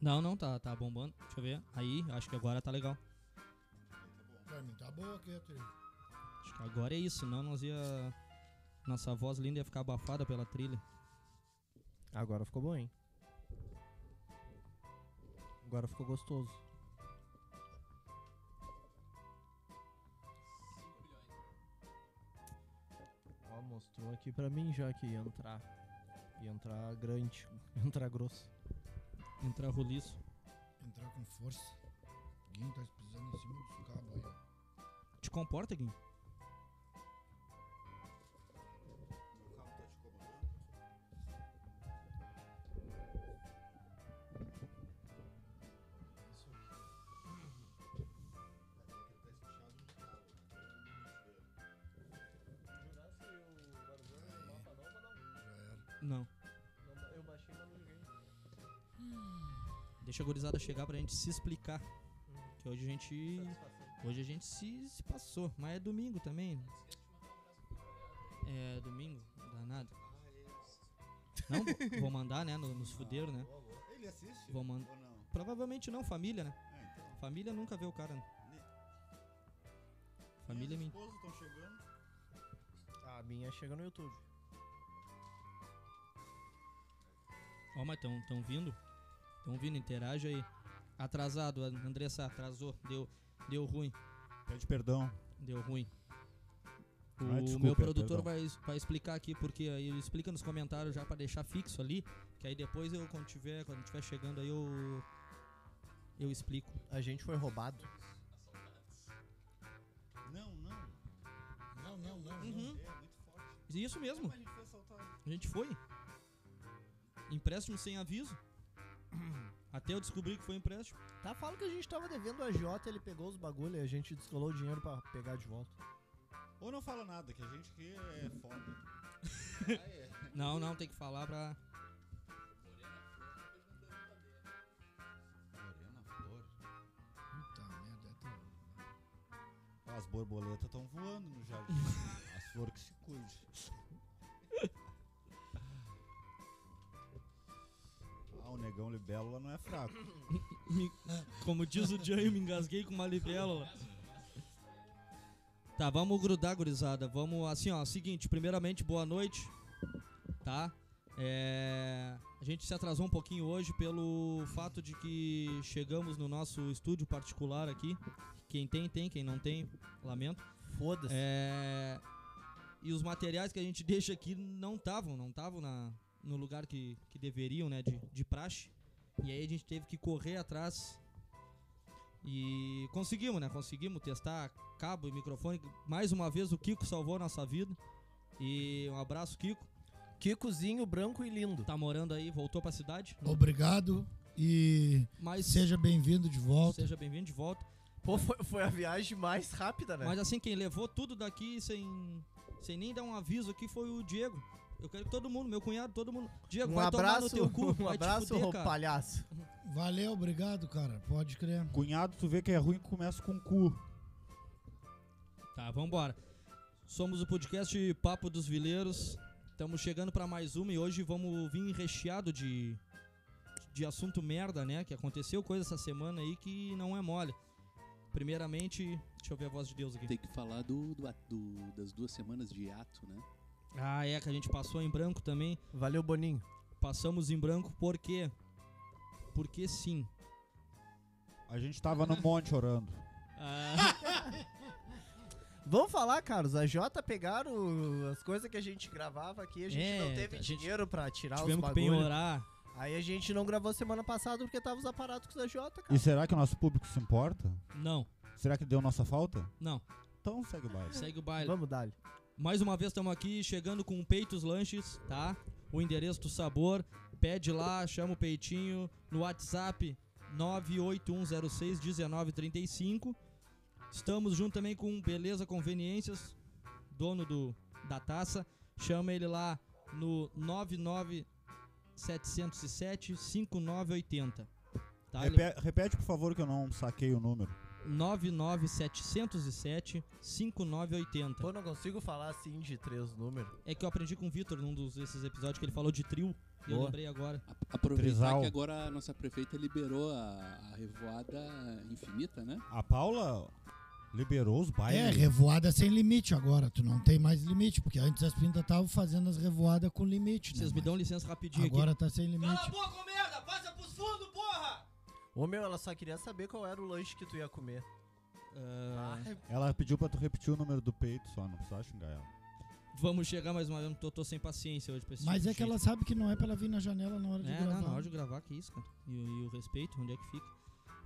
Não, não, tá, tá bombando. Deixa eu ver. Aí, acho que agora tá legal. Pra mim tá boa aqui, trilha. Acho que agora é isso, senão nós ia. Nossa voz linda ia ficar abafada pela trilha. Agora ficou bom, hein? Agora ficou gostoso. Ó, mostrou aqui pra mim já que ia entrar. Ia entrar grande, ia entrar grosso. Entrar roliço. Entrar com força. Guinho tá pisando em cima dos cabos aí. ó. Te comporta, Gui. Já era. Não. Deixa a gurizada chegar pra gente se explicar. Que hoje a gente. Hoje a gente se, se passou. Mas é domingo também. É domingo, danado. Não, vou- vou mandar, né? no- Nos fudeiros, né? Ele assiste? Vou mandar. Ou não? Provavelmente não, família, né? Ah, então. Família nunca vê o cara. né? Família Minha me. esposa estão chegando. A minha chega no YouTube. Ó, mas tão, tão vindo. Tão vindo, interage aí. Atrasado, a Andressa atrasou. Deu, deu ruim. Pede perdão. Deu ruim. O Ah, desculpa, meu é, perdão. produtor vai, vai explicar aqui, porque aí ele explica nos comentários já pra deixar fixo ali. Que aí depois eu, quando tiver, quando tiver chegando aí, eu. Eu explico. A gente foi roubado. Não, não. Não, não, não. não. É Uhum. muito forte. Isso mesmo. Como a gente foi assaltado? A gente foi. Empréstimo sem aviso. Até eu descobri que foi empréstimo. Tá, fala que a gente tava devendo a Jota, ele pegou os bagulho e a gente descolou o dinheiro pra pegar de volta. Ou não fala nada, que a gente que é foda. Não, não, tem que falar pra. Morena, flor. Puta merda, é teu. As borboletas estão voando no jardim. As flores que se cuide. Ah, o negão libelo lá não é fraco. Me- Como diz o Jay, eu me engasguei com uma libélula. Tá, vamos grudar, gurizada. Vamos assim, ó. Seguinte, primeiramente, boa noite. Tá? É, A gente se atrasou um pouquinho hoje pelo fato de que chegamos no nosso estúdio particular aqui. Quem tem, tem. Quem não tem, lamento. Foda-se. É, E os materiais que a gente deixa aqui não estavam, não estavam na- no lugar que, que deveriam, né? De, de praxe. E aí a gente teve que correr atrás. E conseguimos, né? Conseguimos testar cabo e microfone. Mais uma vez o Kiko salvou a nossa vida. E um abraço, Kiko. Kikozinho branco e lindo. Tá morando aí, voltou pra cidade. Obrigado e Mas seja bem-vindo de volta. seja bem-vindo de volta. Pô, foi, foi a viagem mais rápida, né? Mas assim, quem levou tudo daqui sem, sem nem dar um aviso aqui foi o Diego. Eu quero que todo mundo, meu cunhado, todo mundo. Diego, um vai tomar abraço, no teu cu. um vai te abraço, fuder, ô cara. palhaço. Valeu, obrigado, cara. Pode crer. Cunhado, tu vê que é ruim que começa com cu. Tá, vambora. Somos o podcast Papo dos Vileiros. Estamos chegando pra mais uma e hoje vamos vir recheado de, de assunto merda, né? Que aconteceu coisa essa semana aí que não é mole. Primeiramente, deixa eu ver a voz de Deus aqui. Tem que falar do, do, do- das duas semanas de ato, né? Ah, é, que a gente passou em branco também. Valeu, Boninho. Passamos em branco por quê? Porque sim. A gente tava no monte orando. Vamos falar, Carlos. A Jota pegaram as coisas que a gente gravava aqui. A gente É, não teve a gente- dinheiro pra tirar Tá, os tivemos que um bagulho. né? penhorar. Aí a gente não gravou semana passada porque tava os aparatos da Jota, cara. E será que o nosso público se importa? Não, Será que deu nossa falta? não. Então segue o baile. Segue o baile. Vamos, Dali. Mais uma vez estamos aqui chegando com o Peitos Lanches, tá? O endereço do sabor. Pede lá, chama o Peitinho no WhatsApp 981061935. Estamos junto também com Beleza Conveniências, dono do, da taça. Chama ele lá no 99707 5980. Tá? Ele- Tá, Repe- repete, por favor, que eu não saquei o número. 99707 5980. Pô, não consigo falar assim de três números. É que eu aprendi com o Vitor num dos desses episódios que ele falou de trio. E eu Boa. lembrei agora. A- Aproveitar Trisal. que agora a nossa prefeita liberou a, a revoada infinita, né? A Paula liberou os É, bailes. revoada sem limite agora. Tu não tem mais limite, porque antes as pintas estavam fazendo as revoadas com limite. né? Vocês me Mas dão um licença rapidinho Agora tá sem limite. boca, merda! Passa pros fundos, porra! Ô meu, ela só queria saber qual era o lanche que tu ia comer. Ai, Ela pediu pra tu repetir o número do peito só, não precisa xingar ela. vamos chegar mais uma vez. Eu tô sem paciência hoje pra esse Mas tipo é de que gente. ela sabe que não é pra ela vir na janela na hora de É, gravar. não, na hora de gravar, que isso, cara. E, o- e o respeito, onde é que fica?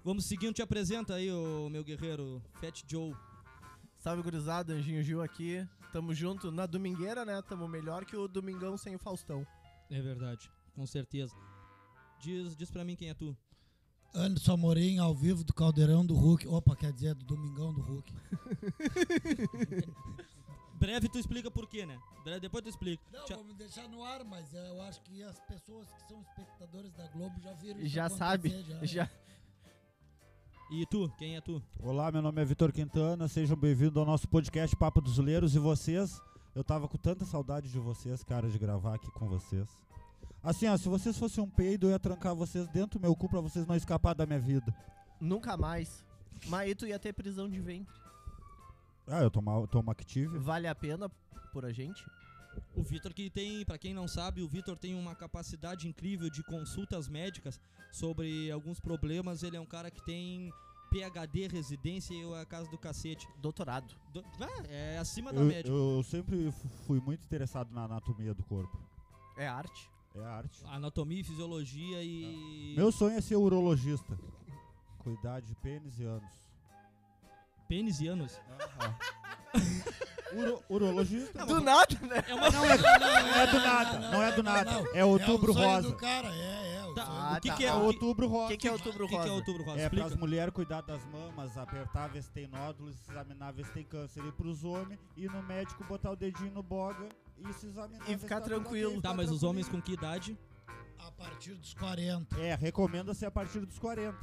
Vamos seguindo, te apresenta aí, o meu guerreiro, Fat Joe. Salve gurizada, Anjinho Gil aqui. Tamo junto na domingueira, né? Tamo melhor que o Domingão sem o Faustão. É verdade, com certeza. Diz, diz pra mim quem é tu. Anderson Amorim ao vivo do Caldeirão do Hulk. Opa, quer dizer, do Domingão do Hulk. Breve tu explica por quê, né? Breve, depois tu explica. Não, Tchau. vamos deixar no ar, mas é, eu acho que as pessoas que são espectadores da Globo já viram Já sabe, já. É E tu, quem é tu? Olá, meu nome é Vitor Quintana, sejam bem-vindos ao nosso podcast Papo dos Zuleiros e vocês. Eu tava com tanta saudade de vocês, cara, de gravar aqui com vocês. Assim, ó, se vocês fossem um peido, eu ia trancar vocês dentro do meu cu pra vocês não escapar da minha vida. Nunca mais. Mas aí tu ia ter prisão de ventre. Ah, eu tomo, tomo Active. Vale a pena por a gente? O Vitor que tem, pra quem não sabe, o Vitor tem uma capacidade incrível de consultas médicas sobre alguns problemas. Ele é um cara que tem PHD, residência e é a casa do cacete. Doutorado. Do- Ah, é acima da Eu, média. eu sempre fu- fui muito interessado na anatomia do corpo. É arte. É arte. Anatomia e fisiologia e... Meu sonho é ser urologista. Cuidar de pênis e ânus. Pênis e anos. Uro- urologista? Do nada, né? É uma... Não é, não é do nada, não é do nada. É outubro é o sonho rosa. do cara, é, é. o Tá, sonho Ah, o que, tá. que É é o que, outubro O rosa. que, que é outubro o que que rosa? é outubro rosa? É para as Explica. mulheres cuidar das mamas, apertar ver se tem nódulos, se examinar ver se tem câncer. E pros homens ir no médico botar o dedinho no boga e se examinar. E ver se ficar tá tudo tranquilo. ok, Tá, ficar mas os tranquilo. homens com que idade? do- A partir dos 40. É, recomenda-se a partir dos 40.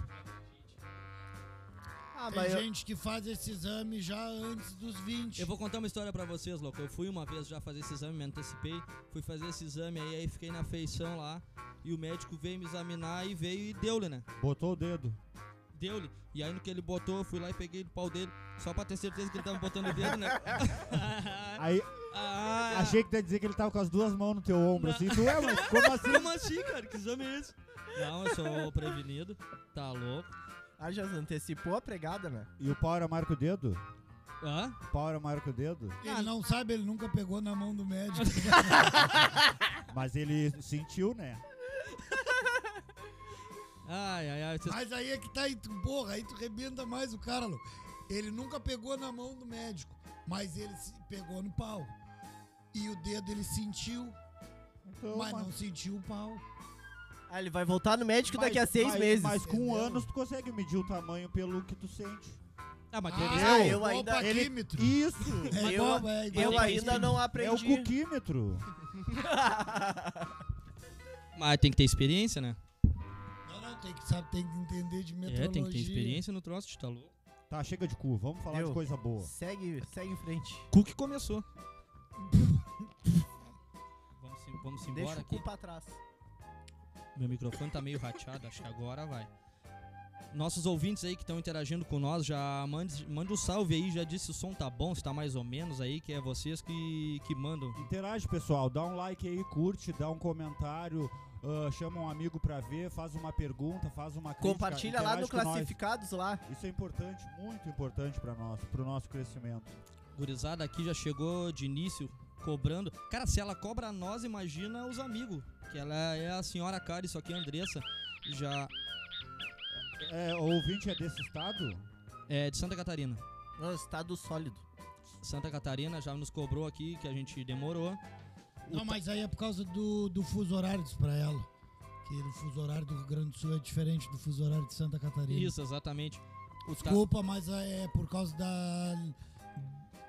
Ah, Tem mas eu- gente que faz esse exame já antes dos 20. Eu vou contar uma história pra vocês, louco. Eu fui uma vez já fazer esse exame, me antecipei. Fui fazer esse exame aí, aí fiquei na feição lá. E o médico veio me examinar e veio e deu-lhe, né? Botou o dedo. Deu-lhe. E aí no que ele botou, eu fui lá e peguei o pau dele. Só pra ter certeza que ele tava botando o dedo, né? Aí ah, achei que ia dizer que ele tava com as duas mãos no teu ombro, Não. assim. Tu é, mas como assim? Como assim, cara? Que exame é esse? Não, eu sou prevenido. Tá louco. Ah, já antecipou a pregada, né? E o pau era marca o dedo? Hã? O pau era marca o dedo? Ah, Ele não sabe, ele nunca pegou na mão do médico. Mas ele sentiu, né? Ai, ai, ai. Vocês Mas aí é que tá aí, tu, porra, aí tu rebenta mais o cara, Lu. Ele nunca pegou na mão do médico, mas ele se pegou no pau. E o dedo ele sentiu, Então, mas não sentiu o pau. Ah, ele vai voltar no médico mas- daqui a seis mas- meses. Mas com entendeu? anos tu consegue medir o tamanho pelo que tu sente. Ah, mas tem- Ah, eu igual ainda- o ele- paquímetro. Isso! É Eu- igual, é igual Eu o ainda não é o aprendi. cuquímetro. mas tem que ter experiência, né? Não, não, tem que, sabe, tem que entender de É, metrologia. tem que ter experiência no troço, tá louco. Tá, chega de cu, vamos falar de Eu. coisa boa. segue, segue em frente. Cu que começou. vamos, em- vamos Deixa embora o aqui. cu pra trás. Meu microfone tá meio rateado, acho que agora vai. Nossos ouvintes aí que estão interagindo com nós, já mande, mande um salve aí, já disse se o som tá bom, se tá mais ou menos aí, que é vocês que, que mandam. Interage, pessoal. Dá um like aí, curte, dá um comentário, ah, chama um amigo pra ver, faz uma pergunta, faz uma crítica. Compartilha lá no interage com nós. Classificados lá. Isso é importante, muito importante pra nós, pro nosso crescimento. Gurizada aqui já chegou de início cobrando. Cara, se ela cobra nós, imagina os amigos. Que ela é a senhora cara, isso aqui é a Andressa. Já É, o ouvinte é desse estado? é de Santa Catarina. No estado tá sólido. Santa Catarina já nos cobrou aqui, que a gente demorou. Não, mas aí é por causa do, do fuso horário diz pra ela. Que o fuso horário do Rio Grande do Sul é diferente do fuso horário de Santa Catarina. Isso, tá. exatamente. Os ca- Desculpa, mas é por causa da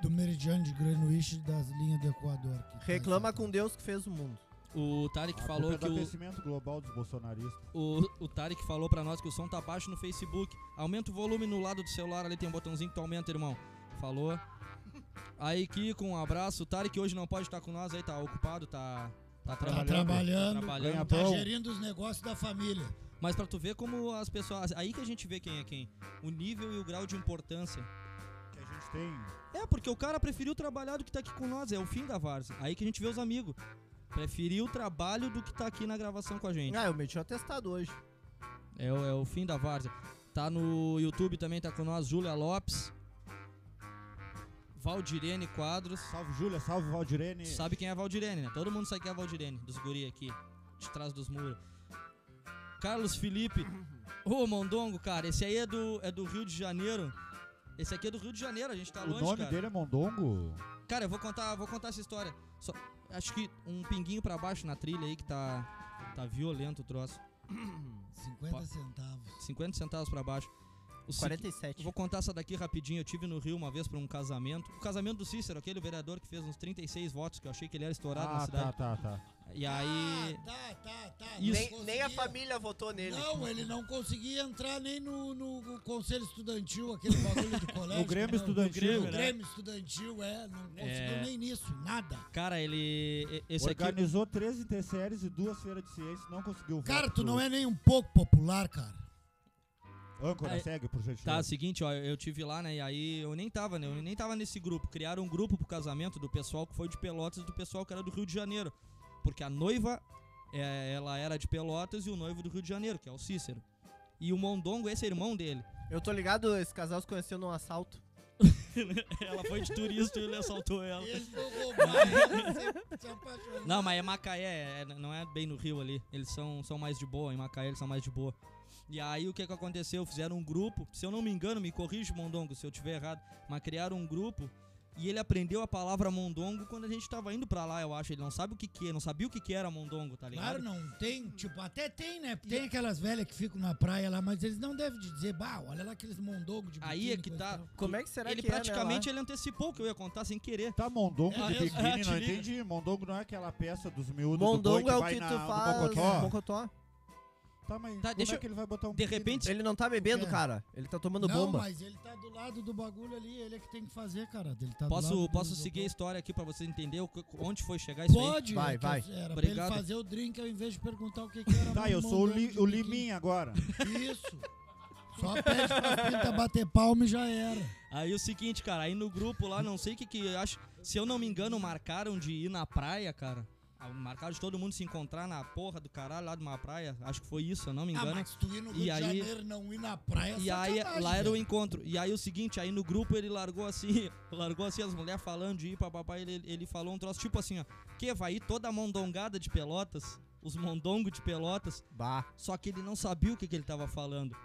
do meridiano de Greenwich das linhas do Equador. que tá Reclama exatamente. com Deus que fez o mundo. O Tarek Ah, A falou culpa que é do tá o, aquecimento global dos bolsonaristas. o, o Tarek falou pra nós que o som tá baixo no Facebook. Aumenta o volume no lado do celular, ali tem um botãozinho que tu aumenta, irmão. Falou. Aí, Kiko, um abraço. O Tarek hoje não pode estar com nós aí, tá ocupado, tá, tá Tá trabalhando. trabalhando, trabalhando. Ganha tá pão. gerindo os negócios da família. Mas pra tu ver como as pessoas. Aí que a gente vê quem é quem. O nível e o grau de importância. Que a gente tem. É, porque o cara preferiu trabalhar do que tá aqui com nós. É o fim da várzea. Aí que a gente vê os amigos. Preferiu o trabalho do que tá aqui na gravação com a gente. Ah, eu meti o atestado hoje. É, o- é o fim da várzea. Tá no YouTube também, tá com nós, Júlia Lopes. Valdirene Quadros. Salve Júlia, salve Valdirene. Sabe quem é a Valdirene, né? Todo mundo sabe quem é a Valdirene, dos guri aqui, de trás dos muros. Carlos Felipe. Ô, Mondongo, cara, esse aí é do, é do Rio de Janeiro. Esse aqui é do Rio de Janeiro, a gente tá o longe, nome cara. dele é Mondongo? Cara, eu vou contar, vou contar essa história. Só- acho que um pinguinho pra baixo na trilha aí que tá, tá violento o troço. 50 Pa- centavos. 50 centavos pra baixo. O Siqui- 47. Eu vou contar essa daqui rapidinho. Eu tive no Rio uma vez pra um casamento. O casamento do Cícero, aquele vereador que fez uns 36 votos, que eu achei que ele era estourado na ah, tá, cidade. tá, tá. E aí. Ah, tá, tá, tá. Isso. Não Nem, nem a conseguia. família votou nele. é Não, ele não conseguia entrar nem no, no conselho estudantil, aquele bagulho do colégio. O Grêmio não. Estudantil. O né? Grêmio Estudantil, é. Não conseguiu É. nem nisso, nada. Cara, ele. e- Esse aqui. Organizou 13 TCLs e duas feiras de ciência, não conseguiu. Cara, voto tu pro- não é nem um pouco popular, cara. Âncora, Aí- segue, por gentileza. Tá, é o seguinte, ó, eu tive lá, né? E aí eu nem tava, né? Eu nem tava nesse grupo. Criaram um grupo pro casamento do pessoal que foi de Pelotas e do pessoal que era do Rio de Janeiro. Porque a noiva, é, ela era de Pelotas e o noivo do Rio de Janeiro, que é o Cícero. E o Mondongo, esse é irmão dele. Eu tô ligado, esse casal se conheceu num assalto. Ela foi de turista e ele assaltou ela. Ele foi roubar, se apaixonou. Não, mas é Macaé, é- não é bem no Rio ali. Eles são, são mais de boa, em Macaé eles são mais de boa. E aí o que que aconteceu? Fizeram um grupo, se eu não me engano, me corrija, Mondongo, se eu tiver errado, mas criaram um grupo e ele aprendeu a palavra Mondongo quando a gente tava indo pra lá, eu acho. Ele não sabe o que que é, não sabia o que que era Mondongo, tá ligado? Claro, não tem, tipo, até tem, né? Tem aquelas velhas que ficam na praia lá, mas eles não devem te dizer, bah, olha lá aqueles mondongos de Aí é biquíni, que coisa e tá. tal." Como é que será ele que praticamente é, né, ele antecipou o que eu ia contar sem querer. Tá, Mondongo É de mesmo? É, biquíni, te não liga. entendi. Mondongo não é aquela peça dos miúdos lá? do boi Mondongo que é o vai que na, tu no faz. Mocotó? Mocotó. Tá, mas É, Tá, como deixa é eu- que ele vai botar um De biquíni? repente, Ele não tá bebendo, É. cara. Ele tá tomando não, bomba. mas ele tá do lado do bagulho ali, ele é que tem que fazer, cara. Ele tá do lado posso, do- posso do- seguir a história aqui pra você entender o que- onde foi chegar É isso aí? Pode, é Vai, eu- vai. Era pra ele Obrigado. fazer o drink ao invés de perguntar o que, que era. Tá, eu sou o, mondongo li, de o biquíni. Liminha agora. Isso. Só pede pra pinta bater palma e já era. Aí o seguinte, cara, aí no grupo lá, não sei o que que acho. Se eu não me engano, marcaram de ir na praia, cara. Ah, Marcaram de todo mundo se encontrar na porra do caralho lá de uma praia. Acho que foi isso, se eu não me Ah, engano. mas tu ir no Rio E de aí- Janeiro e não ir na praia, é e aí lá era o encontro. E aí o seguinte, aí no grupo ele largou assim, largou assim as mulheres falando de ir pra papai, ele, ele falou um troço tipo assim, ó. Que vai ir toda a mondongada de pelotas, os mondongos de pelotas. Bah. Só que ele não sabia o que, que ele tava falando.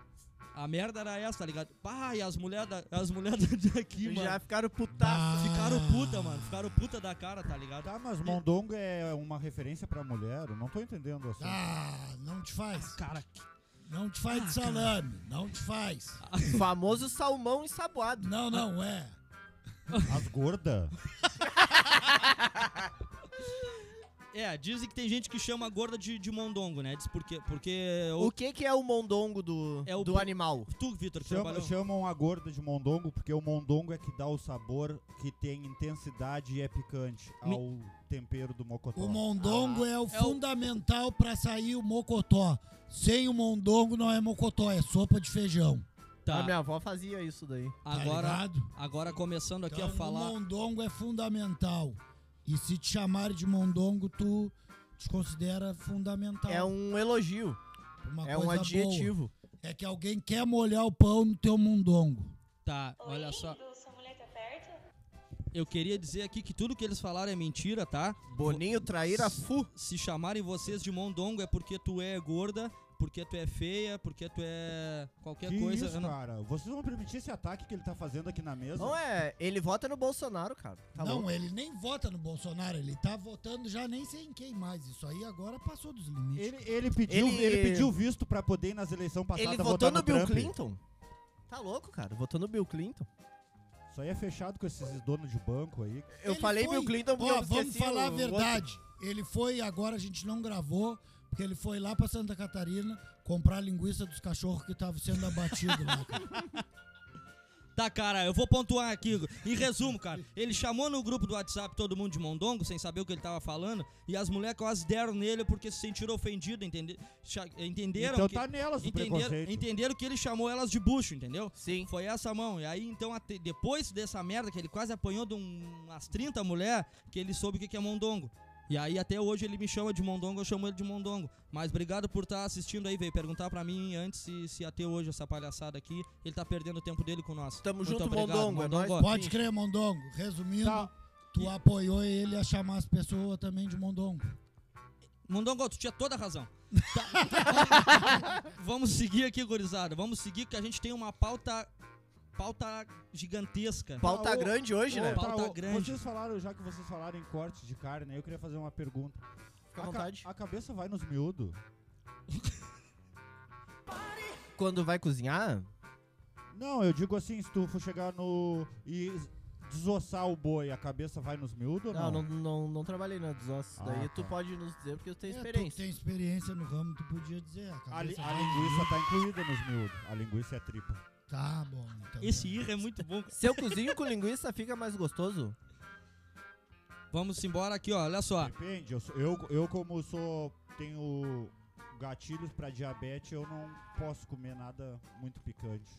A merda era essa, tá ligado? Pá, e as mulheres as mulher daqui, mano. Já ficaram putaço. Ah, Ficaram puta, mano. Ficaram puta da cara, tá ligado? Tá, mas Mondongo é uma referência pra mulher? Eu não tô entendendo assim. Ah, não te faz. Cara, Ah, Não te faz de salame. Não te faz. Famoso salmão ensaboado. Não, não, ah. é. As gordas? é, dizem que tem gente que chama a gorda de, de mondongo, né? Diz porque. Porque. O que que é o mondongo do, É o do pu- animal? Tu, Vitor, que Chama- trabalhou. chamam a gorda de mondongo porque o mondongo é que dá o sabor que tem intensidade e é picante ao tempero do mocotó. O mondongo é o É o- fundamental pra sair o mocotó. Sem o mondongo não é mocotó, é sopa de feijão. Ah. A Tá, minha avó fazia isso daí. Tá agora, ligado? agora começando aqui Então, a falar. O mondongo é fundamental. E se te chamarem de mondongo, tu te considera fundamental. É um elogio. Tá. Uma é um coisa adjetivo. boa. É que alguém quer molhar o pão no teu mondongo. Tá, Oi, olha só. lindo, sua mulher tá perto? Eu queria dizer aqui que tudo que eles falaram é mentira, tá? Boninho traíra fu. Se chamarem vocês de mondongo é porque tu é gorda, porque tu é feia, porque tu é. qualquer Que coisa. isso, eu não- cara? Vocês vão permitir esse ataque que ele tá fazendo aqui na mesa? Não é, ele vota no Bolsonaro, cara. Tá não, louco? ele nem vota no Bolsonaro, ele tá votando já nem sei em quem mais. Isso aí agora passou dos limites. Ele, ele pediu, Ele- ele... pediu visto pra poder ir nas é eleições passadas Ele votar votou no, Bill Trump. Clinton. Tá louco, cara. Votou no Bill Clinton. Isso aí é fechado com esses donos de banco aí. Eu Ele falei foi- Bill Clinton porque Ó, eu vamos esqueci falar a o- o outro. verdade. Ele foi, agora a gente não gravou, porque ele foi lá pra Santa Catarina comprar a linguiça dos cachorros que estavam sendo abatidos lá. cara. Tá, cara, eu vou pontuar aqui. Em resumo, cara, ele chamou no grupo do WhatsApp todo mundo de mondongo, sem saber o que ele tava falando, e as mulheres quase deram nele porque se sentiram ofendidas, entende... cha- entenderam, Então que... tá nelas o entenderam, preconceito. entenderam que ele chamou elas de bucho, entendeu? Sim. Foi essa a mão. E aí, então, até- depois dessa merda que ele quase apanhou de um- umas 30 mulheres, que ele soube o que que é mondongo. E aí, até hoje, ele me chama de mondongo, eu chamo ele de mondongo. Mas obrigado por estar assistindo aí, veio perguntar pra mim antes se, se até hoje essa palhaçada aqui, ele tá perdendo o tempo dele com nós. Tamo Muito junto, obrigado, mondongo, é nóis. Pode crer, Mondongo. Resumindo, Tá. tu apoiou ele a chamar as pessoas também de Mondongo. Mondongo, tu tinha toda a razão. Tá. vamos seguir aqui, gurizada. Vamos seguir que a gente tem uma pauta pauta gigantesca. Pauta Ah, ô, grande hoje, Ô, né? Pauta ô, grande. Vocês falaram, já que vocês falaram em corte de carne, eu queria fazer uma pergunta. Fica à a, ca- vontade. a cabeça vai nos miúdos? Quando vai cozinhar, Não, eu digo assim, se tu for chegar no... e desossar o boi, a cabeça vai nos miúdos ou não, não? não, não, não trabalhei na desossa. Ah, Daí tu tá. pode nos dizer porque tu tem É, tu que experiência. tem experiência no ramo, tu podia dizer. A, A, li- cabeça a vai- linguiça tá incluída nos miúdos. A linguiça é tripa. Tá bom. Então, Esse ir é muito bom. Se eu cozinho com linguiça, fica mais gostoso? Vamos embora aqui, ó. Olha só. Depende, eu, sou- eu, eu como sou... tenho gatilhos pra diabetes, eu não posso comer nada muito picante.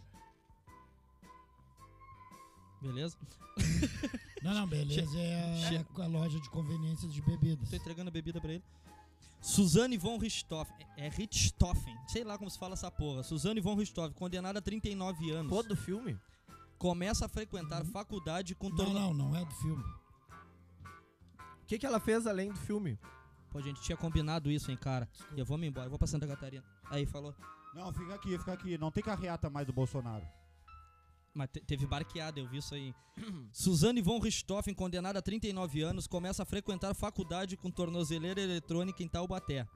Beleza? Não, não, beleza. É a, a loja de conveniências de bebidas. Tô entregando a bebida pra ele. Suzane von Richthofen. É Richthofen. Sei lá como se fala essa porra. Suzane von Richthofen, condenada a 39 anos. Todo filme? Começa a frequentar faculdade com Uhum. Não, torno... não, não é do filme. O que, que ela fez além do filme? Pô, gente, tinha combinado isso, hein, cara. Eu vou me embora. Eu vou pra Santa Catarina. Aí, falou. Não, fica aqui, fica aqui. Não tem carreata mais do Bolsonaro. Mas te- teve barqueada, eu vi isso aí. Uhum. Suzane von Richthofen, condenada a 39 anos, começa a frequentar faculdade com tornozeleira eletrônica em Taubaté.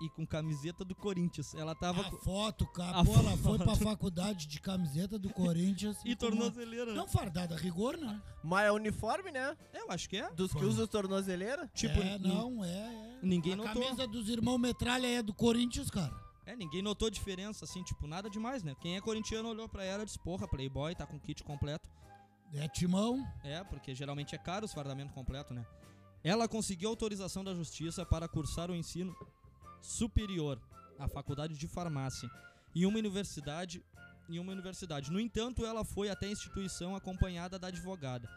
E com camiseta do Corinthians. Ela tava. A com- foto, cara. A Pô, ela foi foto. pra faculdade de camiseta do Corinthians. E com uma- tornozeleira. né? Não fardada a rigor, né? Mas é uniforme, né? Eu acho que é. Dos que Bom. usam tornozeleira? Tipo, é, nin- não, é, é. ninguém a notou. camisa dos irmãos Metralha é do Corinthians, cara. É, ninguém notou diferença, assim, tipo, nada demais, né? Quem é corintiano olhou pra ela e disse, porra, Playboy, tá com kit completo. É timão. É, porque geralmente é caro os fardamento completo, né? Ela conseguiu autorização da justiça para cursar o ensino superior, a faculdade de farmácia, em uma universidade, em uma universidade. No entanto, ela foi até a instituição acompanhada da advogada.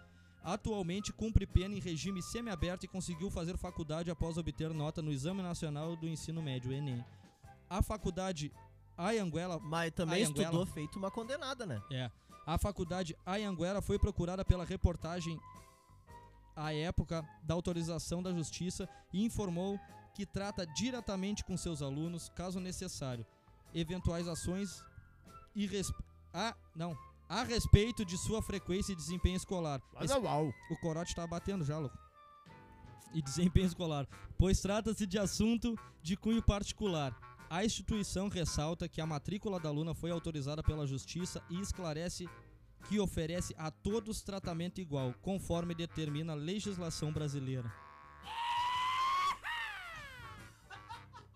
Atualmente cumpre pena em regime semiaberto e conseguiu fazer faculdade após obter nota no Exame Nacional do Ensino Médio, ENEM. A faculdade Ayanguela Mas também A Anguela. estudou feito uma condenada, né? é. A faculdade Ayanguera foi procurada pela reportagem à época da autorização da justiça e informou que trata diretamente com seus alunos, caso necessário, eventuais ações e res- a não a respeito de sua frequência e desempenho escolar. Esse- o corote tá batendo já, louco. E desempenho escolar. Pois trata-se de assunto de cunho particular. A instituição ressalta que a matrícula da aluna foi autorizada pela justiça e esclarece que oferece a todos tratamento igual, conforme determina a legislação brasileira.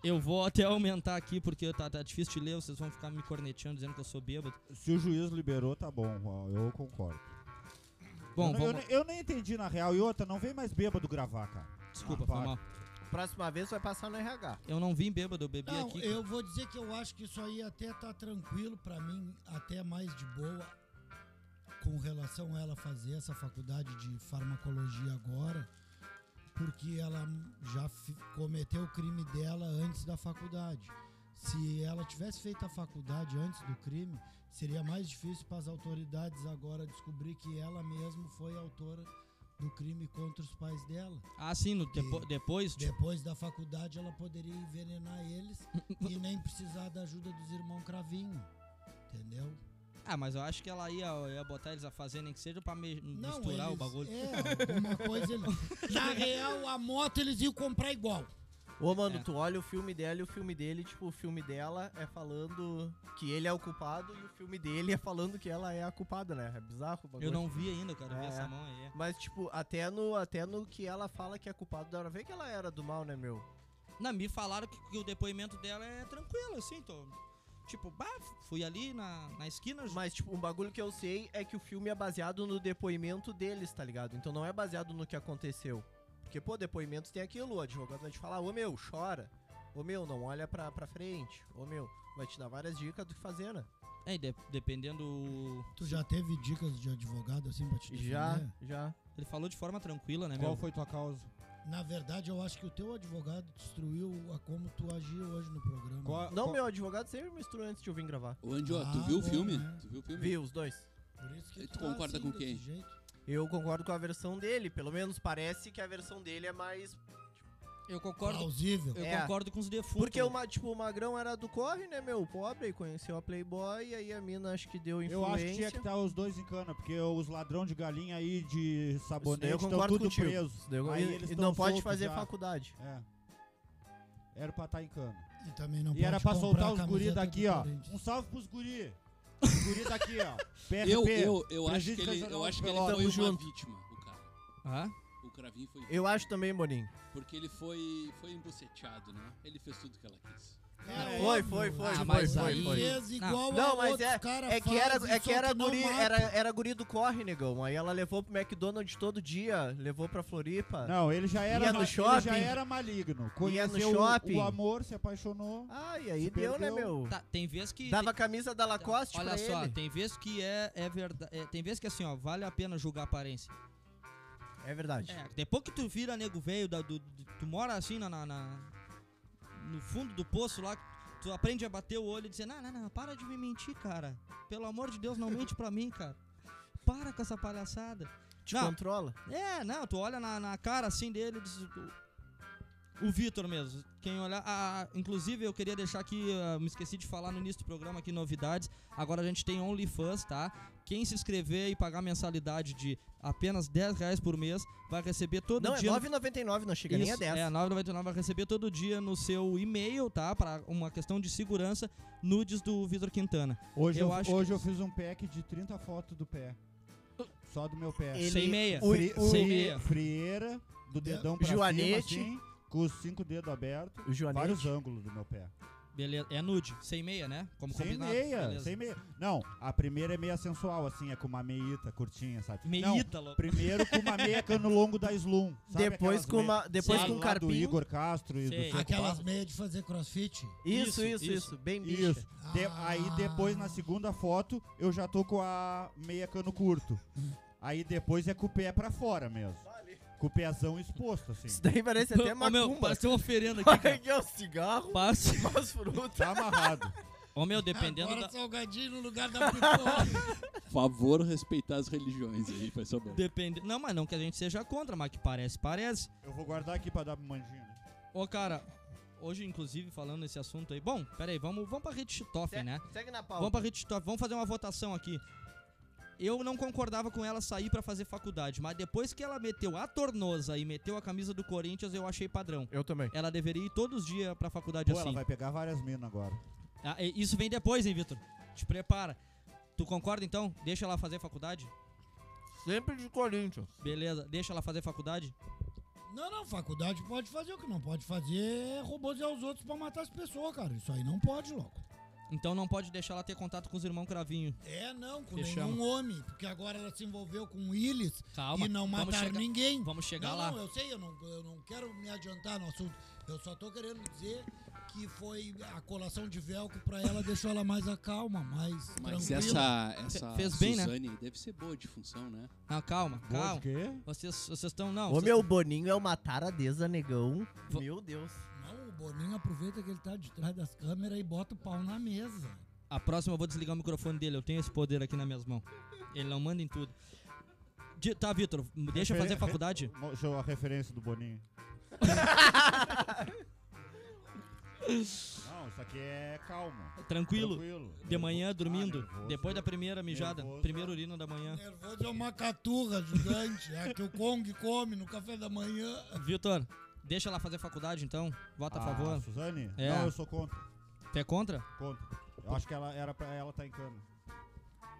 Eu vou até aumentar aqui porque tá, tá difícil de ler, vocês vão ficar me corneteando dizendo que eu sou bêbado. Se o juiz liberou, tá bom, ó, eu concordo. Bom, eu, não- eu vamos. nem- eu nem entendi na real. E outra, não vem mais bêbado gravar, cara. Desculpa, Ah, foi para. mal. Próxima vez vai passar no RH. Eu não vim bêbado, eu bebi Não, aqui. eu vou dizer que eu acho que isso aí até tá tranquilo pra mim, até mais de boa com relação a ela fazer essa faculdade de farmacologia agora, porque ela já fi- cometeu o crime dela antes da faculdade. Se ela tivesse feito a faculdade antes do crime, seria mais difícil para as autoridades agora descobrir que ela mesma foi a autora do crime contra os pais dela. Ah, sim, no depo- Que- depois, tipo, Depois da faculdade, ela poderia envenenar eles e nem precisar da ajuda dos irmãos Cravinho. Entendeu? Ah, mas eu acho que ela ia, ia botar eles a fazer, nem que seja pra me- misturar o eles- bagulho. É, alguma coisa. eles- Na real, a moto eles iam comprar igual. Ô, mano, É. tu olha o filme dela e o filme dele, tipo, o filme dela é falando que ele é o culpado e o filme dele é falando que ela é a culpada, né? É bizarro o bagulho. Eu não vi ainda, cara. Eu vi É, essa é. mão aí. é. Mas, tipo, até no, até no que ela fala que é culpado, dá pra ver que ela era do mal, né, meu? Não, me falaram que, que o depoimento dela é tranquilo, assim, tô. Tipo, bah, fui ali na, na esquina. ju- Mas, tipo, um bagulho que eu sei é que o filme é baseado no depoimento deles, tá ligado? Então não é baseado no que aconteceu. Porque, pô, depoimentos tem aquilo, o advogado vai te falar, ô meu, chora. Ô meu, não olha pra, pra frente. Ô meu, vai te dar várias dicas do que fazer, né? É, e de- dependendo. Tu já teve dicas de advogado assim pra te defender? Já, né? já. Ele falou de forma tranquila, né, Qual meu? foi tua causa? Na verdade, eu acho que o teu advogado destruiu a como tu agiu hoje no programa. Qual- Não, qual- meu advogado sempre misturou antes de eu vir gravar. Ô, Andy, ó, Ah, tu viu o bom, filme? né? Tu viu o filme? Vi os dois. Por isso que E tu, tu tá concorda assim, com quem? desse jeito. Eu concordo com a versão dele, pelo menos parece que a versão dele é mais. Eu concordo. Plausível. Eu É. concordo com os defuntos. Porque o, ma- tipo, o Magrão era do corre, né, meu? Pobre, aí conheceu a Playboy, e aí a mina acho que deu Eu influência. acho que tinha que estar os dois em cana, porque os ladrão de galinha aí de sabonete eu estão concordo tudo contigo. presos. Isso daí eu- Aí e- eles e tão não pode soltos fazer já. faculdade. É. Era pra estar em cana. E também não e era pode pra comprar soltar a os camiseta guris do daqui, ó. Corinthians. Um salve pros guri. Os guri daqui, ó. PRP. Eu, eu, eu acho que Presídio ele, eu Casanova acho que ele Veloz. foi Tamo uma junto. vítima, o cara. Ah? O Cravinho foi vítima. Eu acho também, Boninho. Porque ele foi, foi embuceteado, né? Ele fez tudo que ela quis. É, Foi, óbvio, foi, foi, tipo, Ah, mas ele aí- fez igual Não, a mas outros cara É que faz, era, é só um que era, não guri, mata. era, era guri do corre, negão. Aí ela levou pro McDonald's todo dia, levou pra Floripa. Não, ele já era, Ia no ma- shopping. ele já era maligno. Conheceu o- shopping. o amor, se apaixonou. Ah, e aí Se deu, né, perdeu. meu? Tá, tem vezes que. Dava a camisa da Lacoste Olha pra só, ele. tem vezes que é, é verdade. tem vezes que assim, ó, vale a pena julgar a aparência. É verdade. É, depois que tu vira nego velho, da- do- do- tu mora assim na, na- na- no fundo do poço lá, tu aprende a bater o olho e dizer, não, não, não, para de me mentir, cara. Pelo amor de Deus, não mente pra mim, cara. Para com essa palhaçada. Te Não. controla. É, não, tu olha na, na cara assim dele e diz. o- O Vitor mesmo, quem olhar. ah, inclusive, eu queria deixar aqui, ah, me esqueci de falar no início do programa aqui, novidades. Agora a gente tem OnlyFans, tá? Quem se inscrever e pagar mensalidade de apenas 10 reais por mês vai receber todo Não, é dia. no- 9,99, não chega nem a Isso, 10. É, 9,99 vai receber todo dia no seu e-mail, tá? Pra uma questão de segurança, nudes do Vitor Quintana. Hoje, Eu eu, acho hoje que- eu fiz um pack de 30 fotos do pé. Só do meu pé. Ele- Sem meia. o- Fri- o- sem fri- meia. Frieira, do dedão pra Joanete. cima, assim, com os cinco dedos abertos. O Joanete. Vários ângulos do meu pé. Beleza, é nude, sem meia, né? Como sem combinado. meia, beleza. sem meia. Não, a primeira é meia sensual, assim, é com uma meita curtinha, sabe? Não, Meita, louco. primeiro com uma meia cano longo da Slum. Sabe Depois aquelas com, meia- uma, depois Sim. com um lá do carpinho. Igor Castro e Sei. do Seco Aquelas Barros. meias de fazer crossfit. Isso, Isso, isso, isso, isso. Bem bicho. Isso. De- Ah. Aí depois, na segunda foto, eu já tô com a meia cano curto. Aí depois é com o pé pra fora mesmo. Com o pezão exposto, assim. Isso daí parece até Ô, meu, macumba. parece uma oferenda aqui, Olha cara. aqui, ó, cigarro, Passe. umas frutas. Tá amarrado. Ô, meu, dependendo Agora da, salgadinho no lugar da pipoca. Favor respeitar as religiões aí, vai saber. depende... Não, mas não que a gente seja contra, mas que parece, parece. Eu vou guardar aqui pra dar pro Mandinho. né? Ô, cara, hoje, inclusive, falando nesse assunto aí... Bom, peraí, vamos, vamos pra Rede Chitoff, Se- né? Segue na Vamos pra pauta. Rede Top, vamos fazer uma votação aqui. Eu não concordava com ela sair pra fazer faculdade, mas depois que ela meteu a tornosa e meteu a camisa do Corinthians, eu achei padrão. Eu também. Ela deveria ir todos os dias pra faculdade Pô, ela assim. vai pegar várias minas agora. Ah, e- isso vem depois, hein, Vitor? Te prepara. Tu concorda então? Deixa ela fazer faculdade? Sempre de Corinthians. Beleza, deixa ela fazer faculdade? Não, não, faculdade pode fazer. O que não pode fazer é robosear os outros pra matar as pessoas, cara. Isso aí não pode, louco. Então não pode deixar ela ter contato com os irmãos Cravinho. É, não, com Fechamos. nenhum homem. Porque agora ela se envolveu com o Willis Calma. e não vamos mataram chegar, ninguém. Vamos chegar não, lá. não, eu sei, eu não, eu não quero me adiantar no assunto. Eu só tô querendo dizer que foi a colação de velcro pra ela, deixou ela mais acalma, mais Mas tranquila. essa, essa Fez bem, né? Suzane aí deve ser boa de função, né? Não, calma, Boa de calma. quê? Vocês estão. não, Ô vocês- meu Boninho é uma taradeza, negão. Vo- Meu Deus. Não, o Boninho aproveita que ele tá de trás das câmeras e bota o pau na mesa. A próxima eu vou desligar o microfone dele, eu tenho esse poder aqui nas minhas mãos. Ele não manda em tudo. Di- tá, Vitor, m- deixa eu fazer Referen- faculdade? Mo- Deixa eu a referência do Boninho. Não, isso aqui é calmo. Tranquilo? Tranquilo. Ah, De Ah, manhã, dormindo? nervoso. Depois da primeira mijada? Nervoso. Primeira urina da manhã. Nervoso é uma caturra gigante, é a que o Kong come no café da manhã. Vitor, Deixa ela fazer faculdade então. Vota a Ah, favor. Suzane? É. Não, eu sou contra. Tu é contra? Contra. Eu acho que ela era pra ela tá em cana.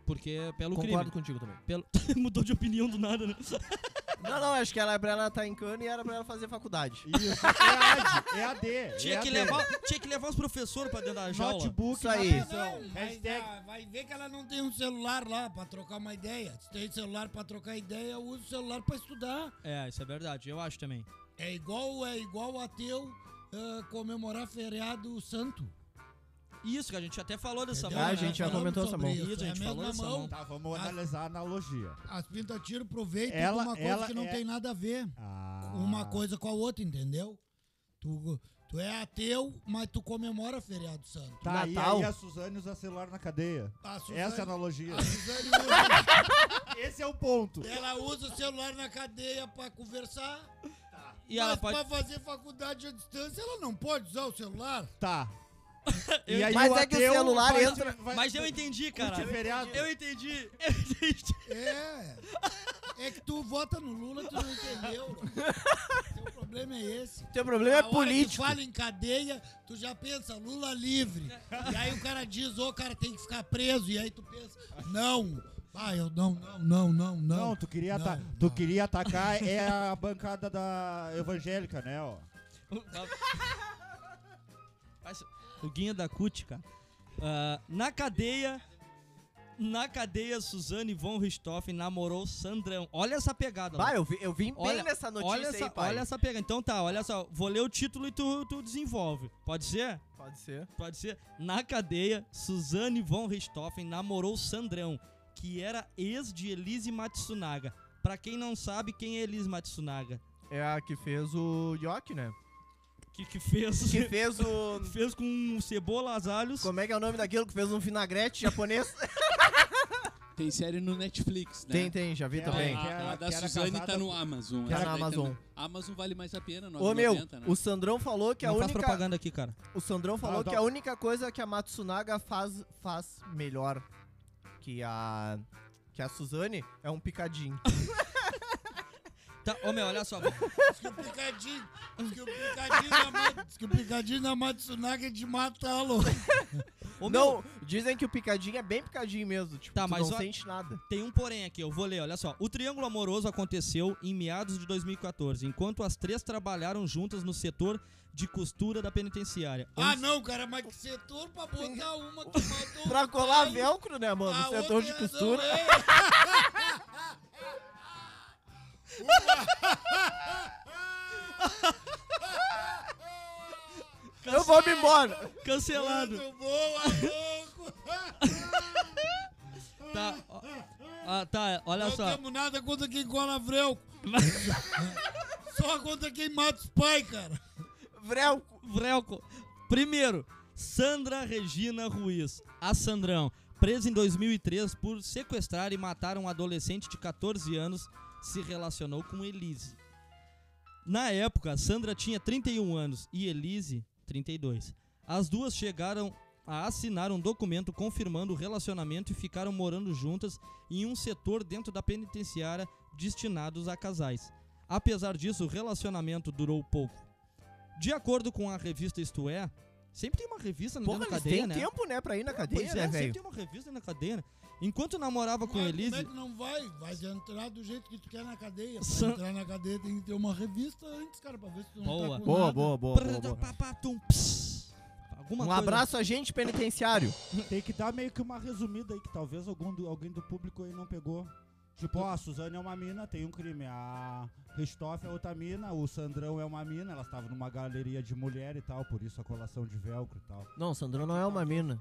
Porque é pelo Concordo crime. contigo também. Pelo... Mudou de opinião do nada, né? Não, não, acho que ela, pra ela estar em cana e era pra ela fazer faculdade. Isso, é a D. É a D. é Tinha a que, D. levar, tinha que levar os professores pra dentro da jaula. Notebook Isso na aí. Então, prisão. Vai, Hashtag dar- ah, vai ver que ela não tem um celular lá pra trocar uma ideia. Se tem celular pra trocar ideia, usa o celular pra estudar. É, isso é verdade. Eu acho também. É igual, é igual ateu ah, comemorar feriado santo. Isso que a gente até falou dessa Entendeu? mão, Ah, né? a gente já Falamos comentou sobre essa mão. Isso, a gente é a falou mesma dessa mão. mão. Tá, vamos analisar a analogia. As pinta-tiro proveita Ela- de uma coisa ela que não é- tem nada a ver. Ah. Uma coisa com a outra, entendeu? Tu, tu é ateu, mas tu comemora feriado santo. Tá, Natal. e aí a Suzane usa celular na cadeia. A Suzane- Essa é a analogia. a Suzane usa- Esse é o ponto. ela usa o celular na cadeia pra conversar, E mas ela pode. pra fazer faculdade à distância ela não pode usar o celular. Tá. Eu E aí Mas o é que o ateu celular vai- entra- vai- Mas eu entendi, cara. curte feriado. Eu entendi. Eu entendi. É. É que tu vota no Lula, tu não entendeu. Teu problema é esse. Teu problema Ah, é A hora que político. fala em cadeia, tu já pensa, Lula livre. E aí o cara diz, ô, cara tem que ficar preso. E aí tu pensa, não. Ah, eu não, não, não, não, não. Não, tu queria, Não, tá- ata- não. tu queria atacar é a bancada da evangélica, né, ó. Faz- O Guinha da CUT, cara. Ah, na cadeia. Na cadeia, Suzane von Richthofen namorou Sandrão. Olha essa pegada. Bah, Léo. eu, vi- eu vim bem nessa notícia olha essa, aí, pai. Olha essa pegada. Então tá, olha só. Vou ler o título e tu, tu desenvolve. Pode ser? Pode ser. Pode ser. Na cadeia, Suzane von Richthofen namorou Sandrão, que era ex de Elise Matsunaga. Pra quem não sabe, quem é Elise Matsunaga? É a que fez o Yoki, né? Que, que fez. Que fez o... fez com cebola, asalhos. Como é que é o nome daquilo que fez um vinagrete japonês? Tem série no Netflix, né? Tem, tem, já vi É, também. A, Que era- a da que era Suzane casada tá no com- Amazon. que era essa na daí tá Amazon. no- Amazon vale mais a pena, 9,90, Ô meu, né? o Sandrão falou é que a não faz única. propaganda aqui, cara. O Sandrão falou Ah, tá. que a única coisa que a Matsunaga faz, faz melhor que a. Que a Suzane é um picadinho. Tá, ô meu, olha só. Diz que o picadinho, diz que o picadinho na, Ma- diz que o picadinho na Matsunaga é de matá-lo. Ô, meu, não, dizem que o picadinho é bem picadinho mesmo. Tipo, Tá, tu mas não ó- sente nada. Tem um porém aqui, eu vou ler, olha só. O triângulo amoroso aconteceu em meados de 2014, enquanto as três trabalharam juntas no setor de costura da penitenciária. Ah, não, cara, mas que setor pra botar uma que matou Pra um colar pai, velcro, né, mano? Ah, a O setor outra de não costura. é. Eu vou me embora. Cancelado. Muito boa, louco. Tá, ó, ah, tá, olha Não só. temos nada contra quem cola vrelco. Só contra quem mata os pais, cara. Tá Vrelco. Vrelco. Primeiro, Sandra Regina Ruiz, a Sandrão, presa em 2003 por sequestrar e matar um adolescente de 14 anos, se relacionou com Elise. Na época, Sandra tinha 31 anos e Elise, 32. As duas chegaram a assinar um documento confirmando o relacionamento e ficaram morando juntas em um setor dentro da penitenciária destinados a casais. Apesar disso, o relacionamento durou pouco. De acordo com a revista Isto É, sempre tem uma revista na Porra, dentro da eles cadeia, têm né? tempo, né, pra ir na cadeia, pois né, é, sempre velho? tem uma revista na cadeia. né? Enquanto namorava com Mas Elise, Como é que não vai? Vai entrar do jeito que tu quer na cadeia. Pra Sam- entrar na cadeia tem que ter uma revista antes, cara, pra ver se tu não Boa. tá com Boa, nada. boa, boa, boa, boa. Pratapapatum, pss. Alguma Um coisa- abraço a gente penitenciário. Tem que dar meio que uma resumida aí que talvez algum do- alguém do público aí não pegou. Tipo, ó, a Suzane é uma mina, tem um crime. A Christophe é outra mina, o Sandrão é uma mina, elas estavam numa galeria de mulher e tal, por isso a colação de velcro e tal. Não, Sandrão não é uma mina.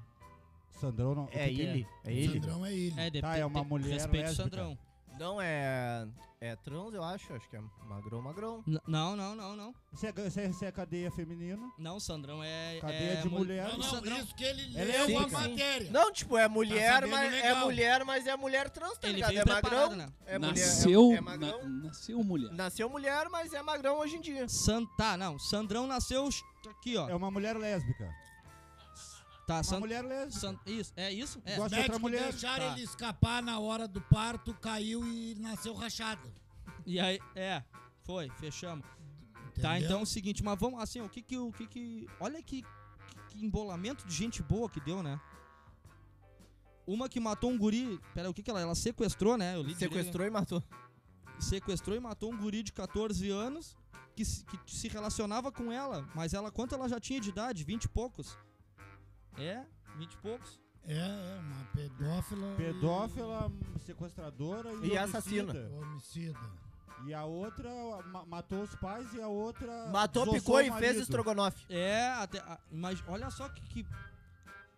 Sandrão não. o É que que ele. É ele. Sandrão é ele. É, dep- Tá, é uma tem- mulher Respeito lésbica. Sandrão. Não é. É trans, eu acho. Acho que é magrão, magrão. N- Não, não, não, não. Isso é, isso é- isso é cadeia feminina, Não, Sandrão é. cadeia é de mul- mulher. Não, não, Sandrão- isso que ele Ele leu é a sim, cara. matéria. Não, tipo, é mulher, sabendo mas é legal. mulher, mas é mulher trans, tá Ele ligado? veio É preparado, magrão. né? É mulher. Nasceu, é, é na- magrão. nasceu mulher. Nasceu mulher, mas é magrão hoje em dia. San... Tá, não. Sandrão nasceu ch- aqui, ó. É uma mulher lésbica. Tá, Uma San... mulher lésbica. San- Isso, é isso? É. Gosta- Os Outra médicos mulher. deixaram Tá. ele escapar na hora do parto, caiu e nasceu rachado. E aí, é. Foi, fechamos. Tá, Entendeu? então é o seguinte, mas vamos, assim, o que que, o que que, olha que, que embolamento de gente boa que deu, né? Uma que matou um guri, pera, o que que ela, ela sequestrou, né? Eu li direito, né? Sequestrou e matou. sequestrou e matou um guri de 14 anos que se, que se relacionava com ela, mas ela, quanto ela já tinha de idade? 20 e poucos. É, 20 e poucos. É, é uma pedófila. e Pedófila, sequestradora e, E assassina. homicida. Homicida. E a outra ma- matou os pais e a outra. Matou, desossou picou o e fez marido. estrogonofe. É, até, a- mas olha só que, que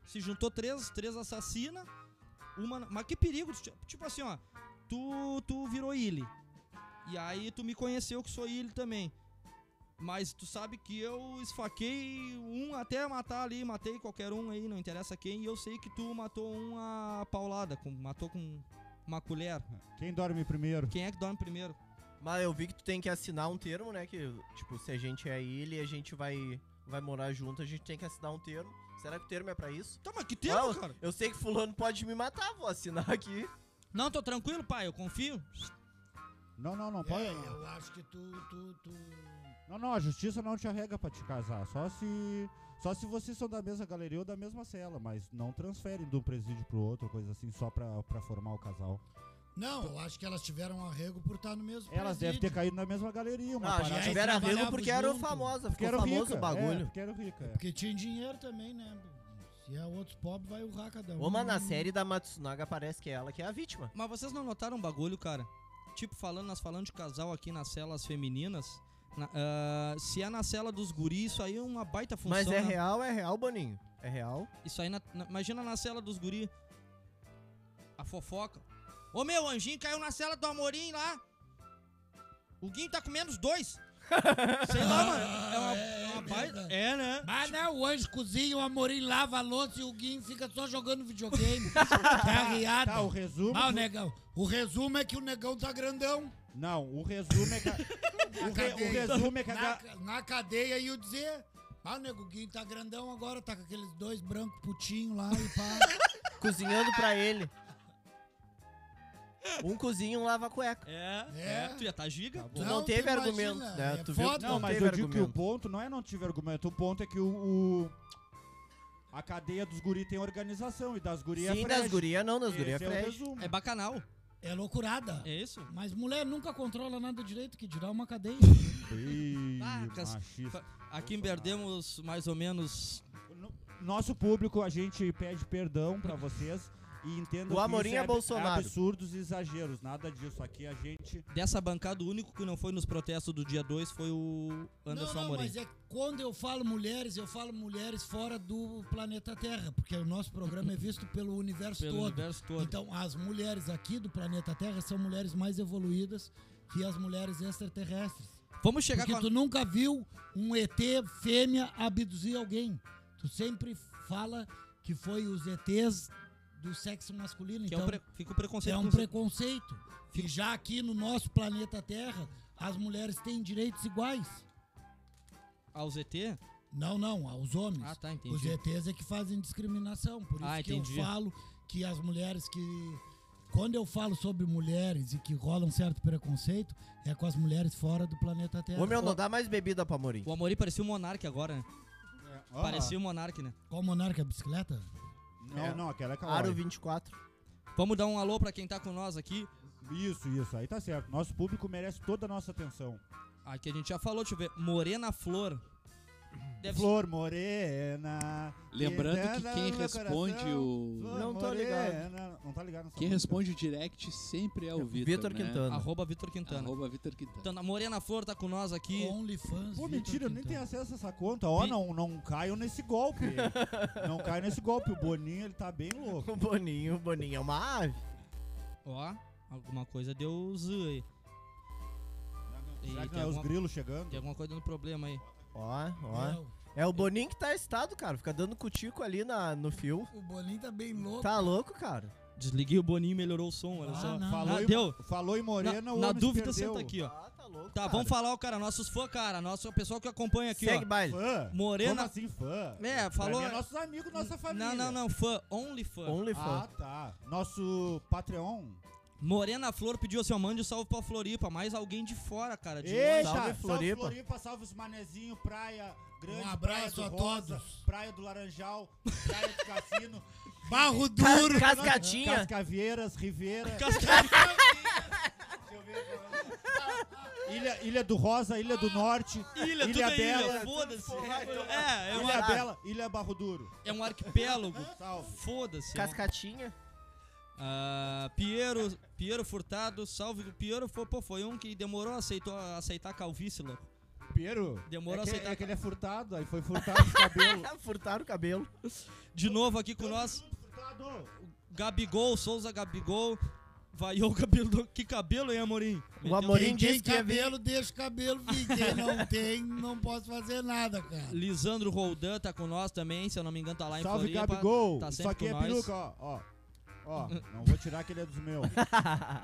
se juntou três, três assassinas, uma, mas que perigo, ti- tipo assim, ó, tu, tu virou ilha. E aí tu me conheceu que sou ilha também. Mas tu sabe que eu esfaquei um até matar ali, matei qualquer um aí, não interessa quem, e eu sei que tu matou um a paulada, com, matou com uma colher. Quem dorme primeiro? Quem é que dorme primeiro? Mas eu vi que tu tem que assinar um termo, né? Que, tipo, se a gente é ele e a gente vai, vai morar junto, a gente tem que assinar um termo. Será que o termo é pra isso? Tá, mas que tempo, Não, cara? Eu sei que fulano pode me matar, vou assinar aqui. Não, tô tranquilo, pai, eu confio. Não, não, não pode. É, eu acho que tu. tu, tu... Não, não, a justiça não te arrega pra te casar. Só se. Só se vocês são da mesma galeria ou da mesma cela, mas não transferem de um presídio pro outro, coisa assim, só pra, pra formar o casal. Não, eu acho que elas tiveram um arrego por estar no mesmo Elas devem ter presídio. caído na mesma galeria, uma Não, Ah, a parada. assim, é gente eles tiveram arrego trabalhavam porque era junto. famosa, porque ficou era famoso rica, o bagulho. É, porque era rica, é. Porque tinha dinheiro também, né? Se é outros pobres, vai urrar é. cada um. Ô, mas na série da Matsunaga parece que é ela que é a vítima. Mas vocês não notaram um bagulho, cara? Tipo, falando, nós falando de casal aqui nas celas femininas. na- ah, se é na cela dos guris, isso aí é uma baita função. Mas é né? real, é real, Boninho. É real. Isso aí, na- na- imagina na cela dos guris. A fofoca. Ô meu, anjinho caiu na cela do Amorim lá. O Guinho tá com menos dois. Sei lá, mano. É uma, é uma é baita. verdade. É, né? Mas não, o anjo cozinha, o Amorim lava a louça e o Guinho fica só jogando videogame. que é a riada. Tá, o resumo. Ah, o negão. O resumo é que o negão tá grandão. Não, o resumo é que. a- o, re- o cadeia. resumo é que. a Na, ga- ca- na cadeia ia dizer. Ah, o nego Guinho tá grandão agora, tá com aqueles dois brancos putinhos lá e pá. Cozinhando pra ele. Um cozinha, um lava a cueca. É. É. Tu ia tá giga. Tu não teve imagina, argumento, né? é Tu viu que foda. Não, Não mas teve eu digo que o argumento. ponto não é não tive argumento. O ponto é que o. o- a cadeia dos guri tem organização e das guri é Sim, frete. das gurias não, das gurias Esse é é o frete. resumo. É bacanal. É loucurada. É isso? Mas mulher nunca controla nada direito, que dirá uma cadeia. Ih, Vacas. machista. Aqui em Bolsonaro. perdemos mais ou menos No- Nosso público, a gente pede perdão pra vocês e entenda O Amorim é Bolsonaro. absurdos e exageros, nada disso aqui a gente Dessa bancada, o único que não foi nos protestos do dia 2 foi o Anderson não, não, Amorim. mas é que quando eu falo mulheres, eu falo mulheres fora do planeta Terra, porque o nosso programa é visto pelo universo Pelo todo. universo todo. Então, as mulheres aqui do planeta Terra são mulheres mais evoluídas que as mulheres extraterrestres. Vamos chegar Porque com a... tu nunca viu um ET fêmea abduzir alguém. Tu sempre fala que foi os ETs do sexo masculino. que é então, um pre- Fica o preconceito. é um com- preconceito. E já aqui no nosso planeta Terra, as mulheres têm direitos iguais. Ao ZT? Não, não, aos homens. Ah, tá, Os entendi. ETs é que fazem discriminação. Por isso Ah, que entendi. eu falo que as mulheres que. Quando eu falo sobre mulheres e que rola um certo preconceito, é com as mulheres fora do planeta Terra. Ô, meu, não dá mais bebida pra Morim. O Amorim parecia um monarca agora, né? Ah, Parecia um monarca, né? Qual monarca é bicicleta? Não, não, aquela é Aro calórica. 24. Vamos dar um alô pra quem tá com nós aqui. Isso, isso, aí tá certo. Nosso público merece toda a nossa atenção. Aqui a gente já falou, deixa eu ver. Morena Flor. Deve ser- Flor Morena. Lembrando que Quintana quem no meu responde coração, o. Flor Não tô ligado. Morena. Não tá ligado nessa Quem música. responde o direct sempre é o Vitor. Vitor né? Quintana. Arroba Vitor Quintana. Arroba Vitor Quintana. Então, a Morena Flor tá com nós aqui. OnlyFans. Vitor Pô, mentira, eu tá. nem tenho Quintana. acesso a essa conta. Ó, Vi- não, não caiam nesse golpe. não caiam nesse golpe. O Boninho, ele tá bem louco. O Boninho, o Boninho é uma ave. Ó, alguma coisa deu zoom aí. E Será que tem não é os alguma- grilos chegando? Tem alguma coisa no problema aí. Ó, ó. Não, É o Boninho que tá excitado, cara. Fica dando cutico ali na, no fio. o Bolinho tá bem louco. Tá louco, cara? Desliguei o Boninho, melhorou o som, olha Ah, só. não. Falou, Ah, em, deu. falou em Na, Morena, o na homem se dúvida, perdeu. senta aqui, ó. Ah, tá louco. Tá, cara. vamos falar, ó, cara, nossos fãs, cara, nosso o pessoal que acompanha aqui, Segue ó. baile. Fã? Como Morena. assim, fã? É, falou- Pra mim é nossos amigos, nossa família. Não, não, não, fã, only fã. Only fã. Ah, tá. Nosso Patreon. Morena Flor pediu assim, ó, mande um salve pra Floripa, mais alguém de fora, cara. De Ei! longe. Eita! Salve Salve, Floripa. Floripa. salve os manezinhos, praia grande, Um abraço praia a do Rosa, todos. praia do Laranjal, praia do Cassino, Barro duro! Cascatinha. Cascavieiras, Ribeira, Cascavel. Ilha, Ilha do Rosa, Ilha do Norte, Ilha, tudo Ilha é Bela. então. ilha, foda-se. É, é, um, Ilha Bela, Ilha Barro Duro. é um arquipélago. Salve. Foda-se. é um- Cascatinha. Ah, Piero, Piero Furtado, salve. O Piero foi, pô, foi um que demorou a aceitou- a aceitar a calvície, louco. Piero. Demorou a é que, aceitar. é que ele é furtado, aí foi furtado o cabelo. É, Furtaram o cabelo. De novo aqui com nós, Furtado. Gabigol, Souza Gabigol. Vaiou o cabelo. do- Que cabelo, hein, Amorim? O Amorim- Quem disse tem que ia vir. cabelo, deixa o cabelo vir. Quem não tem, não posso fazer nada, cara. Lisandro Roldan tá com nós também, se eu não me engano, tá lá em Salve, Floripa. Gabigol. tá Isso sempre aqui com é nós. peruca, ó. Ó, ó não vou tirar que ele é dos meus.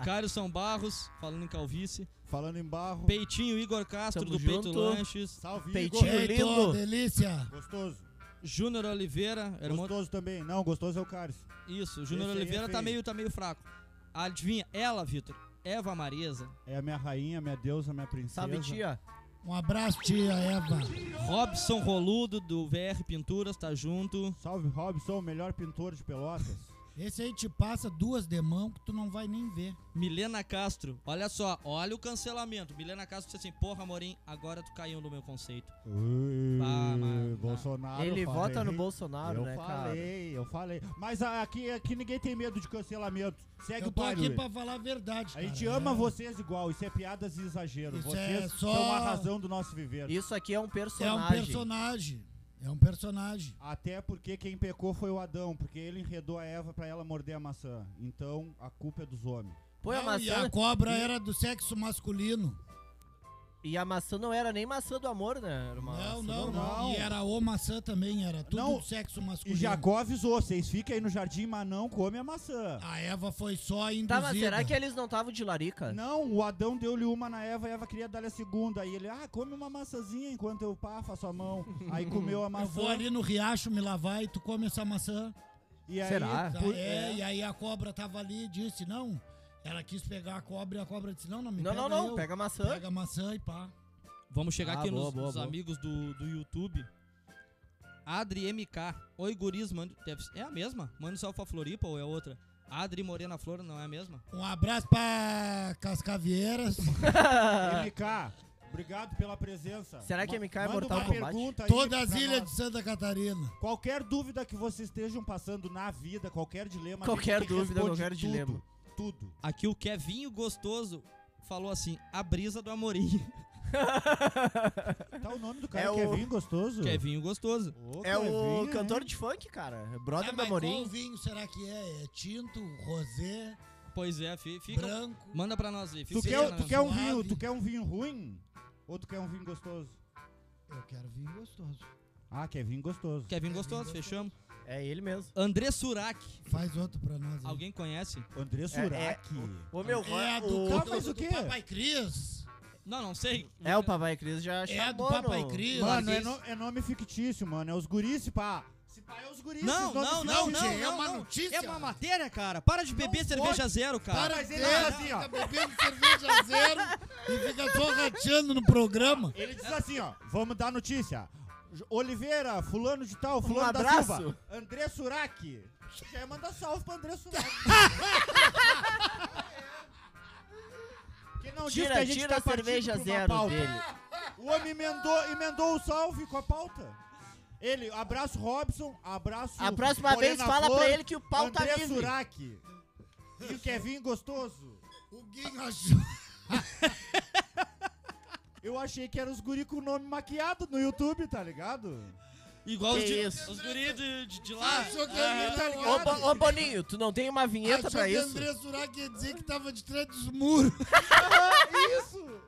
Cairo São Barros, falando em calvície. Falando em barro. Peitinho Igor Castro, Tamo do Peito junto. Lanches. Salve, Peitinho. Igor. Feito, lindo. delícia. Gostoso. Júnior Oliveira, irmão. Gostoso também. Não, gostoso é o Cáris. Isso, o Júnior Esse aí é Oliveira tá, feio. meio, tá meio fraco. Adivinha, ela, Vitor, Eva Marisa, É a minha rainha, minha deusa, minha princesa. Salve, tia. Um abraço, tia Eva. Robson Roludo, do VR Pinturas, tá junto. Salve, Robson, o melhor pintor de pelotas. Esse aí te passa duas de mão que tu não vai nem ver. Milena Castro, olha só, olha o cancelamento. Milena Castro disse assim, porra, Morim, agora tu caiu no meu conceito. Ui, Ah, mas- Bolsonaro. Ele eu vota no falei. Bolsonaro, eu né, cara? falei, eu falei. Mas a- aqui, aqui ninguém tem medo de cancelamento. Segue Eu o tô baile. aqui Luiz. pra falar a verdade, A gente cara. ama É. vocês igual, isso é piadas e exagero. Isso vocês é só- são a razão do nosso viver. Isso aqui é um É um personagem. personagem. É um personagem. Até porque quem pecou foi o Adão, porque ele enredou a Eva pra ela morder a maçã. Então a culpa é dos homens. Põe a Não, E maçã. a cobra era do sexo masculino. E a maçã não era nem maçã do amor, né? Era uma não, maçã não, normal. não. E era o maçã também, era tudo Não, do sexo E masculino. Jacó avisou: vocês fiquem aí no jardim, mas não come a maçã. A Eva foi só induzida. Tá, mas será que eles não estavam de larica? Não, o Adão deu-lhe uma na Eva, a Eva queria dar-lhe a segunda. Aí ele, ah, come uma maçãzinha enquanto eu pá, faço a mão. Aí comeu a Eu maçã. vou ali no riacho me lavar e tu come essa maçã. E aí, Será? Tá, por- é, E aí a cobra tava ali e disse, não. Ela quis pegar a cobra e a cobra disse, não, não me Não, pega não, não. eu. Pega a maçã. Pega a maçã e pá. Vamos chegar Ah, aqui boa, nos, boa, nos boa. amigos do, do YouTube. Adri MK, oi guris, mano. deve- É a mesma? Manda um salve pra Floripa ou é outra? Adri Morena Flor, não é a mesma? Um abraço pra Cascavieiras. MK, obrigado pela presença. é. Será que Ma- MK é manda Mortal uma Kombat? pergunta aí Todas as pra ilhas nós. de Santa Catarina. Qualquer dúvida que vocês estejam passando na vida, qualquer dilema. a Qualquer gente dúvida, responde qualquer tudo, dilema. Tudo. Aqui o Kevinho Gostoso falou assim, a brisa do Amorim. Tá o nome do cara É o- Kevin Gostoso? Kevinho Gostoso. Ô, É o né? Kevin, cantor de funk, cara. Brother Ah, do mas qual Amorim. vinho será que é? É tinto, rosé, Pois é, fi- fica... branco? Manda pra nós aí. Tu fica quer, aí, um- né? tu quer um Suave. vinho, tu quer um vinho ruim? Ou tu quer um vinho gostoso? Eu quero vinho gostoso. Ah, Kevin gostoso. Kevin Gostoso, fechamos. É ele mesmo. André Surak, Faz outro pra nós. aí. alguém conhece? É, André Surak. Ô, meu, É a do, o... Tá, do- mas do o quê? Papai Cris. Não, não sei. É, o Papai Cris já É a do chamou Papai no- Cris. Mano, é, Larguei no- é nome fictício, mano. É os guris, se pá. Se pá, é os guris. Não, esses nomes não, não, fictícios. não, gente, é não, uma não. notícia. É uma matéria, cara. Para de beber cerveja zero, cara. Para mas de ele fala ter- assim, ó. Tá bebendo cerveja zero e fica só rateando no programa. Ele diz assim, ó. Vamos dar notícia. J- Oliveira, fulano de tal, fulano da Um abraço. Silva. André Surak. Já manda salve pra André Surak. Quem não diz Tira- que a gente tira tá a cerveja partindo pra uma zero pauta. dele. O homem emendou, emendou o salve com a pauta. Ele, abraço Robson, abraço A próxima vez Morena fala Flor, pra ele que o pau tá André livre. Surak. E o Kevin gostoso. O Guinho achou. Eu achei que era os guri com o nome maquiado no YouTube, tá ligado? Igual os, Que de, isso. os guri de, de, de lá. Achou que Aham. ele tá não- ligado? Ô, Bo- ô, Boninho, tu não Ah, tem uma vinheta Achou pra que o isso? André Surak ia dizer que tava de trás dos muros. Isso!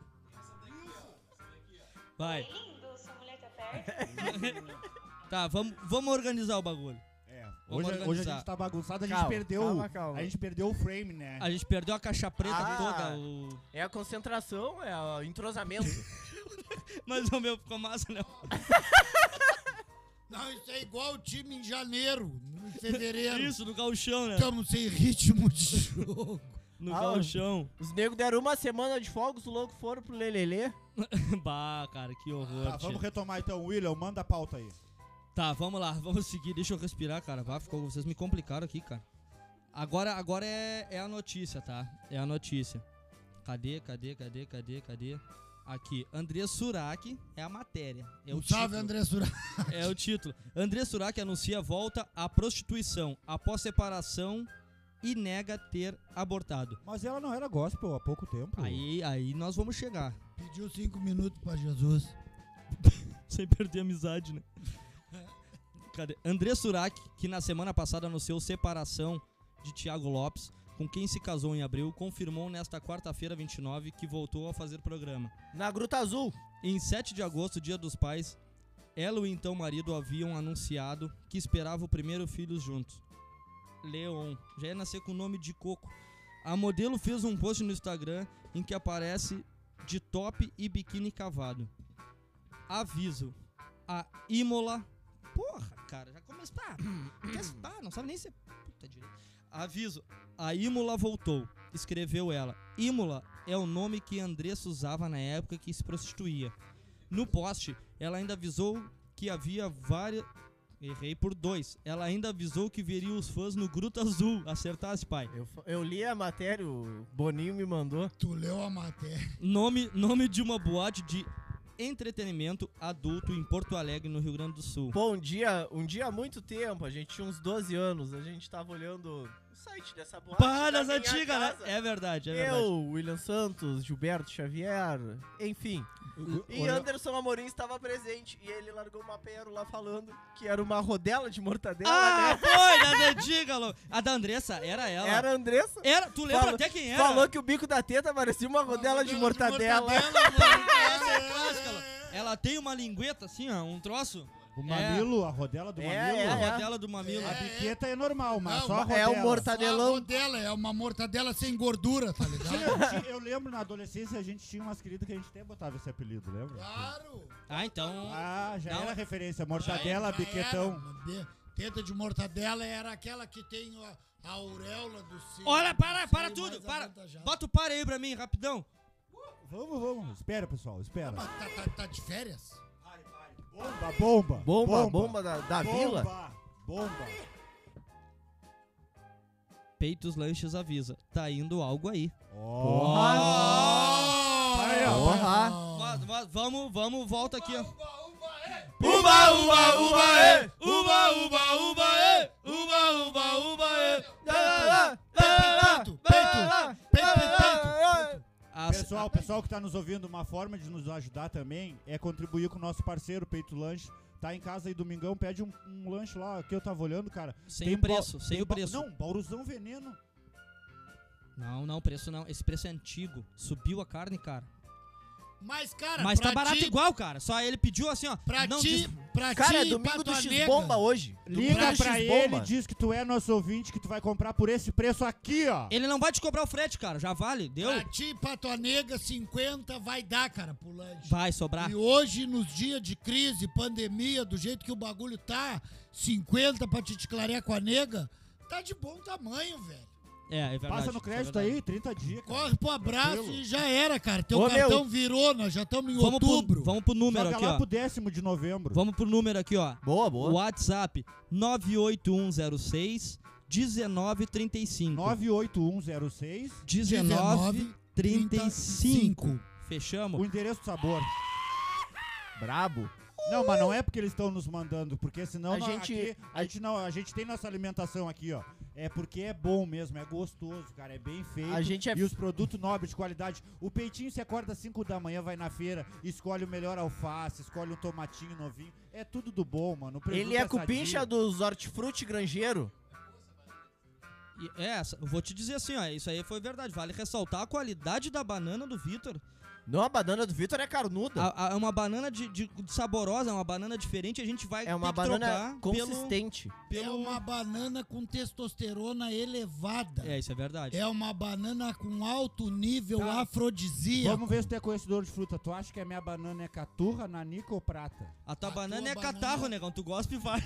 Vai. lindo, sua mulher tá perto. Tá, vamos vamos organizar o bagulho. É, Vamos hoje, a- hoje a organizar. gente tá bagunçado, a gente Calma, perdeu. calma, calma. A gente perdeu o frame, né? A gente perdeu a caixa preta Ah. toda. O... É a concentração, é o entrosamento. Mas o meu ficou massa, né? Não, isso é igual o time em janeiro, em fevereiro. Isso, no gauchão, né? Estamos sem ritmo de jogo. no Ah, galchão. Os negros deram uma semana de folga, os loucos foram pro Lelelê. Bah, cara, que horror. Tá, tchê. vamos retomar então, William, manda a pauta aí. Tá, vamos lá, vamos seguir. Deixa eu respirar, cara. Vá, ficou, vocês me complicaram aqui, cara. Agora, agora é, é a notícia, tá? É a notícia. Cadê, cadê, cadê, cadê, cadê? Aqui, André Surak é a matéria. É o um salve, título. André Surá. É o título. André Surak anuncia volta à prostituição após separação e nega ter abortado. Mas ela não era gospel há pouco tempo. Aí, aí nós vamos chegar. Pediu cinco minutos pra Jesus. Sem perder a amizade, né? Cadê? André Surak, que na semana passada anunciou separação de Thiago Lopes, com quem se casou em abril, confirmou nesta quarta-feira 29 que voltou a fazer programa. Na Gruta Azul. Em 7 de agosto, dia dos pais, ela e o então marido haviam anunciado que esperava o primeiro filho juntos. Leon. Já ia nascer com o nome de Coco. A modelo fez um post no Instagram em que aparece de top e biquíni cavado. Aviso. A Imola. Porra, cara, já começou. Tá, quer- tá, não sabe nem ser. Puta direito. Aviso. A Imola voltou. Escreveu ela. Imola é o nome que Andressa usava na época que se prostituía. No post, ela ainda avisou que havia várias. Errei por dois. Ela ainda avisou que veria os fãs no Gruta Azul. Acertasse, pai. Eu, fa- eu li a matéria, o Boninho me mandou. Tu leu a matéria. Nome, nome de uma boate de entretenimento adulto em Porto Alegre, no Rio Grande do Sul. Pô, um dia, um dia há muito tempo, a gente tinha uns 12 anos, a gente tava olhando o site dessa boate. Pá, da das minha antigas, casa. né? É verdade, é verdade. Eu, William Santos, Gilberto Xavier, enfim. E Anderson Amorim estava presente e ele largou uma pérola falando que era uma rodela de mortadela, Ah, né? foi, das antigas, louco. A da Andressa, era ela. Era a Andressa. Era- tu lembra Falou- até quem era? Falou que o bico da teta parecia uma rodela de mortadela. Essa é clássica, louco. Ela tem uma lingueta assim, ó, um troço. O mamilo, a rodela do É, mamilo. A é, rodela do mamilo. A biqueta é normal, mas Não, só a rodela. É o Só a mortadelão. Mortadela, é uma mortadela sem gordura, tá Tinha- ligado? eu tinha- Eu lembro na adolescência a gente tinha umas queridas que a gente até botava esse apelido, lembra? claro. Ah, então. Ah, já Não. era referência. Mortadela, Já biquetão. era, be- Teta de mortadela era aquela que tem a, a auréola do cio. Olha, para, Sim, para mais tudo, para. avantajado. Bota o para aí pra mim, rapidão. Vamos, vamos. Espera, pessoal, espera. Mas Tá, tá- tá de férias? Bomba, bomba. Bomba, bomba, da, da bomba, vila. Bomba. Peitos Lanches avisa. Tá indo algo aí. Ó. Para aí, ó. Porra. Va- va- Vamos, vamos, volta aqui, ó. Uba, uba, uba, é. Uba, uba, uba, é! Uba, uba, uba, é! Tá, Peito, peito, peito, peito, tá, peito, Ah, Pessoal, pessoal que tá nos ouvindo, uma forma de nos ajudar também é contribuir com o nosso parceiro Peito Lanche. Tá em casa aí domingão, pede um, um lanche lá que eu tava olhando, cara. sem Tem o preço, ba- sem tem o ba- preço. Não, Bauruzão Veneno. Não, não, preço não. Esse preço é antigo. Subiu a carne, cara. Mas, cara, Mas pra tá barato ti, igual, cara. Só ele pediu assim, ó. Pra não ti, diz- pra ti Cara, é e pra domingo do tua X-Bomba nega. hoje. Liga Domingo do pra X-Bomba. ele e diz que tu é nosso ouvinte, que tu vai comprar por esse preço aqui, ó. Ele não vai te cobrar o frete, cara. Já vale, deu? Pra ti e pra tua nega, 50 vai dar, cara, pro lanche. Vai sobrar. E hoje, nos dias de crise, pandemia, do jeito que o bagulho tá, 50 pra te declarar com a nega, tá de bom tamanho, velho. É, é verdade. Passa isso no é crédito verdade. aí, 30 dias. cara. Corre pro abraço Tranquilo. e já era, cara. Teu Ô, meu. cartão virou, nós já estamos em Vamos outubro. pro, vamos pro número Joga aqui, lá ó. pro décimo de novembro. Vamos pro número aqui, ó. Boa, boa. WhatsApp 98106 1935. 98106, 19 é 35. 19:35. Fechamos? o endereço do sabor. Brabo. Não, mas não é porque eles estão nos mandando, porque senão A nó- gente- aqui- a gente não, a gente tem nossa alimentação aqui, ó. É porque é bom mesmo, é gostoso, cara, é bem feito. A gente é E os produtos nobres de qualidade. O peitinho se acorda às 5 da manhã, vai na feira, escolhe o melhor alface, escolhe um tomatinho novinho. É tudo do bom, mano. O presunto Ele é sadia. cupincha dos hortifruti granjeiro. E É, essa- eu vou te dizer assim, ó. Isso aí foi verdade. Vale ressaltar a qualidade da banana do Vitor. Não, a banana do Vitor é carnuda. A- a- É uma banana de, de- de saborosa, é uma banana diferente. A gente vai é uma ter que banana trocar pelo- consistente. pelo. É uma banana com testosterona elevada. É, É, isso é verdade. uma banana com alto nível Tá. afrodisíaco. Vamos ver se tu é conhecedor de fruta. Tu acha que a minha banana é caturra, nanica ou prata? A tua A banana tua é banana- catarro, negão. Tu gosta e vai.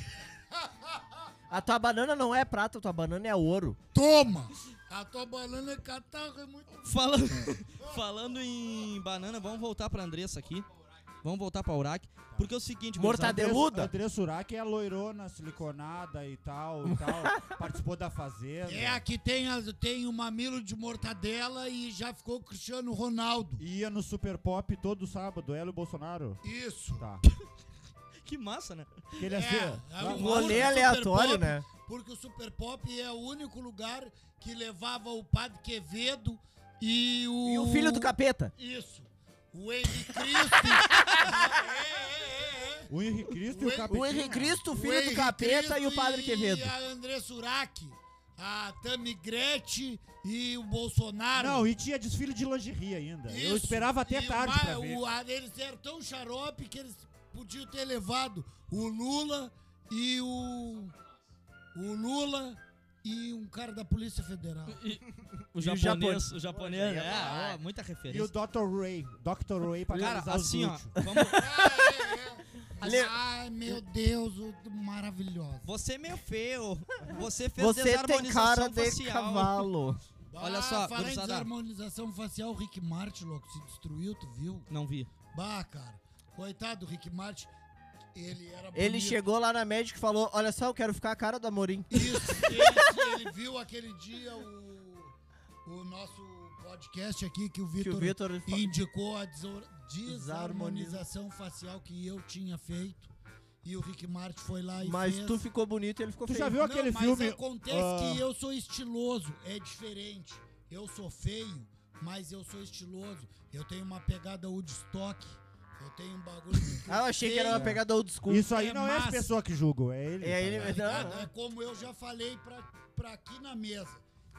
A tua banana não é prata, a tua banana é ouro. Toma! A tua banana é catarro, é muito. Fala- falando em banana, vamos voltar pra Andressa aqui. Vamos voltar pra Urac. Porque é o seguinte, gurizada, Mortadeluda? André Surak é a loirona, siliconada e tal, e tal. participou da Fazenda. É, aqui tem, as- tem o mamilo de mortadela e já ficou o Cristiano Ronaldo. Ia no Super Pop todo sábado, ela e o Bolsonaro. Isso. Tá. Que massa, né? Que ele é, É, feio. é um Rolê outro aleatório, Super Pop, né? Porque o Super Pop é o único lugar que levava o Padre Quevedo e o. E o filho do capeta. Isso. O Henrique Cristo. é, é, é, é. O Henrique Cristo O e o Hen- Capetinho. O Henrique Cristo, o filho Henrique do capeta Cristo e o padre Quevedo. E a André Surak, a Tami Gretchen e o Bolsonaro. Não, e tinha desfile de lingerie ainda. Eu Isso. esperava até E o tarde ma- pra ver. o- a- eles eram tão xarope que eles podiam ter levado o Lula e o. O Lula e um cara da Polícia Federal. O E o japonês, Japão- o japonês, Pô, já ia é, falar. ó, muita E o referência. Dr. Ray. Dr. Ray pra Cara, realizar os assim, ó, glúteos. vamos, Ah, é, é. Ai, meu Deus, o- maravilhosa. você é meio feio. Você fez Você tem desarmonização cara de facial. cavalo. Olha só, Ah, falar em gurizada. desarmonização facial, o Rick Martin, louco, se destruiu, tu viu? Não vi. Bah, cara. Coitado do Rick Martin. Ele era Ele bonito. chegou lá na médica e falou: Olha só, eu quero ficar a cara do Amorim. Isso, ele, ele viu aquele dia o, o nosso podcast aqui que o Que o Vitor Vitor. indicou a desor- desarmonização facial que eu tinha feito. E o Rick Martin foi lá e Mas fez. tu ficou bonito e ele ficou Tu feio. já viu Não, aquele mas filme? acontece ah, que eu sou estiloso, é diferente. Eu sou feio, mas eu sou estiloso. Eu tenho uma pegada Woodstock. Eu tenho um bagulho. que Ah, eu achei que era uma feio, pegada old school. Isso aí é não é as massa. pessoas que julgam, é ele. É tá ele ligado? tá ligado? Não. É como eu já falei pra, pra aqui na mesa.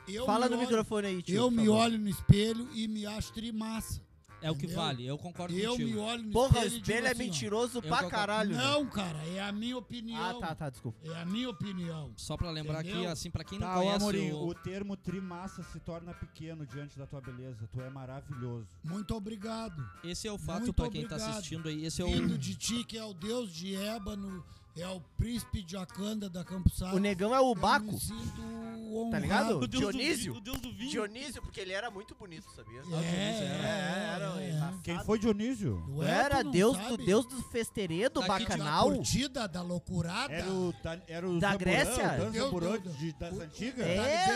Eu Fala me no olho- microfone aí, tio. é um Eu por me favor. olho no espelho e me acho trimassa. É o que Entendeu? vale, eu concordo Eu me contigo. olho no Porra, o espelho. e digo espelho é assim, ó, mentiroso Eu pra concordo. caralho. né? Não, cara, é a minha opinião. Ah, tá, tá, desculpa. É a minha opinião. Só pra lembrar aqui, Entendeu? assim, pra quem não Tá, ô conhece Amorim, o... o termo trimassa se torna pequeno diante da tua beleza. Tu é maravilhoso. Muito obrigado. Esse é o fato Muito pra quem tá obrigado. assistindo aí. Então, Esse é o... Vindo de ti, que é o deus de ébano, é o príncipe de Acanda da Campuçada. O negão é o Eu Baco, me sinto tá honrado. ligado? O deus do Dionísio. vinho, o deus do vinho. Dionísio, porque ele era muito bonito, sabia? É, é, é, é. Quem foi Dionísio? Tu é, Era tu não deus do sabe? deus do festeredo, Daqui de bacanal. Da curtida, da loucurada. Era o, Dan- É era o Da Zamburão, Grécia? o Dan Deus, Zamburão Deus, Deus. de- das O- antigas? Da É, da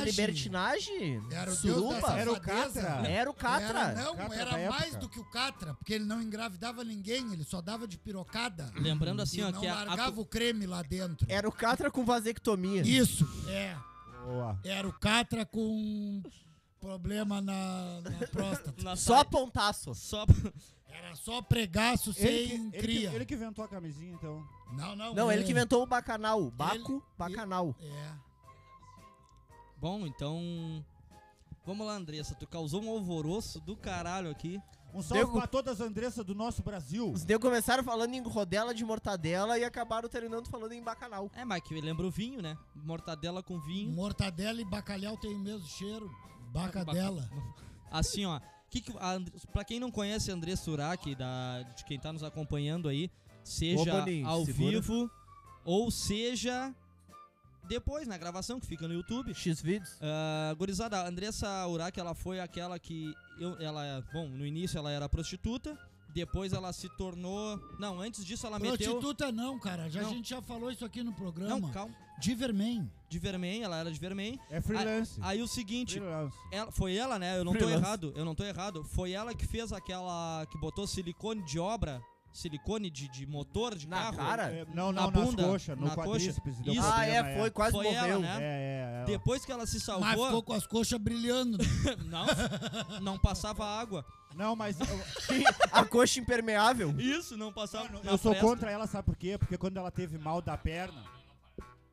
libertinagem. libertinagem. Era o deus da Suruba. Era o safadeza. Catra. Era o Catra. Era, não, Catra da era época. mais do que o Catra, porque ele não engravidava ninguém, ele só dava de pirocada. Lembrando assim, e ó, não que a- a, largava o creme lá dentro. Era o Catra com vasectomia. Isso, é. Boa. Era o Catra com problema na, na próstata. na Só saia- pontaço. é, Só... Era só pregaço Ele, sem que- ele que- cria. ele que inventou a camisinha, então. Não, não. Não, ele que inventou o bacanal. Baco, Ele- bacanal. É. Bom, então... Vamos lá, Andressa. Tu causou um alvoroço do caralho aqui. Um salve Deu- pra todas as Andressas do nosso Brasil. Os negros começaram falando em rodela de mortadela e acabaram terminando falando em bacanal. É, mas que lembra o vinho, né? Mortadela com vinho. Mortadela e bacalhau tem o mesmo cheiro. Bacadela. Assim, ó. Que que, a And- pra quem não conhece André Surak, da, de quem tá nos acompanhando aí, seja Ô, Boninho, ao segura. vivo ou seja depois na gravação que fica no YouTube. X vídeos. Ah, gurizada, a Andressa Urach, ela foi aquela que. Eu, ela, bom, no início ela era prostituta, depois ela se tornou. Não, antes disso ela meteu. Prostituta não, cara. Já, Não. A gente já falou isso aqui no Não, programa. calma. de vermelho. De vermelho, ela era de vermelho. É freelance. Aí o seguinte, freelance. Ela- foi ela, né? Eu não tô Freelance. errado, eu não tô errado. Foi ela que fez aquela. que botou silicone de obra, silicone de, de motor de Na carro. cara? É, não, na não, nas bunda, coxas, no na coxa. quadríceps. Deu Isso. Ah, problema, é, foi, quase Foi ela, morreu. né? É, é, é. Depois que ela se Mas ficou salvou, com as coxas brilhando. não, não passava água. Não, mas eu, A coxa impermeável. Isso, não passava. na eu sou fresta. contra ela, sabe por quê? Porque quando ela teve mal da perna.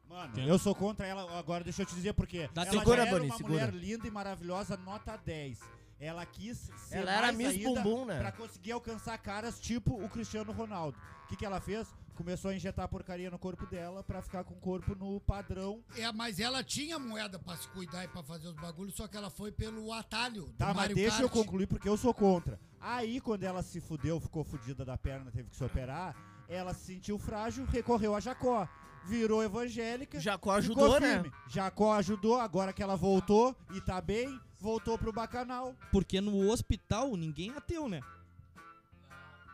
Mano, eu sou contra ela. Agora deixa eu te dizer por quê. Dá- ela segura, já era Boni, uma segura. mulher linda e maravilhosa, nota 10. Ela quis ser Ela era mais Miss ainda Bumbum, É. né? pra conseguir alcançar caras tipo o Cristiano Ronaldo. O que, que ela fez? Começou a injetar porcaria no corpo dela pra ficar com o corpo no padrão. É, mas ela tinha moeda pra se cuidar e pra fazer os bagulhos, só que ela foi pelo atalho. do Tá, mas Mario deixa eu Kart. concluir porque eu sou contra. Aí, quando ela se fudeu, ficou fudida da perna, teve que se operar, Ela se sentiu frágil, recorreu a Jacó. Virou evangélica. Jacó ficou ajudou, né? firme. Jacó ajudou, agora que ela voltou e tá bem, voltou pro bacanal. Porque no hospital ninguém é ateu, né?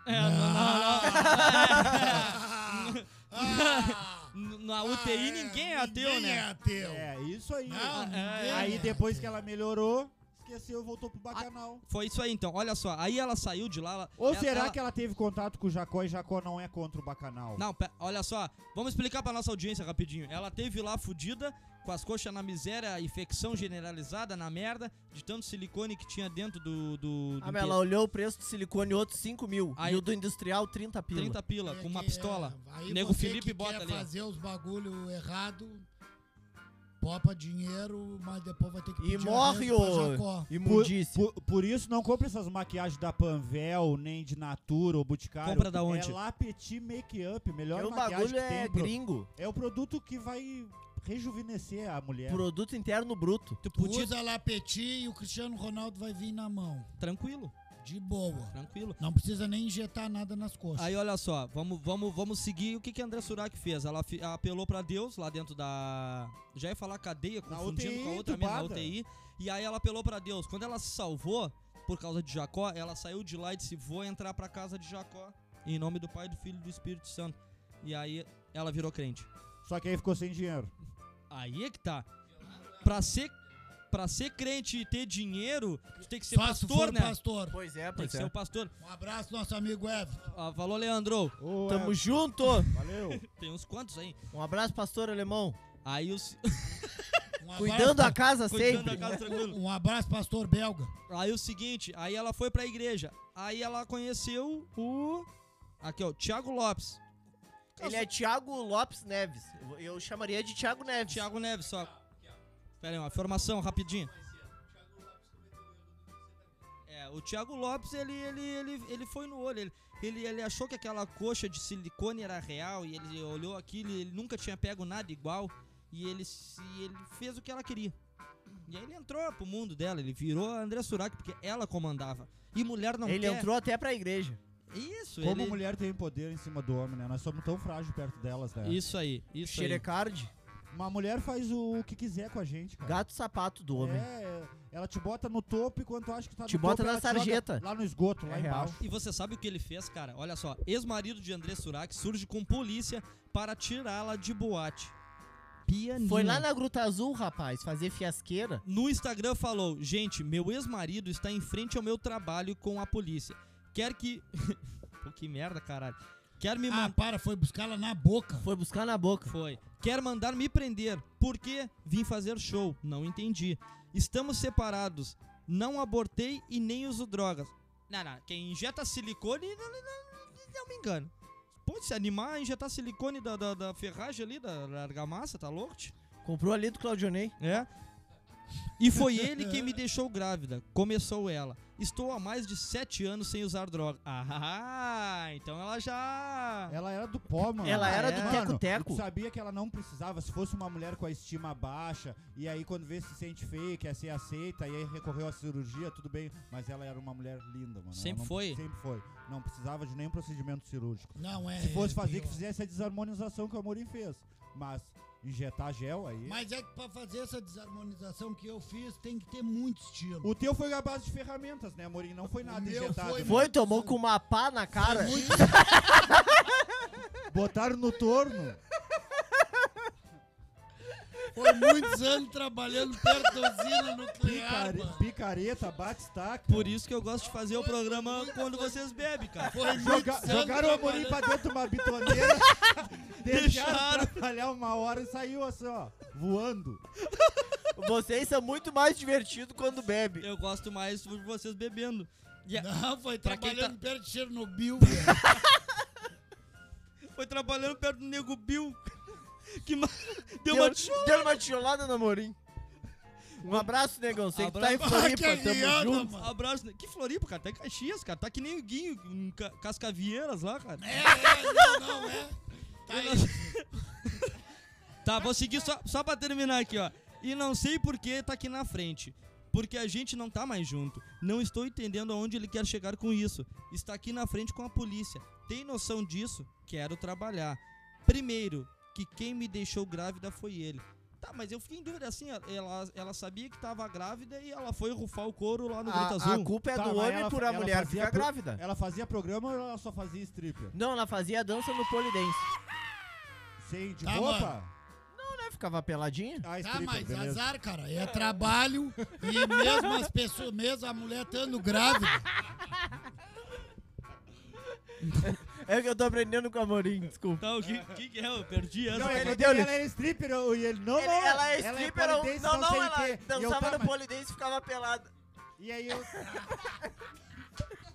É, Ah, no- no- na UTI ninguém é ateu, ninguém é né? ateu. É, isso aí. Não, ninguém aí é depois ateu. que ela melhorou, esqueceu e voltou pro bacanal. Foi isso aí então, olha só. Aí ela saiu de lá. ela- Ou ela- será ela- que ela teve contato com o Jacó e Jacó não é contra o bacanal? Não, pe- olha só, vamos explicar pra nossa audiência rapidinho. Ela teve lá fudida, com as coxas na miséria, infecção generalizada na merda, de tanto silicone que tinha dentro do. do, do Ah, mas ela olhou o preço do silicone, outro 5 mil. Aí- e o do industrial, 30 pila. Ah, 30 pila, com uma que- pistola. é, aí Nego você Felipe que bota quer ali, ó. fazer os bagulho errado, popa dinheiro, mas depois vai ter que E pedir morre arrego pra o Jacó. imundice. Por, por isso não compra essas maquiagens da Panvel, nem de Natura ou Boticário. Compra da onde? É lá Petit Make Up, melhor Porque o maquiagem bagulho que tem. é pro- gringo. É o produto que vai rejuvenescer a mulher. Produto interno bruto. Tu Tu podia. Usa lá Petit e o Cristiano Ronaldo vai vir na mão. Tranquilo, De boa. tranquilo. Não precisa nem injetar nada nas coxas. Aí olha só, vamos, vamos, vamos seguir o que que a André Surak fez. Ela fi- apelou pra Deus lá dentro da. Já ia falar cadeia, confundindo UTI, com a outra mina, na entubada. UTI. E aí ela apelou pra Deus. Quando ela se salvou, por causa de Jacó, ela saiu de lá e disse: Vou entrar pra casa de Jacó. Em nome do Pai, do Filho e do Espírito Santo. E aí ela virou crente. Só que aí ficou sem dinheiro. Aí é que tá. Pra ser, pra ser crente e ter dinheiro, tu tem que ser um Só se pastor, for né? pastor. Pois é, Tem que pois ser é. o pastor. Um abraço, nosso amigo Everton. Ah, falou, Leandro. Ô, Tamo é, junto! Valeu. Tem uns quantos aí? Um abraço, pastor alemão. Aí os. Um abraço, Cuidando da casa Cuidando da sempre. casa tranquilo. Um abraço, pastor belga. Aí o seguinte, aí ela foi pra igreja. Aí ela conheceu o. Aqui, ó, Thiago Lopes. Ele é Thiago Lopes Neves. Eu- Eu chamaria de Thiago Neves. Thiago Neves, só. Pera aí, uma formação rapidinho. É, o Thiago Lopes, ele, ele, ele, ele foi no olho. Ele, ele, ele achou que aquela coxa de silicone era real e ele olhou aquilo e ele nunca tinha pego nada igual. E ele, se, ele fez o que ela queria. E aí ele entrou pro mundo dela, ele virou a André Surak, porque ela comandava. E mulher não Ele quer. entrou até pra igreja. Isso, Como ele... mulher tem poder em cima do homem, né? Nós somos tão frágeis perto delas, né? Isso aí, isso aí. Xerecard, Uma mulher faz o que quiser com a gente, cara. gato sapato do homem. É, ela te bota no topo enquanto tu acha que tá Te no bota topo, na ela joga sarjeta. Lá no esgoto, lá É real. embaixo. E você sabe o que ele fez, cara? Olha só, ex-marido de André Surak surge com polícia para tirá-la de boate. Pianinho. Foi lá na Gruta Azul, rapaz, fazer fiasqueira. No Instagram falou, gente, meu ex-marido está em frente ao meu trabalho com a polícia. Quer que... Pô, que merda, caralho. Quer me Ah, mandar... para, foi buscá-la na boca. Foi buscar na boca. Foi. Quer mandar me prender. Por quê? Vim fazer show. Não entendi. Estamos separados. Não abortei e nem uso drogas. Não, não. Quem injeta silicone, não, não- não- não me engano. Pode se animar a é injetar silicone da, da, da ferragem ali, da, da argamassa, tá louco? tio? Comprou ali do Claudionei. É. E foi ele quem me deixou grávida. Começou ela. Estou há mais de sete anos sem usar droga. Ah, então ela já. Ela era do pó, mano. É. Ela era do é Mano, teco-teco. Tu sabia que ela não precisava, se fosse uma mulher com a estima baixa, e aí quando vê se sente feia, quer ser aceita, e aí recorreu à cirurgia, tudo bem, mas ela era uma mulher linda, mano. Ela Sempre não- foi? Sempre foi. Não precisava de nenhum procedimento cirúrgico. Não, é. Se fosse é fazer, pior. que fizesse a desarmonização que o Amorim fez. Mas injetar gel aí... Mas é que pra fazer essa desarmonização que eu fiz, tem que ter muito estilo. O teu foi a base de ferramentas, né, Amorim? Não foi O nada meu injetado. foi- né? é Foi, tomou com uma pá na cara. Muito Botaram no torno. Foi muitos anos trabalhando perto da usina nuclear, Picare- É, mano. Picareta, bate-staca. Por isso que eu gosto de fazer o programa quando vocês bebem, cara. Foi Joga- muitos anos jogaram o Amorim pra trabalhando. dentro de uma bitoneira, Deixaram. deixaram trabalhar uma hora e saiu assim, ó, voando. Vocês são muito mais divertidos quando bebe. Eu gosto mais de vocês bebendo. E a- Não, foi Pra tá quem trabalhando perto de Chernobyl, velho. foi trabalhando perto do Nego Bill. Que ma- deu Deu, uma tchu- deu uma tijolada no Morim. Um abraço, negão. Sei que tu tá em Abraço. Floripa, Ah, que aliada, tamo junto. mano. Abraço. né? Que Floripa, cara. Tá em Caxias, cara. Tá que nem o Guinho, em Ca- Cascavieiras lá, cara. É, é, não, não, é. Tá aí. Tá, vou seguir só, só pra terminar aqui, ó. E não sei por que tá aqui na frente. Porque a gente não tá mais junto. Não estou entendendo aonde ele quer chegar com isso. Está aqui na frente com a polícia. tem noção disso, quero trabalhar. Primeiro, que quem me deixou grávida foi ele. Tá, mas eu fiquei em dúvida assim, ela, ela sabia que tava grávida e ela foi rufar o couro lá no Grito A, a Azul. culpa é Tá, do mas homem ela- por a ela mulher fazia ficar pro- grávida. É. Ela fazia programa ou ela só fazia stripper? Não, ela fazia dança no polidense. Sem de Tá, roupa? mano. Ela ficava peladinha. Ah, Tá, stripper, mas beleza. azar, cara. É trabalho e mesmo as pessoas, mesmo a mulher estando grávida. É que eu tô aprendendo com o Amorim, desculpa. Tá, o que, que que é? Eu perdi essa. Não, ele ele, deu- ela era stripper eu- e ele não, Ele- não. ela é stripper, eu- polidense, não, não, sei o ela quê. E eu dançava tava- no polidense e ficava pelada. E aí eu...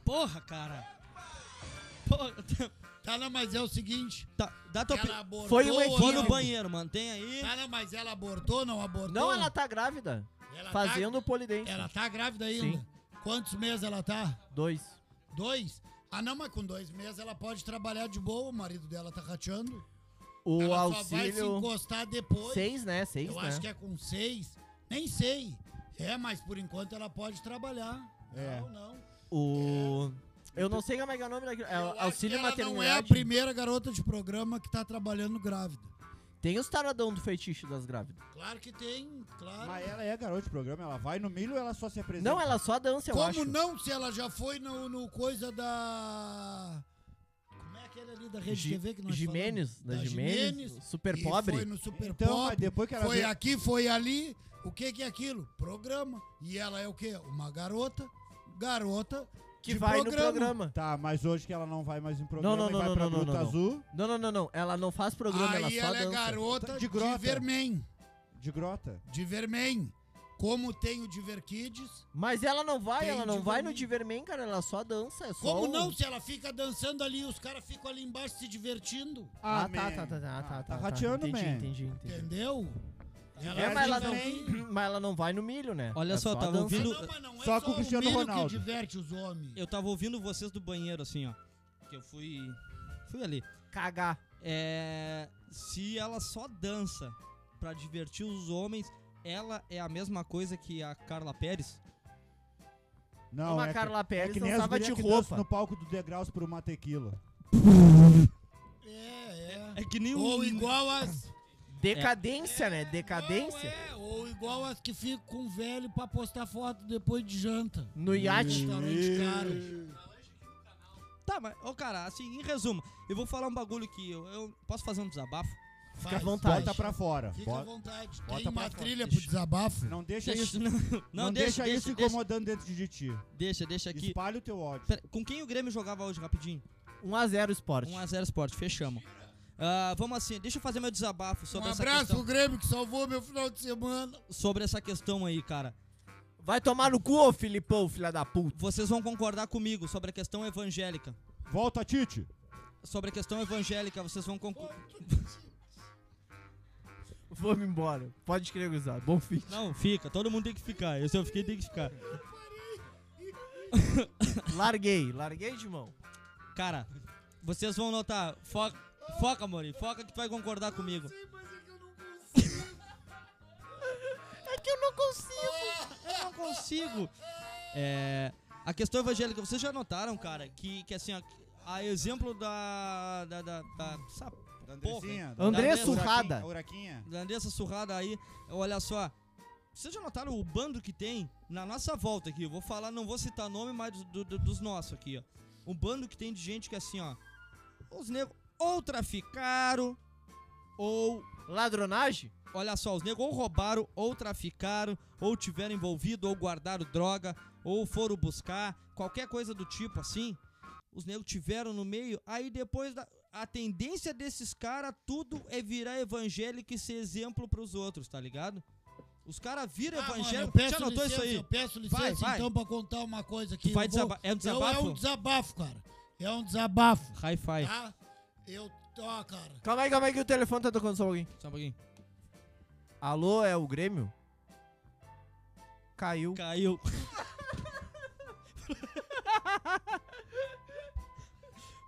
Porra, cara. Porra, Tá, não, mas é o seguinte. tá, dá tua Ela opinião. abortou. Foi um ou Vou no não? banheiro, mano. Tem aí. Tá, não, mas ela abortou, não abortou? Não, ela tá grávida. Ela Fazendo o polidense. Tá, ela tá grávida ainda? Quantos meses ela tá? Dois. Dois? Ah, não, mas com dois meses ela pode trabalhar de boa. O marido dela tá rateando. O ela só vai se auxílio. encostar depois. Seis, né? Seis, Eu né? acho que é com seis. Nem sei. É, mas por enquanto ela pode trabalhar. É. Não, não. O. Eu não sei como é que é o nome daquilo. É Eu acho auxílio que ela maternidade. não é a primeira garota de programa que tá trabalhando grávida. Tem os taradão do feitiço das grávidas. Claro que tem, claro. Mas ela é garota de programa, ela vai no milho ela só se apresenta. Não, ela só dança, eu Como acho. não se ela já foi no, no coisa da. Como é aquele ali da Rede Gi- TV que nós Jimenez, falamos? da Jimenez, é super e pobre. Foi no Super Então, mas Pobre. depois que ela Foi veio- aqui, foi ali. O que que é aquilo? Programa. E ela é o quê? Uma garota. Garota. Que de vai no programa. Tá, mas hoje que ela não vai mais em programa não, e não, vai não, pra não, não, Gruta não, não. Azul, Não, não, não, não. Ela não faz programa, ela Aí só ela é dança. garota De de, grota. Vermen. de grota. De Vermen. Como tem o Diver Kids. Mas ela não vai, Tem ela não de vai vermelho. no Diverman, cara. Ela só dança. É só Como um- não? Se ela fica dançando ali, os caras ficam ali embaixo se divertindo. Ah, tá, man. tá, tá, tá, tá. tá rateando, entendi, man. entendi, entendi. Entendeu? É, mas ela, fica não, ali- mas ela não vai no milho, né? Olha É só, tá tava dança. ouvindo- Ah, não, mas não é Só com o Cristiano milho Ronaldo. que diverte os homens. Eu tava ouvindo vocês do banheiro, assim, ó. Que eu fui. Fui ali. Cagar. É. Se ela só dança pra divertir os homens, ela é a mesma coisa que a Carla Pérez? Não, Uma é que- Carla é Pérez que nem as dançava gurias de que dançam roupa. no palco do Degraus por uma tequila. É, é. É que nem o. Ou igual as. Decadência, né? Decadência. Não, é, ou igual as que ficam com velho pra postar foto depois de janta. No iate. Restaurante caro. Tá, mas, ô cara, assim, em resumo, eu vou falar um bagulho que eu, eu posso fazer um desabafo? Fica à vontade. Bota pra fora. Fica à Bota- vontade. Bota Tem pra uma fora. trilha pro desabafo. Não deixa isso, não, não, não, deixa, deixa, deixa, isso deixa, incomodando dentro de ti. deixa, deixa aqui. Espalha o teu ódio. Pera, com quem o Grêmio jogava hoje rapidinho? 1x0 Sport. 1x0 Sport, fechamos. Ah, vamos assim, deixa eu fazer meu desabafo sobre um essa abraço pro questão. Grêmio que salvou meu final de semana. Sobre essa questão aí, cara. Vai tomar no cu, ô Filipão, filha da puta. Vocês vão concordar comigo sobre a questão evangélica. Volta, Tite. Sobre a questão evangélica, vocês vão concordar. Vamos embora. Pode crer, Guzado. Bom fim. Não, fica, todo mundo tem que ficar. Eu só fiquei tem que ficar. Larguei, larguei de mão. Cara, vocês vão notar. Foca, foca, Mori, foca que tu vai concordar comigo. É que eu não consigo. Eu não consigo. É, a questão evangélica, vocês já notaram, cara, que, que assim, ó, a exemplo da. da. da. da, essa Da Andressinha, Andressinha. André Andressa Surrada. Uraquinha. da Andressa surrada aí, olha só. Vocês já notaram o bando que tem na nossa volta aqui? Eu vou falar, não vou citar nome, mas do- do- dos nossos aqui, ó. O bando que tem de gente que assim, ó. Os negros ou traficaram, ou Ladronagem? Olha só, os negros ou roubaram, ou traficaram, ou tiveram envolvido, ou guardaram droga, ou foram buscar, qualquer coisa do tipo assim. Os negros tiveram no meio, aí depois da- a tendência desses caras tudo é virar evangélico e ser exemplo pros outros, tá ligado? Os caras viram Ah, mano, eu evangélico, peço já notou licença, isso Eu aí? peço licença Vai, vai. então pra contar uma coisa aqui. Tu vai Eu vou- desaba- é um eu- É desabafo? um desabafo, cara. É um desabafo, Hi-fi, tá? Eu... Ó, cara. Calma aí, calma aí que o telefone tá tocando só alguém. Ah. só um pouquinho. Alô, é o Grêmio? Caiu. Caiu.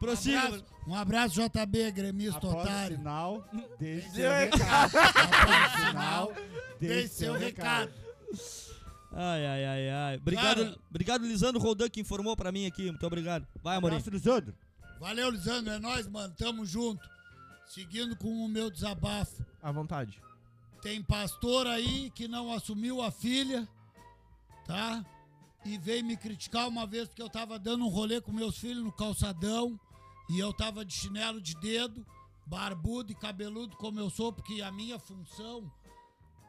Prossiga. abraço, um abraço, JB, gremista Após o otário. sinal, deixe Deu seu recado. Após o sinal, Dê deixe seu recado. Ai, ai, ai, ai. Obrigado, Cara. obrigado Lisandro Roldan que informou pra mim aqui. Muito obrigado. Vai, Amorim. Abraço, Lisandro. Valeu, Lisandro. É nóis, mano. Tamo junto. Seguindo com o meu desabafo. À vontade. Tem pastor aí que não assumiu a filha, tá? E veio me criticar uma vez porque eu tava dando um rolê com meus filhos no calçadão e eu tava de chinelo de dedo, barbudo e cabeludo como eu sou, porque a minha função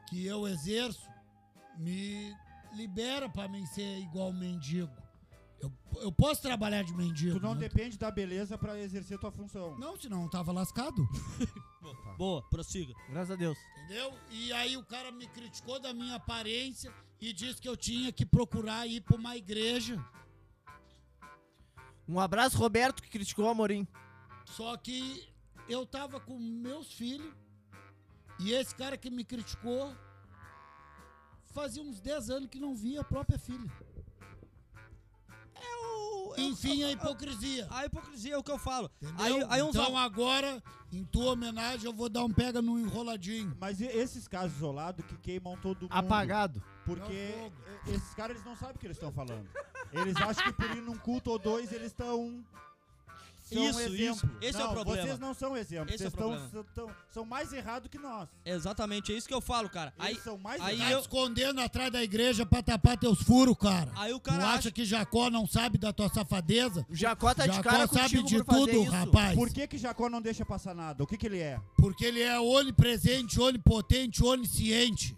que eu exerço me libera pra mim ser igual mendigo. Eu, eu posso trabalhar de mendigo. Tu não né? depende da beleza pra exercer tua função. Não, senão eu tava lascado. Boa, prossiga. Tá. Graças a Deus. Entendeu? E aí o cara me criticou da minha aparência e disse que eu tinha que procurar ir pra uma igreja. Um abraço, Roberto, que criticou o Amorim. Só que eu tava com meus filhos e esse cara que me criticou fazia uns 10 anos que não via a própria filha. É Enfim, a hipocrisia. A hipocrisia é o que eu falo. Entendeu? é Aí, aí uns então agora, em tua homenagem, eu vou dar um pega no enroladinho. Mas e- esses casos isolados que queimam todo mundo. Apagado. Porque É o e- esses caras eles não sabem o que eles estão falando. Eles acham que por ir num culto ou dois eles estão. são um Isso, exemplo. isso. Esse é o Não, problema. Vocês não são exemplo. Esse é vocês o tão- problema. são- tão- são mais errados que nós. Exatamente, é isso que eu falo, cara. Eles Aí, são mais aí Tá errados. eu- escondendo atrás da igreja pra tapar teus furos, cara. aí o tu cara acha, acha que Jacó não sabe da tua safadeza? O Jacó tá de Jacó cara sabe contigo de por fazer tudo, isso. rapaz. Por que, que Jacó não deixa passar nada? O que, que ele é? Porque ele é onipresente, onipotente, onisciente.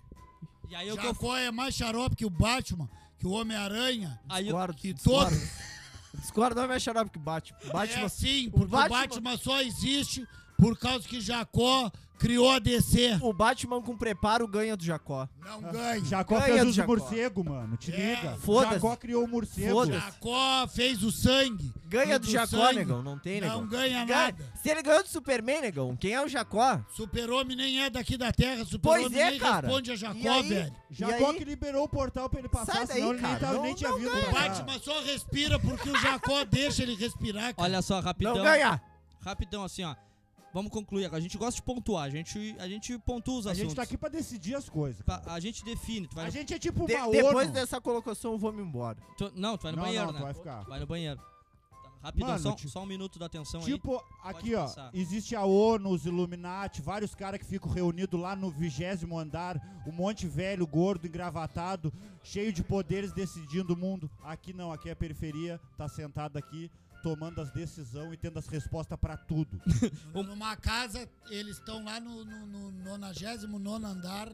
E aí é o que eu Jacó é mais xarope que o Batman, que o Homem-Aranha, aí eu- Discordo. que discordo. todo. Discordo, não é xarope que bate. Bate É no- sim, porque o Batman... Batman- só existe por causa que Jacó criou a DC. O Batman com preparo ganha do Jacó. Não ganha. Jacó Ganha fez do os Jacó. morcego, mano. Te É, liga. foda-se. Jacó criou o morcego. Foda-se. Jacó fez o sangue. Ganha E do Jacó, sangue negão. Não tem, negão. Não ganha Ganha- nada. Se ele ganhou do Superman, negão, quem é o Jacó? Super-homem nem é daqui da Terra, Pois super-homem é, nem cara. responde a E Jacó, aí- velho. Jacó e aí- que liberou o portal pra ele passar, Sai daí, senão ele nem, cara. tava- Não- nem tinha não vindo. O pra cá. Batman só respira porque o Jacó deixa ele respirar, cara. Olha só, Não rapidão. Então- ganha. Rapidão, assim, ó. Vamos concluir agora. A gente gosta de pontuar. A gente, a gente pontua os A assuntos. gente tá aqui pra decidir as coisas. Pa- A gente define. Tu vai A no... gente é tipo De- uma depois ONU. dessa colocação, eu vou me embora. tu- Não, tu vai no Não, banheiro, não, né? tu vai ficar. Vai no banheiro. Tá, Rapidão, Mano, só, ti- só um minuto da atenção aí. Tipo, aqui ó, passar. existe a ONU, os Illuminati, vários caras que ficam reunidos lá no vigésimo andar, um monte velho, gordo, engravatado, cheio de poderes decidindo o mundo. Aqui não, aqui é a periferia, tá sentado aqui, tomando as decisões e tendo as respostas pra tudo. Numa casa, eles estão lá no, no, no 99 andar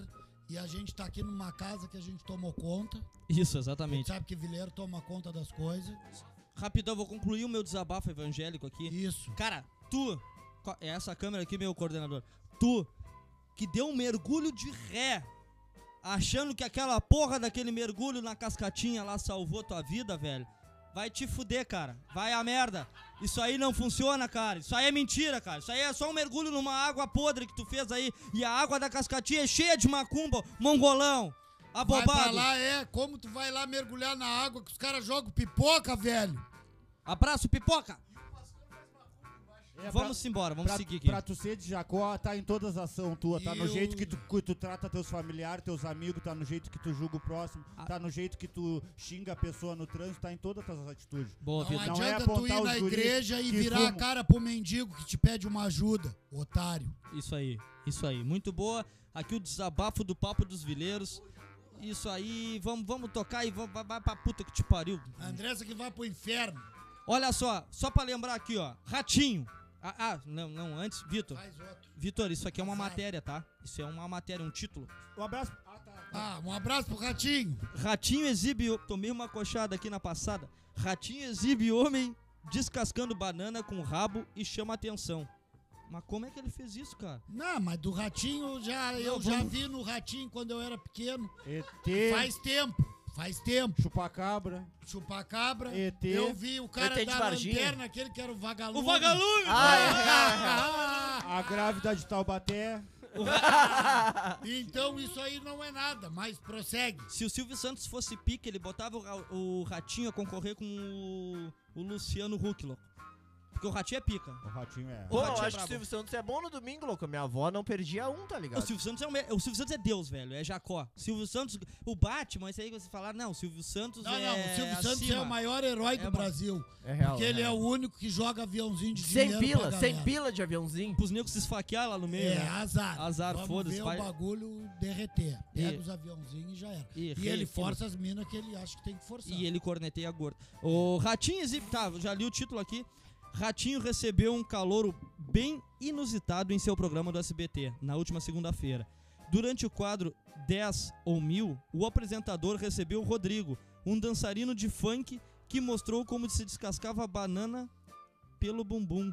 e a gente tá aqui numa casa que a gente tomou conta. Isso, A gente exatamente. sabe que vileiro toma conta das coisas. Rapidão, vou concluir o meu desabafo evangélico aqui. Isso. Cara, tu. co- É essa câmera aqui, meu coordenador. Tu que deu um mergulho de ré. Achando que aquela porra daquele mergulho na cascatinha lá salvou tua vida, velho. Vai te fuder, cara. Vai a merda. Isso aí não funciona, cara. Isso aí é mentira, cara. Isso aí é só um mergulho numa água podre que tu fez aí. E a água da cascatinha é cheia de macumba, mongolão, Vai pra abobado. lá, é. Como tu vai lá mergulhar na água que os caras jogam pipoca, velho? Abraço, pipoca. É, Vamos embora, vamos pra, seguir aqui. pra tu ser de Jacó, tá em todas as ações tua, tá E no o- jeito que tu, que tu trata teus familiares, teus amigos, tá no jeito que tu julga o próximo, Ah. tá no jeito que tu xinga a pessoa no trânsito, tá em todas as atitudes. Boa, Não vida. é adianta tu apontar ir os na guris igreja e que virar a fumam. cara pro mendigo que te pede uma ajuda, otário. Isso aí, isso aí. Muito boa. Aqui o desabafo do Papo dos Vileiros. Isso aí, vamos, vamos tocar e vamos, vai, vai pra puta que te pariu. A Andressa que vai pro inferno. Olha só, só pra lembrar aqui, ó. Ratinho. Ah, ah, não, não, antes, Vitor. Faz outro. Vitor, isso aqui é uma Azar. matéria, tá? Isso é uma matéria, um título. Um abraço. Ah, tá. Ah, um abraço pro ratinho. Ratinho exibe. Eu tomei uma coxada aqui na passada. Ratinho exibe homem descascando banana com rabo e chama atenção. Mas como é que ele fez isso, cara? Não, mas do ratinho já eu Não, já vamos- vi no ratinho quando eu era pequeno. ET, Faz tempo, faz tempo. chupacabra. Chupacabra. ET. Eu vi o cara ET de da Varginha. lanterna, aquele que era o vagalume. Ah, O vagalume! Ah, é A grávida de Taubaté. Então isso aí não é nada, mas prossegue. Se o Silvio Santos fosse pique, ele botava o, Ra- o Ratinho a concorrer com o, o Luciano Huck, louco. Porque o ratinho é pica. O ratinho é. Pô, Porra, eu tia acho que brava. o Silvio Santos é bom no domingo, louco. Minha avó não perdia um, tá O ligado? Silvio, Santos é um me- o Silvio Santos é Deus, velho. É Jacó. Silvio Santos, o Batman, isso aí que vocês falaram, não, o Silvio Santos Não, é. não, o Silvio Santos é acima. o maior herói É do uma- Brasil. É real. porque ele é real. o único que joga aviãozinho de Sem dinheiro pila, pra sem galera. pila de aviãozinho. Pros negros se esfaquear lá no meio. É, né? azar. Azar, Vamos foda-se, ver vai- o bagulho derreter. Pega E- os aviãozinhos e já era. Ih, E ele rei, força as minas que ele acha que tem que forçar. E ele corneteia gordo. O Ratinho exibe. Tá, já li o título aqui. Ratinho recebeu um calouro bem inusitado em seu programa do SBT, na última segunda-feira. Durante o quadro 10 ou 1000, o apresentador recebeu o Rodrigo, um dançarino de funk que mostrou como se descascava a banana pelo bumbum.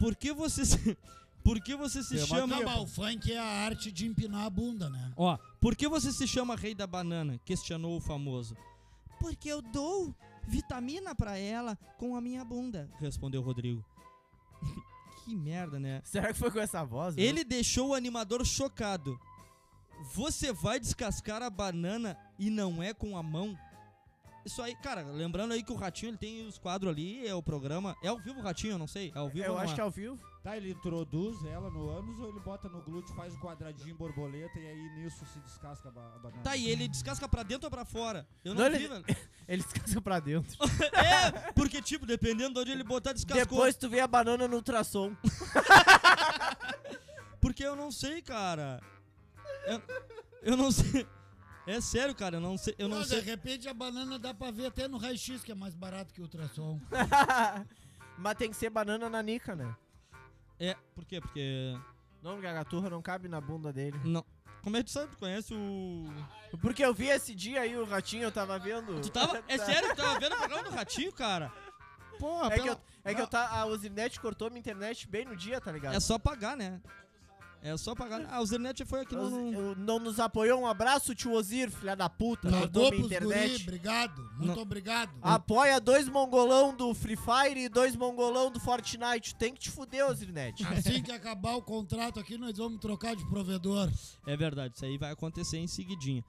Por que você se, por que você se Tem uma chama... Não, mas o funk é a arte de empinar a bunda, né? Ó, por que você se chama rei da banana? Questionou o famoso. Porque eu dou vitamina pra ela com a minha bunda, respondeu Rodrigo. que merda, né? Será que foi com essa voz? né? Ele deixou o animador chocado. Você vai descascar a banana e não é com a mão? Isso aí, cara, lembrando aí que o Ratinho ele tem os quadros ali, é o programa. É ao vivo o Ratinho, eu não sei. É ao vivo Eu ou não acho é? que ao vivo. Tá, ele introduz ela no ânus ou ele bota no glúteo, faz um quadradinho borboleta e aí nisso se descasca a, ba- a banana? Tá, e ele descasca pra dentro ou pra fora? Eu não, Não, vi, ele- velho. Ele descansa pra dentro. É, porque, tipo, dependendo de onde ele botar, descascou. Depois tu vê a banana no ultrassom. Porque eu não sei, cara. Eu, eu não sei. É sério, cara, eu não sei. Eu não Não, de sei. repente a banana dá pra ver até no raio-x, que é mais barato que o ultrassom. Mas tem que ser banana na nica, né? É, por quê? Porque. Não, porque a gaturra não cabe na bunda dele. Não. Como é que tu sabe? Tu conhece o. Porque eu vi esse dia aí, o ratinho, eu tava vendo. Tu tava. É sério, tu tava vendo o programa do ratinho, cara? Porra, É que pela- eu, é que eu tá, a Osinet cortou minha internet bem no dia, tá ligado? É só pagar, né? É só pagar. Ah, o Zernet foi aqui Os- no. no- eu- não nos apoiou, um abraço, tio Ozir, filha da puta. Cortou Largou minha pros guri, internet. obrigado. Muito obrigado. Ah, Apoia dois mongolão do Free Fire e dois mongolão do Fortnite. Tem que te fuder, Ozirnet. Assim que acabar o contrato aqui, nós vamos trocar de provedor. É verdade, isso aí vai acontecer em seguidinha.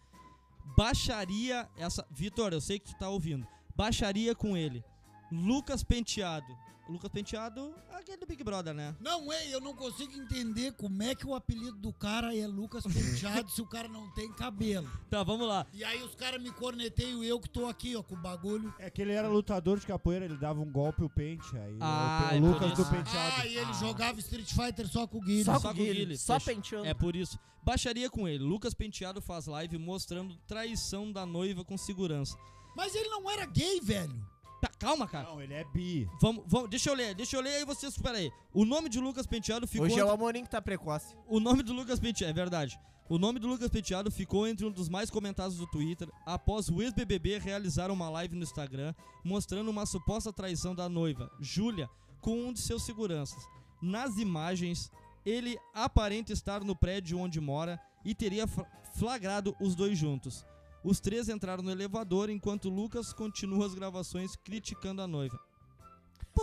Baixaria essa. Vitor, eu sei que tu tá ouvindo. Baixaria com ele. Lucas Penteado. Lucas Penteado, aquele do Big Brother, né? Não, ei, eu não consigo entender como é que o apelido do cara é Lucas Penteado se o cara não tem cabelo. Tá, vamos lá. E aí os caras me corneteiam eu que tô aqui, ó, com o bagulho. É que ele era lutador de capoeira, ele dava um golpe e o pente. Aí Ah, o é pe- por Lucas isso. do penteado. Ah, e ele jogava Street Fighter só com o Guilherme. Só com o Guile, Só fechou. penteando. É por isso. Baixaria com ele. Lucas Penteado faz live mostrando traição da noiva com segurança. Mas ele não era gay, velho. Tá, calma, cara. Não, ele é bi. Vamos, vamos, deixa eu ler, deixa eu ler aí vocês. Pera aí. O nome de Lucas Penteado ficou. Hoje é o entre- Amorim que tá precoce. O nome do Lucas Penteado, é verdade. O nome do Lucas Penteado ficou entre um dos mais comentados do Twitter após o ex-BBB realizar uma live no Instagram mostrando uma suposta traição da noiva, Júlia, com um de seus seguranças. Nas imagens, ele aparenta estar no prédio onde mora e teria fra- flagrado os dois juntos. Os três entraram no elevador enquanto Lucas continua as gravações criticando a noiva.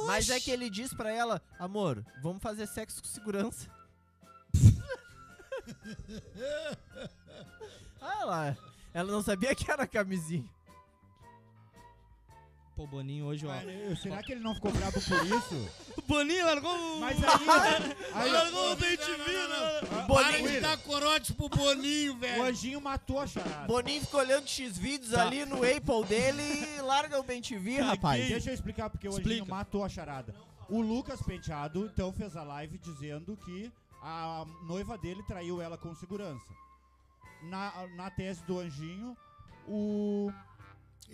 Mas é que ele diz pra ela, amor, vamos fazer sexo com segurança. ah lá, ela não sabia que era camisinha. Pô, Boninho hoje, ó. Mas, será que ele não ficou bravo por isso? Boninho largou o- Mas aí, aí largou o dente fino, né? Para de dar corote pro Boninho, o velho. anjinho matou a charada. Boninho fica olhando X-Vídeos Ah, Tá. ali no Apple dele e larga o BenTV, rapaz. Deixa eu explicar porque o Explica. Anjinho matou a charada. O Lucas Penteado, então, fez a live dizendo que a noiva dele traiu ela com segurança. Na, na tese do Anjinho, o.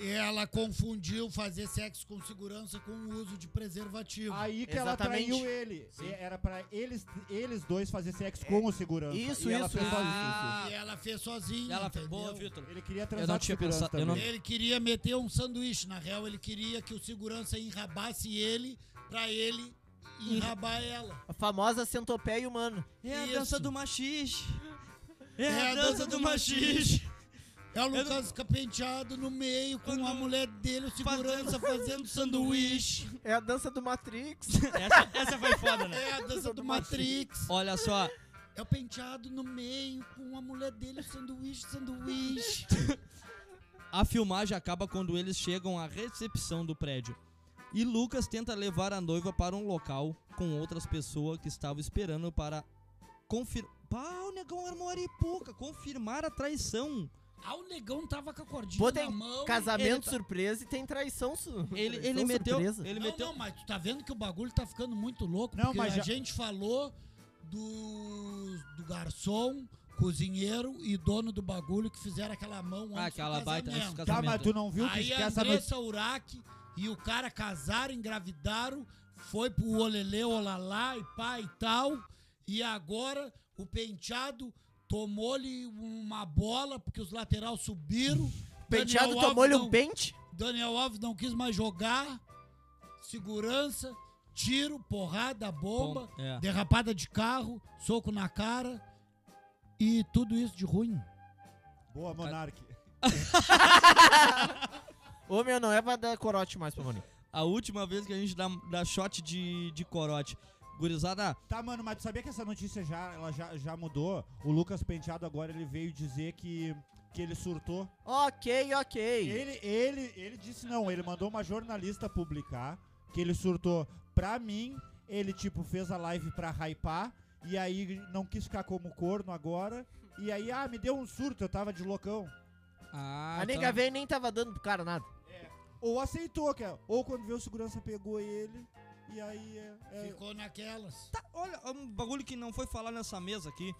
E Ela confundiu fazer sexo com segurança com o uso de preservativo. Aí que Exatamente. ela traiu ele. Sim. E Era pra eles, eles dois fazer sexo com o segurança. Isso, E ela isso, fez isso, sozinha. Ah, E ela fez sozinha. ela entendeu? boa, Vitor. Ele queria Eu transar não com tinha segurança pensado. Eu não, também. Ele queria meter um sanduíche, na real, ele queria que o segurança enrabasse ele pra ele enrabar ela. A famosa centopeia humana. É a Isso. dança do machixe. É, a dança do machixe. machixe. É o Lucas penteado no meio com Quando- a mulher dele, o segurança fazendo sanduíche. É a dança do Matrix. Essa, essa foi foda, né? É a dança do Matrix. Olha só, É o penteado no meio com a mulher dele, o sanduíche, sanduíche. a filmagem acaba quando eles chegam à recepção do prédio. E Lucas tenta levar a noiva para um local com outras pessoas que estavam esperando para confirmar. Pá, o negão armou a aripuca, confirmar a traição. Ah, o negão tava com a cordinha Pô, tem na mão. Casamento ele tá- surpresa e tem traição. su- Ele, traição ele meteu. surpresa. Ele não, meteu. não, mas tu tá vendo que o bagulho tá ficando muito louco, Não, porque mas a já- gente falou do, do garçom, cozinheiro e dono do bagulho que fizeram aquela mão antes Ah, aquela do baita antes casamento. do Tá, mas casamento. tu não viu que Aí a quer saber. Andressa Urach e o cara casaram, engravidaram, foi pro olelê, olalá e pá e tal. E agora o penteado tomou-lhe uma bola, porque os lateral subiram. Penteado Daniel Alves tomou-lhe não- um pente. Daniel Alves não quis mais jogar. Segurança, tiro, porrada, bomba, Bom, é. derrapada de carro, soco na cara. E tudo isso de ruim. Boa, Monark. Ô, meu, não é pra dar corote mais pra Moni. A última vez que a gente dá, dá shot de, de corote. Gurizada, Tá, mano, mas tu sabia que essa notícia já, ela já, já mudou? O Lucas Penteado agora ele veio dizer que, que ele surtou. Ok, ok. Ele, ele, ele disse não, ele mandou uma jornalista publicar que ele surtou. Pra mim, ele tipo fez a live pra hypar e aí não quis ficar como corno agora. E aí, ah, me deu um surto, eu tava de loucão. Ah, A nega tá. veio e nem tava dando pro cara nada. Ou aceitou, que é- ou quando viu o segurança pegou ele. E aí é. é- Ficou naquelas. Tá, olha, um bagulho que não foi falar nessa mesa aqui.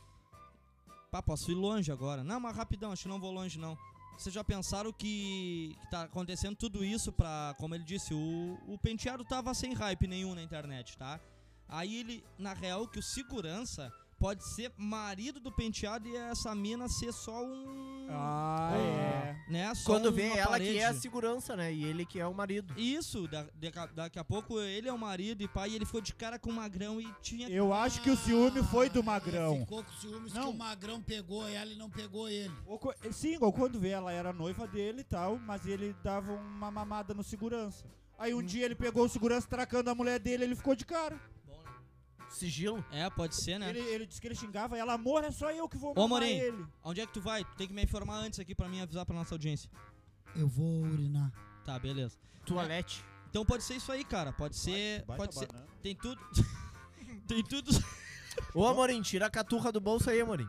Pá, posso ir longe agora. Não, mas rapidão, acho que não vou longe não. Vocês já pensaram que, que tá acontecendo tudo isso pra, como ele disse, o, o penteado tava sem hype nenhum na internet, tá? Aí ele, na real, que o segurança pode ser marido do penteado e essa mina ser só um. Ah, é. Né? Só Quando um- vem uma ela que é a parede. segurança, né? E ele que é o marido. Isso, da, da- daqui a pouco ele é o marido e pai, e ele foi de cara com o magrão e tinha. Eu acho que o ciúme foi do Ah, Magrão. Ficou com ciúmes Não. que o Magrão pegou ela e não pegou ele. Ou co- Sim, ou quando vê, ela era noiva dele e tal, mas ele dava uma mamada no segurança. Aí um dia ele pegou o segurança tracando a mulher dele, ele ficou de cara. Sigilo. É, pode ser, né? Ele, ele disse que ele xingava ela, amor, é só eu que vou Ô, mamar Morim. ele. Onde é que tu vai? Tu tem que me informar antes aqui pra mim avisar pra nossa audiência. Eu vou urinar. Tá, beleza. Toalete. Então pode ser isso aí, cara. Pode ser. Baita pode ser. banana. Tem tudo. tem tudo. Ô, Amorim, tira a caturra do bolso aí, Amorim.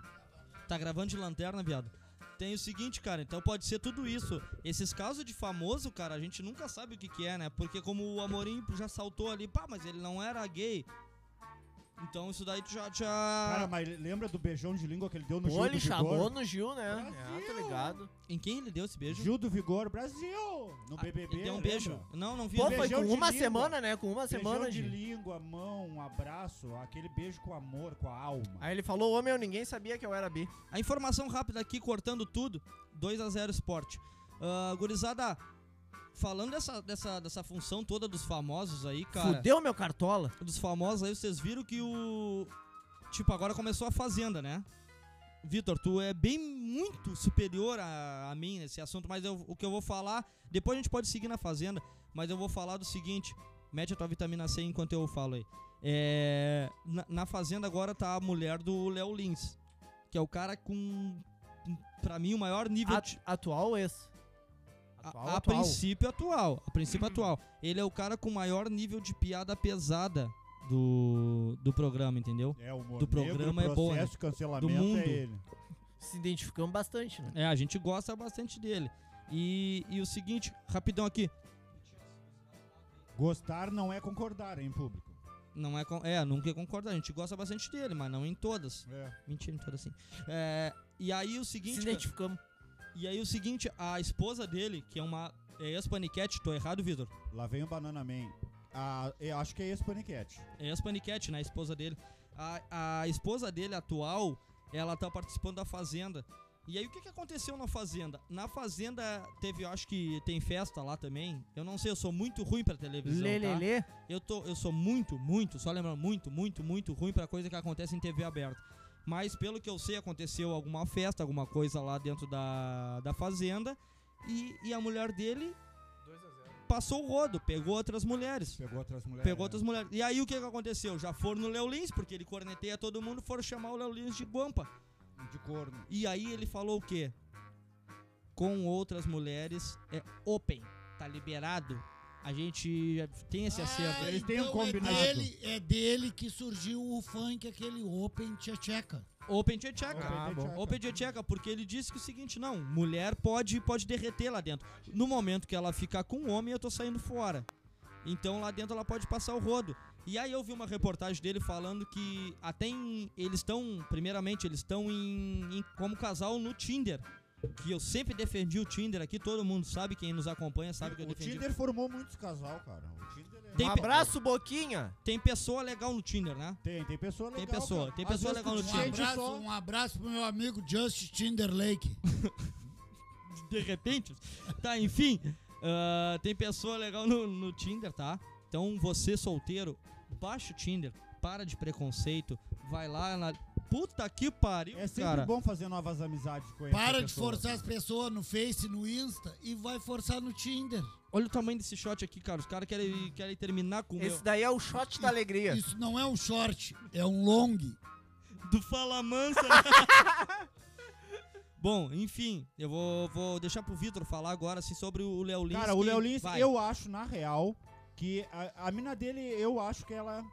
Tá gravando de lanterna, viado. Tem o seguinte, cara, então pode ser tudo isso. Esses casos de famoso, cara, a gente nunca sabe o que que é, né? Porque como o Amorim já saltou ali, pá, mas ele não era gay. Então isso daí tu já... já... Cara, mas lembra do beijão de língua que ele deu Pô, no Gil do ele chamou Vigor? no Gil, né? Ah, Brasil! tá ligado. Em quem ele deu esse beijo? Gil do Vigor, Brasil! No Ah, BBB, ele deu um lembra? beijo. Não, não vi. Pô, ele. foi Beijão com de uma língua. semana, né? Com uma Beijão semana, de Gil. língua, mão, um abraço, aquele beijo com amor, com a alma. Aí ele falou, ô, meu, ninguém sabia que eu era bi. A informação rápida aqui, cortando tudo. 2 a 0 Sport. Ah, gurizada, falando dessa, dessa, dessa função toda dos famosos aí, cara. Fudeu meu cartola. Um Dos famosos aí, vocês viram que o... Tipo, agora começou a Fazenda, né? Vitor, tu é bem muito superior a, a mim nesse assunto, mas eu- o que eu vou falar... Depois a gente pode seguir na Fazenda, mas eu vou falar do seguinte. Mete a tua vitamina C enquanto eu falo aí. É, na, na Fazenda agora tá a mulher do Léo Lins, que é o cara com, pra mim, o maior nível de... At- atual esse. Atual, A, a atual. Uhum. princípio atual. A princípio atual. Ele é o cara com maior nível de piada pesada do, do programa, entendeu? É, o humor Do negro, programa é processo, boa, né? de cancelamento Do mundo. é ele. Se identificamos bastante, né? É, a gente gosta bastante dele. E, e o seguinte, rapidão aqui. Gostar não é concordar, hein, público. Não é, con- é, nunca concordo. A gente gosta bastante dele, mas não em todas. É. Mentira, em todas sim. É, e aí o Se seguinte. cara- identificamos. E aí o seguinte, a esposa dele, que é uma. É ex-paniquete, tô errado, Vitor? Lá vem o Banana Man. Ah, eu acho que é esse paniquete. É as Paniquete, né? A esposa dele. A, a esposa dele atual, ela tá participando da Fazenda. E aí, o que, que aconteceu na Fazenda? Na Fazenda teve, eu acho que tem festa lá também. Eu não sei, eu sou muito ruim pra televisão. tá? Lelele. Eu, tô, eu sou muito, muito, só lembrando, muito, muito, muito ruim pra coisa que acontece em TV aberta. Mas pelo que eu sei, aconteceu alguma festa, alguma coisa lá dentro da, da Fazenda. E, e a mulher dele passou o rodo, pegou outras mulheres. Pegou outras mulheres. Pegou outras mulheres. E aí o que, que aconteceu? Já foram no Léo Lins, porque ele corneteia todo mundo, foram chamar o Léo Lins de guampa. De corno. E aí ele falou o quê? Com outras mulheres é open, tá liberado. A gente já tem esse acerto. Ah, Eles têm um então combinado. É dele, é dele que surgiu o funk, aquele Open Tchecheca. Open Tchetchaka. Ah, bom. Open Tchetchaka, porque ele disse que é o seguinte, não, mulher pode, pode derreter lá dentro. No momento que ela ficar com um homem, eu tô saindo fora. Então lá dentro ela pode passar o rodo. E aí eu vi uma reportagem dele falando que até em, eles estão, primeiramente, eles estão em, em- como casal no Tinder. Que eu sempre defendi o Tinder aqui, todo mundo sabe, quem nos acompanha sabe que eu O defendi. Tinder formou muitos casal, cara. O Tinder é... Tem Um pe- abraço, Boquinha! Tem pessoa legal no Tinder, né? Tem, tem pessoa Tem legal. pessoa, cara. tem Às pessoa vezes tu legal no te Um Tinder. sente abraço, só- um abraço pro meu amigo Justin Tinderlake. de repente. Tá, enfim. ah, tem pessoa legal no, no Tinder, tá? Então você solteiro, baixa o Tinder, para de preconceito, vai lá na. Puta que pariu, É sempre cara. bom fazer novas amizades com um Para de forçar as pessoas no Face, no Insta e vai forçar no Tinder. Olha o tamanho desse shot aqui, cara. Os caras querem, querem terminar com o Esse daí é o shot da alegria. Isso não é um short, é um long. meu. Do Fala Mansa. né? Bom, enfim, eu vou, vou deixar pro Vitor falar agora assim, sobre o Léo Lins. Cara, o que- Léo Lins, vai. eu acho, na real, que a, a mina dele, eu acho que ela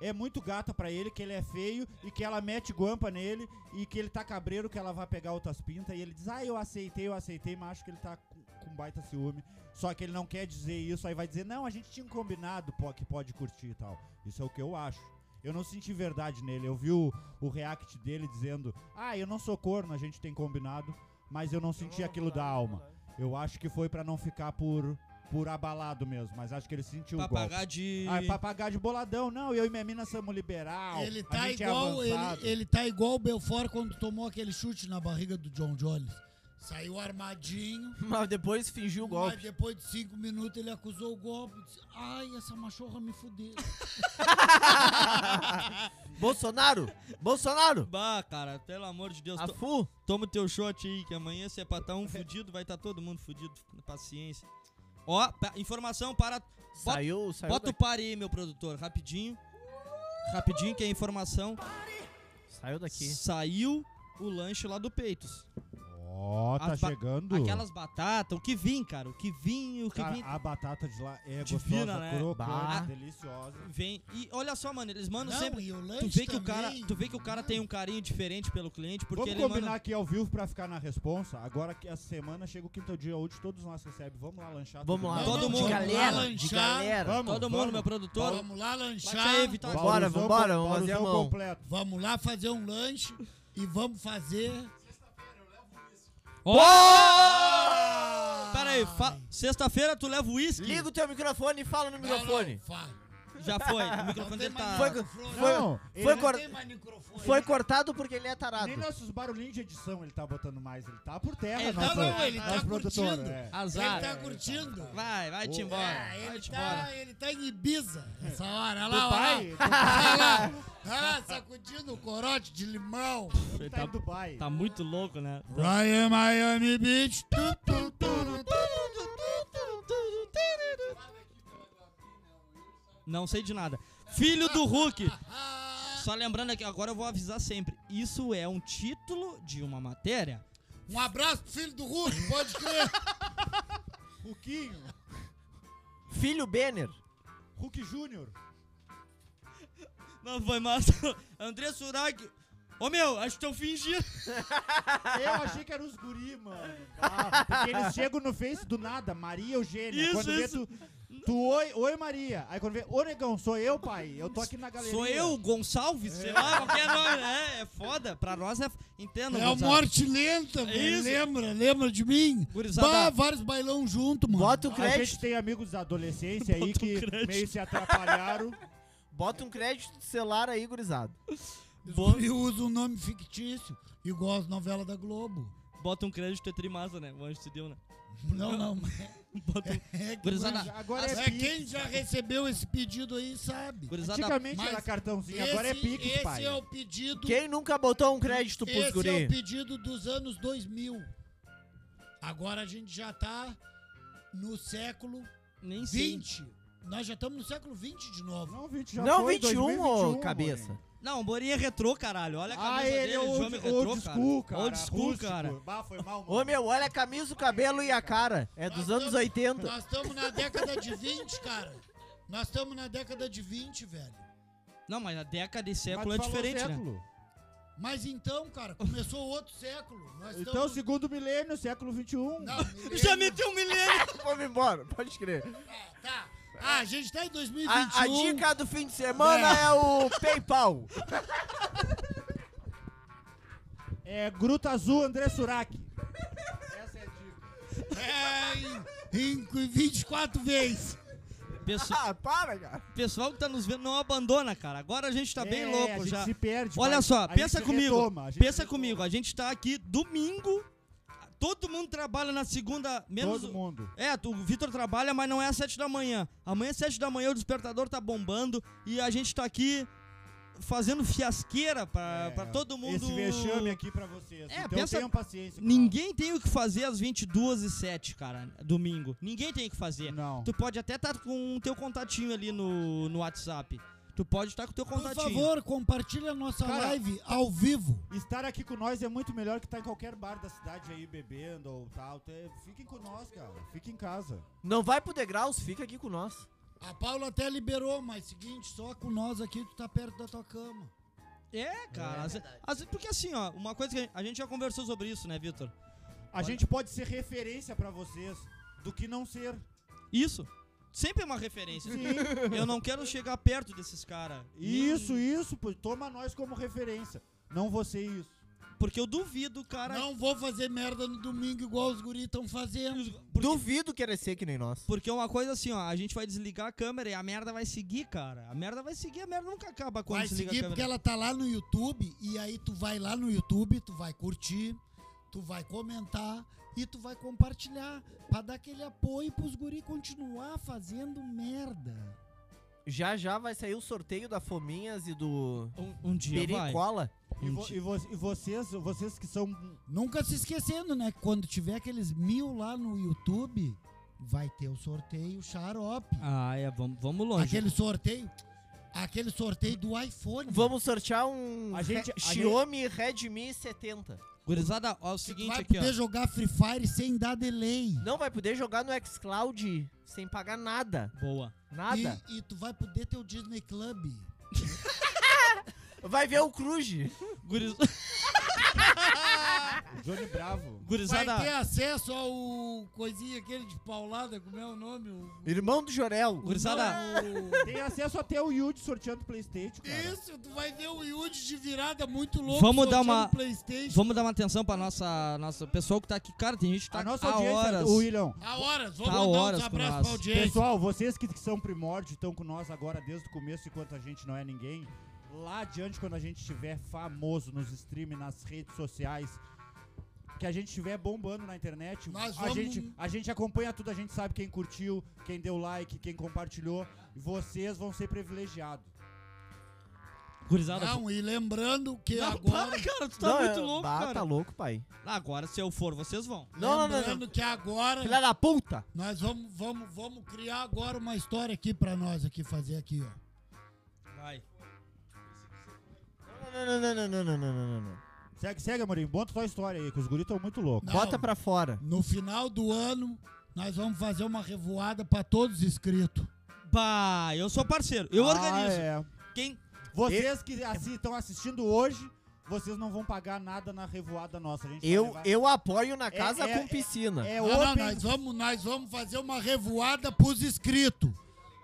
é muito gata pra ele, que ele é feio e que ela mete guampa nele e que ele tá cabreiro, que ela vai pegar outras pintas e ele diz, ah, eu aceitei, eu aceitei, mas acho que ele tá com, com baita ciúme. Só que ele não quer dizer isso, aí vai dizer, não, a gente tinha um combinado pô, que pode curtir e tal. Isso é o que eu acho. Eu não senti verdade nele. Eu vi o, o react dele dizendo, ah, eu não sou corno, a gente tem combinado, mas eu não senti aquilo da alma. Eu acho que foi pra não ficar por, por abalado mesmo, mas acho que ele sentiu Pra o golpe. pagar de. Ah, é pra pagar de boladão, não. Eu e minha mina somos Ah, liberal. ele a tá gente é igual, avançado. ele, ele tá igual o Belfort quando tomou aquele chute na barriga do John Jones. Saiu armadinho, Mas depois fingiu um o golpe. mas depois de cinco minutos ele acusou o golpe. Disse, Ai, essa machorra me fudeu. Bolsonaro! Bolsonaro! Bah, cara, pelo amor de Deus. A tô- FU! Toma o teu shot aí, que amanhã se é pra tá um fudido, vai tá todo mundo fudido. Paciência. Ó, pa- informação para. Bota, Saiu, saiu. bota o daqui. pare aí, meu produtor, rapidinho. Rapidinho, que é a informação. Saiu daqui. Saiu o lanche lá do Peitos. Ó, tá As ba- chegando. Aquelas batatas, o que vim, cara, o que vim, o que Cara, vim. a batata de lá é Divina, gostosa, né? crocante, Bah. deliciosa. Vem. E olha só, mano, eles mandam Não, sempre. e o Tu lanche vê, que o cara, também. tu vê que o cara tem um carinho diferente pelo cliente, porque Vamos ele combinar manda. aqui ao vivo pra ficar na responsa. Agora que essa semana chega o quinto dia útil, todos nós recebemos. Vamos lá lanchar. Vamos lá, Todo vamos mundo. de galera, de Lanchar. galera. Vamos, Todo mundo, vamos. meu produtor. Vamos lá Bate lanchar. aí, Vitor. Bora, Valorizou vambora, com- vamos fazer a valorizou mão. completo. Vamos lá fazer um lanche e vamos fazer. Ah, Pera aí, fa- sexta-feira tu leva o uísque? Liga o teu microfone e fala no Não, não, microfone. fala. Já foi, o Não microfone tem dele tá... mais Foi- microfone. foi- Não, foi ele- cor- Não tem mais microfone. Foi cortado porque ele é tarado. Nem nossos barulhinhos de edição ele tá botando mais. Ele tá por terra, É, nosso, não, ele tá nosso produtor. curtindo. é. Azar. Ele tá curtindo. Vai, vai-te embora. É, ele vai-te tá, embora. ele tá em Ibiza essa hora. Olha lá, Dubai? olha lá. Olha lá. Ah, sacudindo o corote de limão. Ele tá em Dubai. Tá muito louco, né? Ryan Miami Beach. Não sei de nada. Filho do Hulk. Só lembrando aqui, agora eu vou avisar sempre. Isso é um título de uma matéria. Um abraço pro filho do Hulk, pode crer. Ruquinho, Filho Benner. Hulk Júnior. Não foi massa. um. André Surak. Ô meu, acho que estão fingindo. Eu achei que eram os guri, mano. Ah, porque eles chegam no Face do nada, Maria Eugênia. Isso, quando isso. vê tu. Tu, oi, oi Maria. Aí quando vê, ô negão, sou eu, pai. Eu tô aqui na galeria. Sou eu, Gonçalves, sei lá, qualquer nome. É, é foda. Pra nós é. Entendo, É o Gonçalves. morte lenta, velho. Isso. Lembra, lembra de mim? Gurizada. Bah, vários bailão junto, mano. Bota um A crédito. gente tem amigos da adolescência aí que meio se atrapalharam. Bota um crédito de celular aí, gurizado. E usa um nome fictício, igual as novelas da Globo. Bota um crédito, é trimassa, né? O anjo te deu, né? Não, não. Bota um... É, que- Gurizada, Agora é é Pix. quem já recebeu esse pedido aí sabe. gurizada, Antigamente Mas era cartãozinho, esse, agora é Pix, esse pai. é o pedido. Quem nunca botou um crédito pros esse guri? é o pedido dos anos 2000. Agora a gente já tá no século nem sei. 20. Nós já estamos no século 20 de novo. Não, 20 já Não, foi, 21, ô 2021, cabeça. Maurinho. Não, o Borinha é retrô, caralho. Olha a camisa um, Ah, ele dele, é esse old, homem old retrô, school, cara. cara. né? Old school, rústico. cara. Bah, foi mal, mano. Ô meu, olha a camisa, o cabelo e a cara. É dos anos 80. Nós estamos na década de 20, cara. Nós estamos na década de 20, velho. Não, mas a década e Mas século tu é falou diferente, né? século. Mas então, cara, começou outro século. Nós Então, estamos... segundo milênio, século um, XXI. Não, Eu milênio- é já meti um milênio. Vamos embora, pode crer. Ah, tá. Ah, a gente tá em 2021. A, a dica do fim de semana é, o PayPal. É Gruta Azul, André Surak. É em, em 24 vezes. Pesso- Ah, para, cara. pessoal que tá nos vendo não abandona, cara. Agora a gente tá bem É, a louco gente já. se perde. Olha mas só, a pensa gente comigo. retoma, a gente pensa retoma. comigo, a gente tá aqui domingo. Todo mundo trabalha na segunda, menos Todo o- mundo. É, tu- o Vitor trabalha, mas não é às 7 da manhã. Amanhã às 7 da manhã o despertador tá bombando e a gente tá aqui fazendo fiasqueira pra, É, Ah, pra todo mundo. Esse vexame aqui pra vocês. É, então pensa- tenham paciência. cara. Ninguém tem o que fazer às 22 e 7 cara, domingo. Ninguém tem o que fazer. Não. Tu pode até estar com o teu contatinho ali no, no WhatsApp. Tu pode estar com o teu Por contatinho. favor, compartilha a nossa Cara, live ao vivo. Estar aqui com nós é muito melhor que estar em qualquer bar da cidade aí bebendo ou tal. Te- Fiquem com nós, cara. Fiquem em casa. Não vai pro degraus, fica aqui com nós. A Paula até liberou, mas seguinte, só com nós aqui tu tá perto da tua cama. É, cara. às- às- porque assim, ó, uma coisa que a gente- a gente já conversou sobre isso, né, Vitor? A gente pode ser referência pra vocês do que não ser. Isso. Sempre é uma referência. Eu não quero chegar perto desses caras. Isso, isso. pô, Toma nós como referência. Não você isso. Porque eu duvido, cara. Não vou fazer merda no domingo igual os guris estão fazendo. Duvido querer ser que nem nós. Porque é uma coisa assim, ó, a gente vai desligar a câmera e a merda vai seguir, cara. A merda vai seguir, a merda nunca acaba quando Vai desliga seguir a porque câmera. ela tá lá no YouTube e aí tu vai lá no YouTube, tu vai curtir, tu vai comentar e tu vai compartilhar pra dar aquele apoio pros guri continuar fazendo merda. Já já vai sair o sorteio da Fominhas e do é Um, um dia vai. Pericola. E, Um vo- dia- e vo- e vocês, vocês que são. Nunca se esquecendo, né? que Quando tiver aqueles mil lá no YouTube, vai ter o sorteio xarope. Ah, é, vamos, vamos longe. aquele sorteio. Aquele sorteio do iPhone. Vamos sortear um A gente- Re- a Xiaomi Redmi 70. Gurizada, ó, é o Tu seguinte vai aqui, ó. poder jogar Free Fire sem dar delay. Não vai poder jogar no xCloud sem pagar nada. Boa. Nada. E, e tu vai poder ter o Disney Club. Vai ver o Cruz. Guriz... Johnny Bravo. Vai ter Gurizada, acesso ao coisinha aquele de paulada, como é o nome? O... Irmão do Jorel. é gurizada, o- Tem acesso até o Yude sorteando Playstation, cara. Isso, tu vai ver o Yuji de virada muito louco. Vamos dar sorteando uma- PlayStation. vamos dar uma atenção pra nossa, nossa pessoal que tá aqui. Cara, tem gente que tá A nossa há é audiência, horas. o William. A horas, vamos Tá mandar horas uns com abraços nós. pra audiência. Pessoal, vocês que, que são primórdio estão com nós agora desde o começo, enquanto a gente não é ninguém. Lá adiante, quando a gente estiver famoso nos streams, nas redes sociais, que a gente estiver bombando na internet, Nós a, vamos- gente, a gente acompanha tudo, a gente sabe quem curtiu, quem deu like, quem compartilhou. E vocês vão ser privilegiados. Gurizada, Não, e lembrando que Não, agora. para, cara, tu tá muito é- louco, bah, cara. Ah, Tá louco, pai. Agora, se eu for, vocês vão. Não, não, não, lembrando não. que agora Filha da puta. nós vamos, vamos, vamos criar agora uma história aqui pra nós aqui fazer aqui, ó. Vai. Não, não, não, não, não, não, não, não, não. Segue, segue, Amorim. Bota tua história aí, que os guris estão muito loucos. Não, Bota pra fora. No final do ano nós vamos fazer uma revoada pra todos inscritos. Bah, eu sou parceiro, eu Ah, organizo. é. Quem... Vocês que estão assistindo hoje, vocês não vão pagar nada na revoada nossa. A gente vai Eu, levar- eu apoio na casa é- com piscina. É Não, não, open nós vamos, nós vamos fazer uma revoada pros inscritos.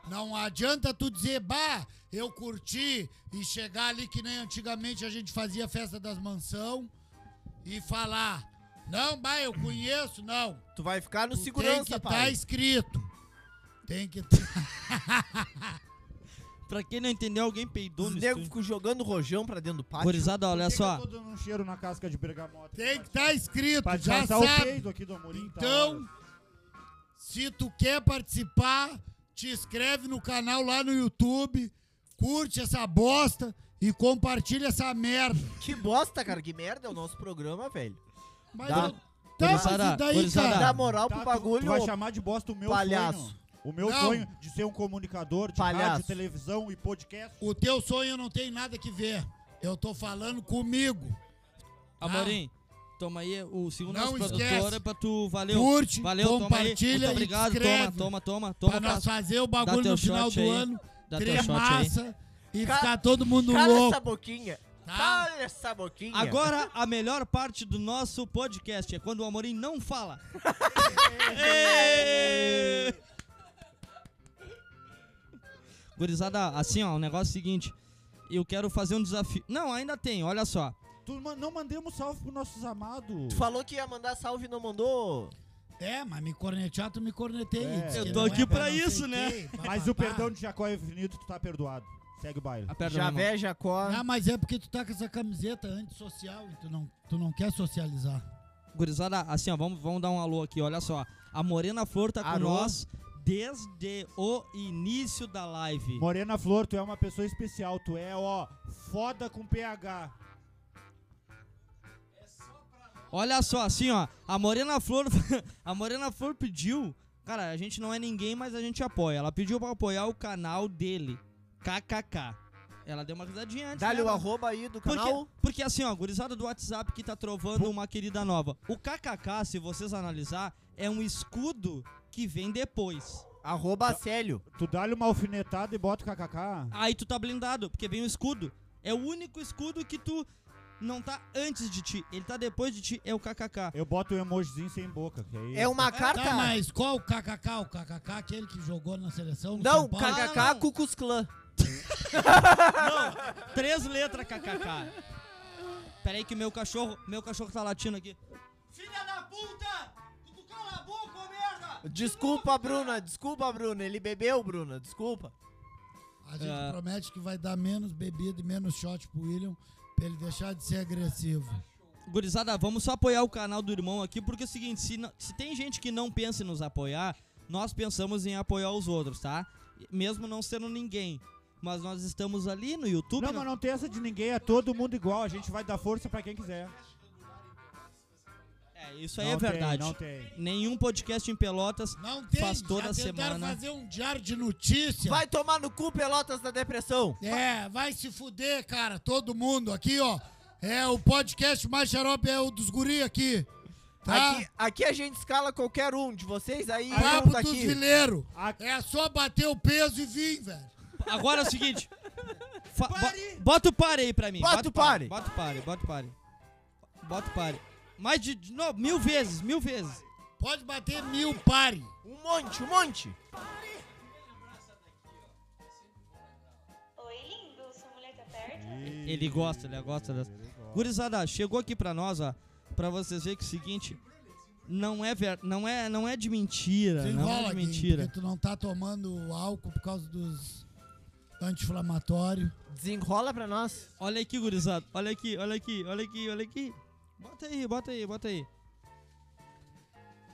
Não adianta tu dizer, bah, eu curti e chegar ali que nem antigamente a gente fazia festa das mansão e falar, não, bah, eu conheço, não. Tu vai ficar no Tu tem que tá segurança, estar pai. escrito. Tem que tá... Pra quem não entendeu, alguém peidou Os no estúdio. negros ficam jogando rojão pra dentro do pátio. Gurizada, olha Por que que só. Eu tô dando um cheiro na casca de bergamota. Tem que estar escrito, Pra já descansar o sabe. peido aqui do Amorim. tá? Então, se tu quer participar, te inscreve no canal lá no YouTube, curte essa bosta e compartilha essa merda. Que bosta, cara. Que merda é o nosso programa, velho. Mas Dá. eu- tá, mas Gurizada, e daí, gurizada. cara? Dá Tá. moral pro Tá, tu- Tu bagulho, vai chamar de bosta o meu palhaço. sonho. O meu Não. sonho de ser um comunicador de Palhaço. rádio, televisão e podcast. O teu sonho não tem nada que ver. Eu tô falando comigo. Amorim, toma aí o segundo Ah. Não nosso esquece. produtora pra tu. Valeu. Curte, valeu, toma aí. compartilha Muito e obrigado, escreve. toma, toma, toma, toma. pra nós pra- fazer o dá bagulho teu no final shot do aí. ano, Dá teu shot aí. cremaça e Ca- ficar todo mundo Cala louco. essa boquinha. Tá. Cala essa boquinha. Agora, a melhor parte do nosso podcast é quando o Amorim não fala. Ê! Gurizada, assim, ó, o negócio é o seguinte. Eu quero fazer um desafio. Não, ainda tem, olha só. Tu ma- não mandemos salve pros nossos Tu amados. falou que ia mandar salve e não mandou. É, mas me cornetear, tu me cornetei. É. Diz que Eu tô não aqui pra não sei isso, o né? quê, pá, Mas pá, o pá. perdão de Jacó é infinito, tu tá perdoado. Segue o baile. Aperta a mão. Javé, Jacó. Ah, mas é porque tu tá com essa camiseta antissocial e tu não, tu não quer socializar. Gurizada, assim, ó, vamos, vamos dar um alô aqui, olha só. A Morena Flor tá com Alô? nós desde o início da live. Morena Flor, tu é uma pessoa especial. Tu é, ó, foda com PH. Olha só, assim, ó. A Morena Flor. A Morena Flor pediu. Cara, a gente não é ninguém, mas a gente apoia. Ela pediu pra apoiar o canal dele. KKK. Ela deu uma risadinha antes. Dá-lhe né, o mano? arroba aí do canal. porque, porque assim, ó, gurizada do WhatsApp que tá trovando uma querida nova. O KKK, se vocês analisar, é um escudo que vem depois. Arroba Célio. Tu dá-lhe uma alfinetada e bota o Ah. KKK. Aí tu tá blindado, porque vem o escudo. É o único escudo que tu não tá antes de ti. Ele tá depois de ti, é o KKK. Eu boto o emojizinho sem boca, que aí... É uma carta. Tá, mas qual o KKK? O KKK, é aquele que jogou na seleção? No Não, São Paulo? Não, KKK não. Cucus Clã. Não, três letras KKK. Pera aí que meu cachorro, meu cachorro tá latindo aqui. Filha da puta! Tu cala a boca, merda! Desculpa, Bruna. Desculpa, Bruna. Ele bebeu, Bruna. Desculpa. A gente É. promete que vai dar menos bebida e menos shot pro William pra ele deixar de ser agressivo. Gurizada, vamos só apoiar o canal do irmão aqui, porque é o seguinte, se, não- se tem gente que não pensa em nos apoiar, nós pensamos em apoiar os outros, tá? Mesmo não sendo ninguém. Mas nós estamos ali no YouTube. né? Não, no- mas não tem essa de ninguém, é todo mundo igual. A gente vai dar força pra quem quiser. É, isso aí não é verdade. Tem, não tem. Nenhum podcast em Pelotas Não tem, faz toda já tentaram semana. fazer um diário de notícia. Vai tomar no cu, Pelotas da Depressão. É, vai se fuder, cara, todo mundo aqui, ó. É, o podcast mais xarope é o dos guri aqui, tá? Aqui, aqui a gente escala qualquer um de vocês aí. Papo junta dos aqui. vileiros. Aqui- É só bater o peso e vir, velho. Agora é o seguinte. Fa- bo- bota o pare aí pra mim. Bota o pare. Bota o pare, bota o pare. Bota o pare. Mais de, de novo, mil vezes, mil vezes. Pode bater mil pare. Um monte, um monte. Oi, lindo, sua mulher tá perto? Ele gosta, ele gosta dessa. Gurizada, chegou aqui pra nós, ó. Pra vocês verem que é o seguinte. Não é, ver, não é, não é de mentira. Tu não é enrola, de Gui, mentira. Porque tu não tá tomando álcool por causa dos anti-inflamatórios. Desenrola pra nós. Olha aqui, gurizada. Olha aqui, olha aqui, olha aqui, olha aqui. Bota aí, bota aí, bota aí.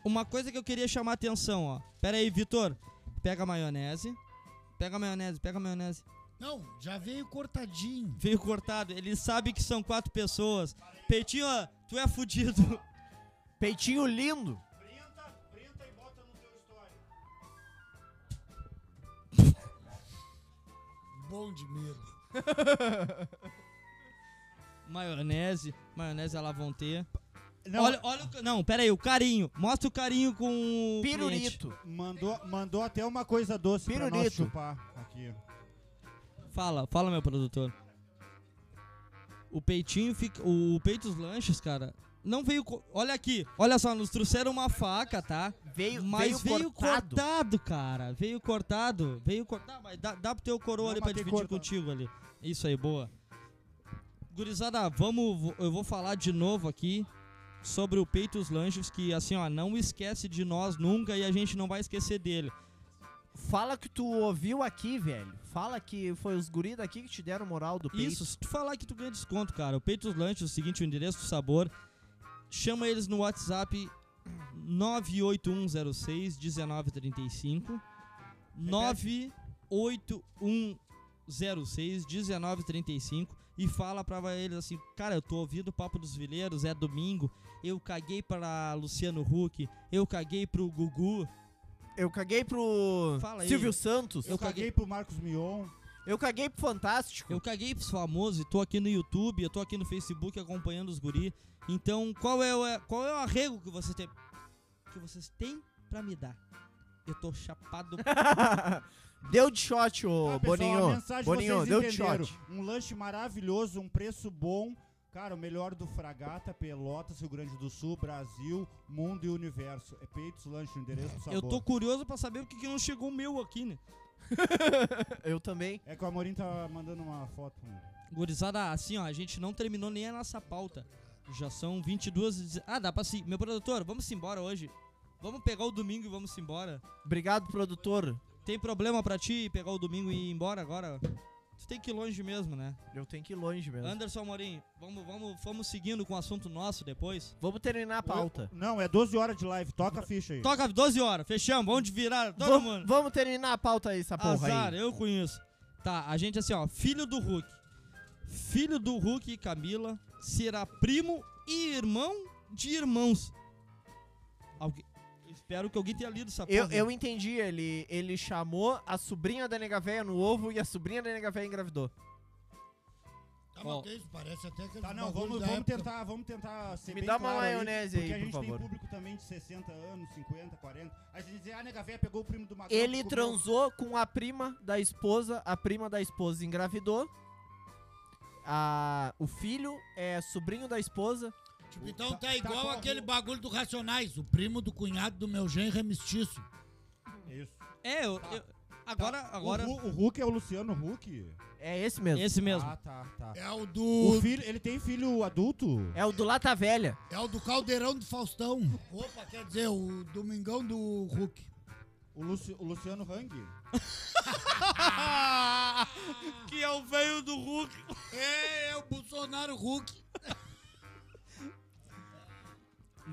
Uma coisa que eu queria chamar a atenção, ó. Pera aí, Vitor. Pega a maionese. Pega a maionese, pega a maionese. Não, já veio cortadinho. Veio cortado. Ele sabe que são quatro pessoas. Peitinho, ó, tu é fudido. Peitinho lindo. Bom de medo. Maionese. Maionese ela vão ter. Não, Olha, olha o... ca- Não, pera aí. O carinho. Mostra o carinho com o cliente. Pirulito. mandou, mandou até uma coisa doce pra nós Pirulito. chupar aqui. Fala, fala, meu produtor. O peitinho fica. O peito dos lanches, cara. Não veio. co- Olha aqui. Olha só, nos trouxeram uma faca, tá? Veio, Mas veio, cortado. cortado. cara. Veio cortado. Veio cortado. Mas dá, dá pro teu coroa Não, ali mas pra tem dividir corta. contigo ali. Isso aí, boa. Gurizada, vamos. vo- Eu vou falar de novo aqui sobre o Peito dos Lanches, que assim, ó, não esquece de nós nunca e a gente não vai esquecer dele. Fala que tu ouviu aqui, velho. Fala que foi os guris daqui que te deram moral do peito. Isso, se tu falar que tu ganha desconto, cara. O Peitos Lanches, o seguinte, o endereço do sabor. Chama eles no WhatsApp 981061935. 981061935 e fala pra eles assim: "Cara, eu tô ouvindo o papo dos vileiros, é domingo. Eu caguei para Luciano Huck, eu caguei pro Gugu. eu caguei pro Fala aí. Silvio Santos. Eu Eu caguei- caguei pro Marcos Mion. Eu caguei pro Fantástico. Eu caguei pros famosos e tô aqui no YouTube, eu tô aqui no Facebook acompanhando os guri. Então, qual é o, qual é o arrego que você tem que vocês têm pra me dar? Eu tô chapado. deu de shot, ô Tá, pessoal, a Boninho. mensagem Boninho, vocês deu de entenderam. shot. Um lanche maravilhoso, um preço bom. Cara, o melhor do Fragata, Pelotas, Rio Grande do Sul, Brasil, Mundo e Universo. É Peitos Lanche, o endereço do sabor. eu tô curioso pra saber porque que não chegou o meu aqui, né? Eu também. É que o Amorim tá mandando uma foto. mano. Gurizada, assim, ó, a gente não terminou nem a nossa pauta. Já são 22. e deze- Ah, dá pra sim. Meu produtor, vamos embora hoje. Vamos pegar o domingo e vamos embora. Obrigado, produtor. Tem problema pra ti pegar o domingo e ir embora agora? Tu tem que ir longe mesmo, né? Eu tenho que ir longe mesmo. Anderson Amorim, vamos, vamos, vamos seguindo com o assunto nosso depois. Vamos terminar a pauta. Não, é 12 horas de live. Toca a ficha aí. Toca 12 horas, fechamos, vamos de virar todo Vam- mundo. Vamos terminar a pauta aí, essa porra Azar, aí. eu conheço. Tá, a gente assim, ó, filho do Hulk. Filho do Hulk e Camila será primo e irmão de irmãos. Alguém- Espero que alguém tenha lido essa Eu, porra. eu entendi, ele, ele chamou a sobrinha da Nega Véia no ovo e a sobrinha da Nega Véia engravidou. Tá, Ó. mas que isso? Parece até que é um Tá, não, vamos, vamos tentar, vamos tentar ser Me bem dá uma claro aí, maionese aí, porque a por gente favor. tem público também de 60 anos, 50, 40. Aí você diz, ah, nega véia pegou o primo do Magrão. Ele comeu- transou com a prima da esposa, a prima da esposa engravidou. A, o filho é sobrinho da esposa. Tipo, então Tá- tá, tá igual com a aquele rua. bagulho do Racionais. O primo do cunhado do meu genro é mestiço. Isso. É, eu, eu- agora, agora, O, Hu- o Hulk é o Luciano Hulk? Tá. É esse mesmo. esse mesmo. Ah, tá, tá. É o O do. filho, ele tem filho adulto? É o do Lata Velha. É o do Caldeirão do Faustão. Opa, quer dizer, o Domingão do Hulk. O, Luci- o Luciano Hang? que é o veio do Hulk. É, é o Bolsonaro Hulk.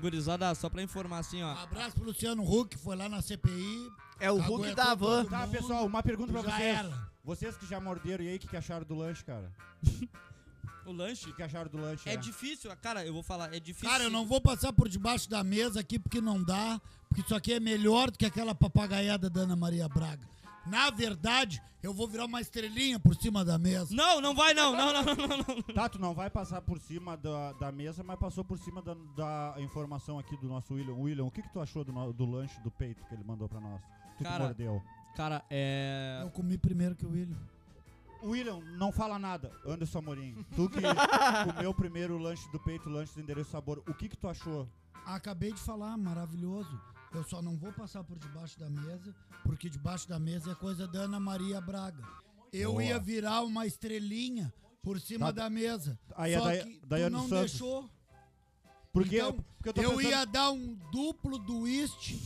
Gurizada, só pra informar assim, ó. Abraço pro Luciano Huck, foi lá na CPI. É o Cagou Hulk é da todo Van. mundo. Tá, pessoal, uma pergunta pra Já vocês. era. Vocês que já morderam, e aí, o que, que acharam do lanche, cara? O O lanche que, que acharam do lanche? é né? difícil, cara, eu vou falar, é difícil. Cara, eu não vou passar por debaixo da mesa aqui porque não dá, porque isso aqui é melhor do que aquela papagaiada da Ana Maria Braga. Na verdade, eu vou virar uma estrelinha por cima da mesa. Não, não vai não, não, não, não, não. Tá, tu não vai passar por cima da, da mesa, mas passou por cima da, da informação aqui do nosso William. William, o que, que tu achou do, no- do lanche do peito que ele mandou pra nós? Tu Cara. que mordeu. Cara, é. Eu comi primeiro que o William. William, não fala nada. Anderson Amorim, tu que comeu primeiro o lanche do peito, o lanche do endereço sabor, o que que tu achou? Acabei de falar, maravilhoso. Eu só não vou passar por debaixo da mesa, porque debaixo da mesa é coisa da Ana Maria Braga. Eu Boa. ia virar uma estrelinha por cima Da- da mesa. Aí a só Day- que tu Daiane não Santos. deixou. Porque, Então, porque eu tô Eu, pensando- ia dar um duplo twist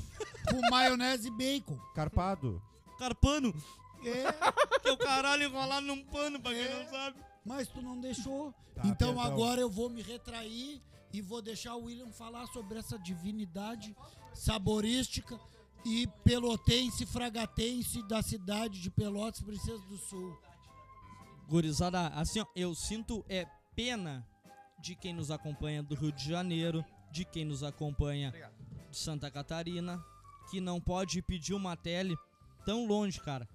com maionese e bacon. Carpado. Carpano, É, que é o caralho enrolado num pano, pra quem não sabe. mas tu não deixou. Tá, então perdão. agora eu vou me retrair e vou deixar o William falar sobre essa divinidade saborística e pelotense, fragatense da cidade de Pelotas, Princesa do Sul. Gurizada, assim, ó, eu sinto é pena de quem nos acompanha do Rio de Janeiro, de quem nos acompanha de Santa Catarina, que não pode pedir uma tele tão longe, cara.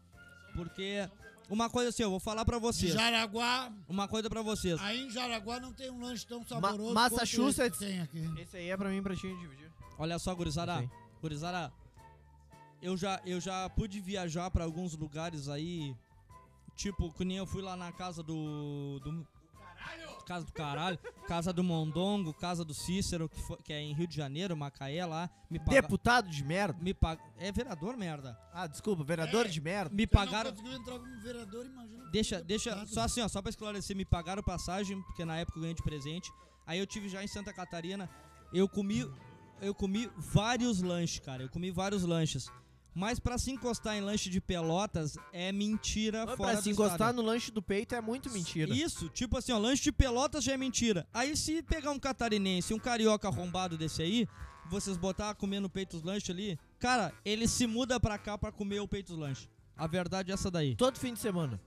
Porque uma coisa assim, eu vou falar pra De vocês. Jaraguá, Uma coisa pra vocês. aí em Jaraguá não tem um lanche tão saboroso quanto esse Massachusetts. que tem aqui. Esse aí é pra mim, pra gente dividir. Olha só, gurizada. Sim. Gurizada, eu já, eu já pude viajar pra alguns lugares aí. Tipo, que nem eu fui lá na casa do. do Casa do caralho, casa do Mondongo, casa do Cícero, que, foi- que é em Rio de Janeiro, Macaé lá. Me pagaram. Deputado de merda. Me paga, é vereador, merda. Ah, desculpa, vereador de merda. Me Você pagaram. não conseguiu entrar como vereador, imagina. como Deixa, deputado. deixa, só assim, ó, só pra esclarecer, me pagaram passagem, porque na época eu ganhei de presente. Aí eu tive já em Santa Catarina, eu comi, eu comi vários lanches, cara, eu comi vários lanches. Mas pra se encostar em lanche de pelotas é mentira Mas fora Pra do se encostar estado. no lanche do peito é muito mentira. Isso, tipo assim, ó, lanche de pelotas já é mentira. Aí se pegar um catarinense, um carioca arrombado desse aí, vocês botar comendo peitos lanche ali, cara, ele se muda pra cá pra comer o peitos lanche. A verdade é essa daí. Todo fim de semana.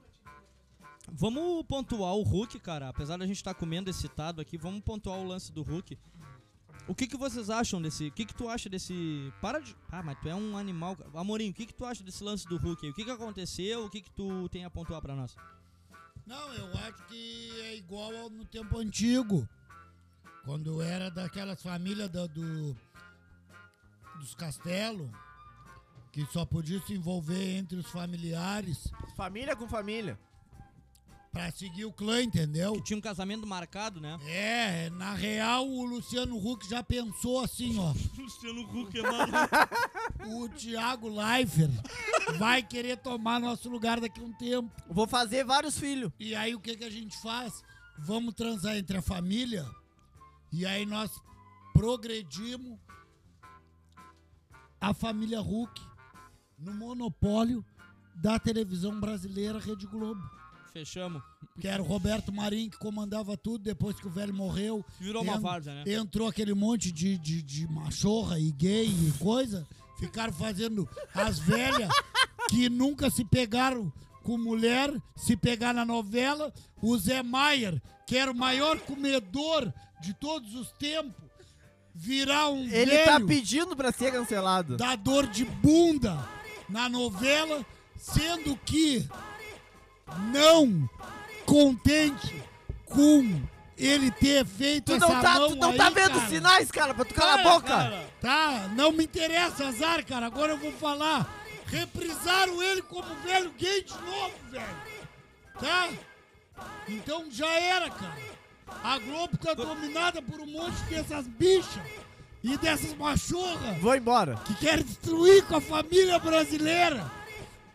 Vamos tá pontuar o Hulk, cara. Apesar da gente estar comendo excitado aqui, vamos pontuar o lance do Hulk. O que, que vocês acham desse. O que, que tu acha desse. Para de. Ah, mas tu é um animal. cara. Amorim, o que, que tu acha desse lance do Hulk aí? O que, que aconteceu? O que, que tu tem a pontuar pra nós? Não, eu acho que é igual ao no tempo antigo. Quando era daquelas famílias da- do, dos castelos, que só podia se envolver entre os familiares Família com família. pra seguir o clã, entendeu? Que tinha um casamento marcado, né? É, na real o Luciano Huck já pensou assim, ó. Luciano Huck é maluco. O Thiago Leifert vai querer tomar nosso lugar daqui a um tempo. Vou fazer vários filhos. E aí o que, que a gente faz? Vamos transar entre a família e aí nós progredimos a família Hulk no monopólio da televisão brasileira Rede Globo. Fechamos. Que era o Roberto Marinho que comandava tudo depois que o velho morreu. Virou uma Ent- várzea, né? Entrou aquele monte de, de, de machorra e gay e coisa. Ficaram fazendo as velhas que nunca se pegaram com mulher, se pegar na novela. O Zé Maier, que era o maior comedor de todos os tempos, virar um Ele velho tá pedindo pra ser cancelado. da dor de bunda na novela, sendo que não contente com ele ter feito Tu essa não tá, mão tu não aí, tá vendo cara. É, sinais, cara, pra tu calar a boca. Tá, não me interessa, azar, cara. Agora eu vou falar. Reprisaram ele como velho gay de novo, velho. Tá? Então já era, cara. A Globo tá dominada por um monte dessas bichas e dessas machorras Vou embora. que quer destruir com a família brasileira.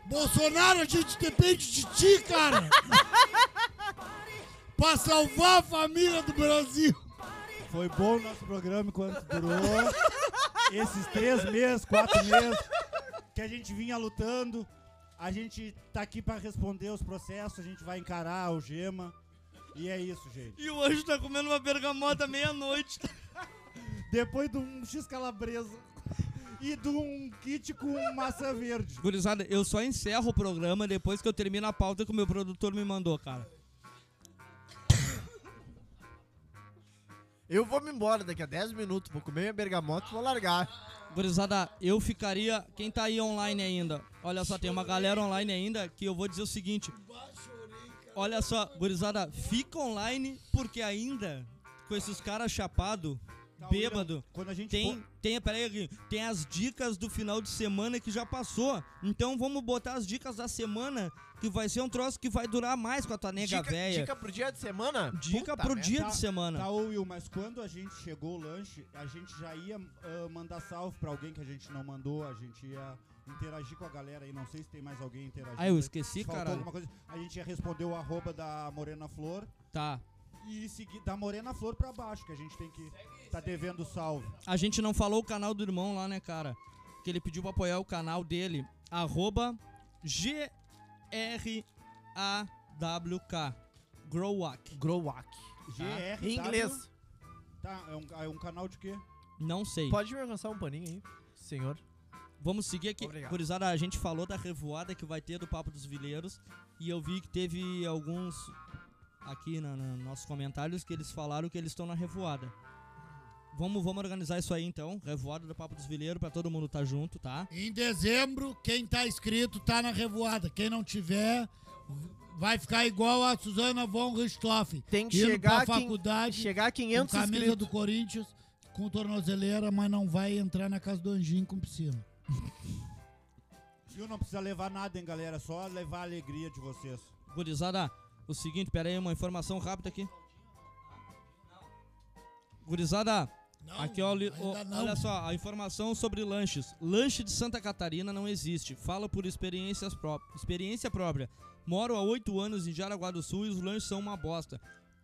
Bolsonaro, a gente depende de ti, cara. pra salvar a família do Brasil. Foi bom o nosso programa enquanto durou. Esses três meses, quatro meses que a gente vinha lutando. A gente tá aqui pra responder os processos, a gente vai encarar a algema. E é isso, gente. E o anjo tá comendo uma bergamota meia-noite. Depois de um X calabresa e de um kit com massa verde. Gurizada, eu só encerro o programa depois que eu termino a pauta que o meu produtor me mandou, cara. Eu vou me embora daqui a 10 minutos, vou comer minha bergamota e vou largar. Gurizada, eu ficaria. Quem tá aí online ainda? Olha só, tem uma galera online ainda que eu vou dizer o seguinte. Olha só, gurizada, fica online porque ainda com esses caras chapado, Tá bêbado, Quando a gente tem, tem, peraí, aqui, tem as dicas do final de semana que já passou. Então vamos botar as dicas da semana que vai ser um troço que vai durar mais com a tua nega velha. Dica, dica pro dia de semana? Puta né? pro merda. dia Tá- de semana. Tá, ô Will, mas quando a gente chegou o lanche, a gente já ia ah, mandar salve pra alguém que a gente não mandou, a gente ia interagir com a galera aí, não sei se tem mais alguém interagindo. Ah, eu aí. esqueci, Faltou caralho. alguma coisa. A gente ia responder o arroba da Morena Flor Tá. e seguir da Morena Flor pra baixo, que a gente tem que tá devendo salve. A gente não falou o canal do irmão lá, né, cara? Que ele pediu pra apoiar o canal dele. Arroba G-R-A-W-K. Growak. Growak. Tá. É GR. Em inglês. Tá, é um, é um canal de quê? Não sei. Pode me alcançar um paninho aí, senhor. Vamos seguir aqui. Obrigado. Gurizada, a gente falou da revoada que vai ter do Papo dos Vileiros. E eu vi que teve alguns aqui na- na- nos nossos comentários que eles falaram que eles estão na revoada. Vamos, vamos organizar isso aí então. Revoada do Papo dos Vileiros pra todo mundo tá junto, tá? Em dezembro, quem tá inscrito tá na revoada. Quem não tiver, vai ficar igual a Suzana von Richthofen. Tem que Indo chegar pra a quin- faculdade Chegar a com 500 camisa inscritos. do Corinthians, com tornozeleira, mas não vai entrar na casa do Anjinho com piscina. Viu? Não precisa levar nada, hein, galera. Só levar a alegria de vocês. Gurizada, o seguinte, pera aí, uma informação rápida aqui. Gurizada, Não, aqui ó, li- ó, ainda não. olha só, a informação sobre lanches. Lanche de Santa Catarina não existe. Falo por experiências pró experiência própria. Moro há oito anos em Jaraguá do Sul e os lanches são uma bosta.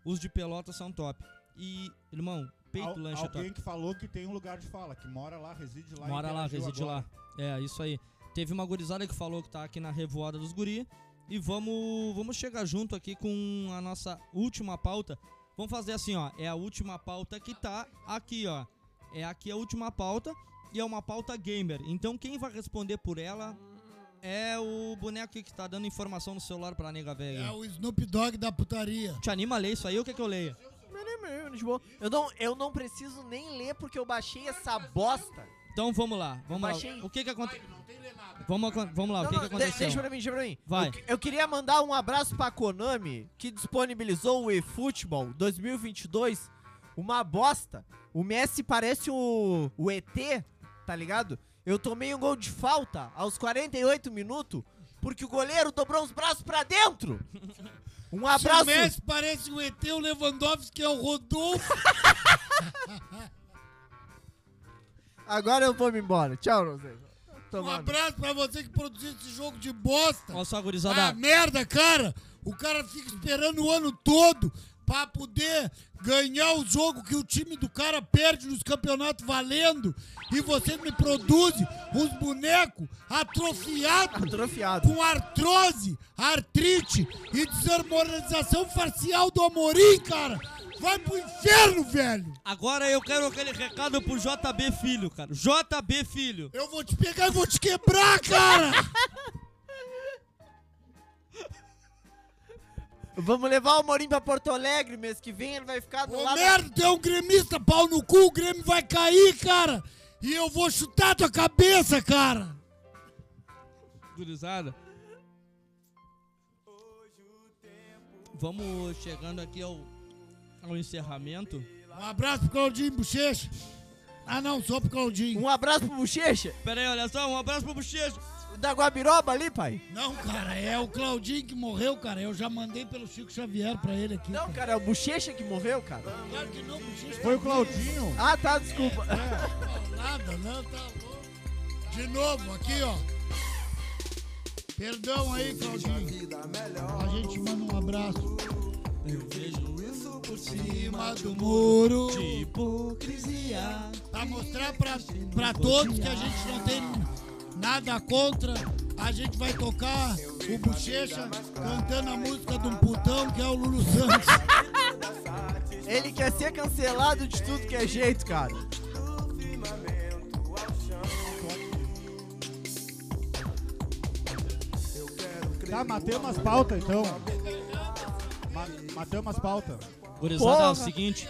Os de Pelotas são top. E, irmão, peito Al- lanche é top. alguém que falou que tem um lugar de fala, que mora lá, reside lá. Mora lá, interagiu reside agora. lá. É, isso aí. Teve uma gurizada que falou que tá aqui na Revoada dos Guri. E vamos, vamos chegar junto aqui com a nossa última pauta. Vamos fazer assim, ó. É a última pauta que tá aqui, ó. É aqui a última pauta e é uma pauta gamer. Então quem vai responder por ela é o boneco que tá dando informação no celular pra nega É velha. o Snoop Dogg da putaria. Te anima a ler isso aí ou quer que eu leia? Me anima meu, de boa. Eu não, eu não preciso nem ler porque eu baixei essa bosta. Então vamos lá, vamos Baixei. lá. O que que aconteceu? Vamos, acon- vamos lá, o Não, que não, que de- aconteceu? deixa pra mim, deixa pra mim. Vai. Eu, que- eu queria mandar um abraço pra Konami, que disponibilizou o eFootball 2022. Uma bosta. O Messi parece o, o ET, tá ligado? Eu tomei um gol de falta aos 48 minutos, porque o goleiro dobrou os braços pra dentro. Um Se o abraço. Messi parece um ET, o Lewandowski é o Rodolfo. Agora eu vou me embora. Tchau, Rosé. Um abraço pra você que produziu esse jogo de bosta. Olha só, Ah, gurizada. merda, cara! O cara fica esperando o ano todo pra poder ganhar o jogo que o time do cara perde nos campeonatos valendo e você me produz uns bonecos atrofiados Atrofiado. com artrose, artrite e desarmonização facial do Amorim, cara! Vai pro inferno, velho! Agora eu quero aquele recado pro JB Filho, cara. JB Filho. Eu vou te pegar e vou te quebrar, cara! Vamos levar o Morim pra Porto Alegre mês que vem, ele vai ficar do Ô lado. merda, tu é um gremista, pau no cu, o Grêmio vai cair, cara! E eu vou chutar tua cabeça, cara! Gurizada. Vamos chegando aqui ao, ao encerramento. Um abraço pro Claudinho Bochecha. Ah não, só pro Claudinho. Um abraço pro Bochecha, Pera aí, olha só, um abraço pro Bochecha. o da Guabiroba ali, pai. Não, cara, é o Claudinho que morreu, cara. Eu já mandei pelo Chico Xavier pra ele aqui. Não, cara, é o Bochecha que morreu, cara. claro que não, Bochecha. Foi o Claudinho. Ah, tá, desculpa. Nada, não, tá louco. De novo, aqui, ó. Perdão aí, Claudinho. A gente manda um abraço. Eu vejo isso por Cima do muro. hipocrisia. Pra mostrar pra, pra todos que a gente não tem nada contra, a gente vai tocar o Bochecha cantando a música de um putão que é o Lulu Santos. Ele quer ser cancelado de tudo que é jeito, cara. Tá, matei umas pautas então. Ma matei umas pautas. Gurizada, é Porra. o seguinte.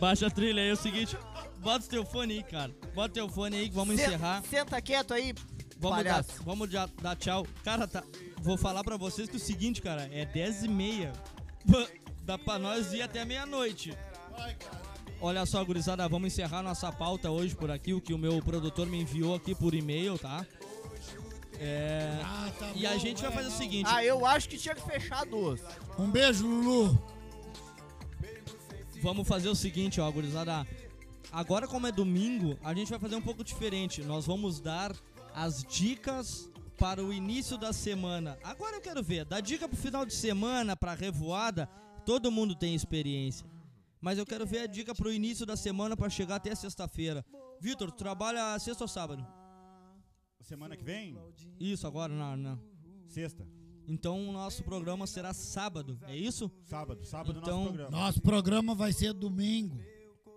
Baixa a trilha aí, é o seguinte. Bota o teu fone aí, cara. Bota o teu fone aí que vamos Se- encerrar. Senta quieto aí, Vamos dar, palhaço. vamos já dar tchau. Cara, tá, vou falar pra vocês que é o seguinte, cara, é 10 e meia. Pã, Dá pra nós ir até meia-noite. Olha só, gurizada, vamos encerrar nossa pauta hoje por aqui, o que o meu produtor me enviou aqui por e-mail, tá? É... Ah, tá E a bom, gente vai fazer o seguinte, Ah, eu acho que tinha que fechar duas. Um beijo, Lulu. vamos fazer o seguinte, ó, gurizada. Agora como é domingo, a gente vai fazer um pouco diferente. Nós vamos dar as dicas para o início da semana. Agora eu quero ver, dá dica pro final de semana, pra revoada, todo mundo tem experiência. Mas eu quero ver a dica pro início da semana pra chegar até sexta-feira. Vitor, tu trabalha sexta ou sábado? Semana que vem? Isso agora, não, não. Sexta. Então o nosso programa será sábado, é isso? Sábado. Sábado é Então- nosso programa. Nosso programa vai ser domingo.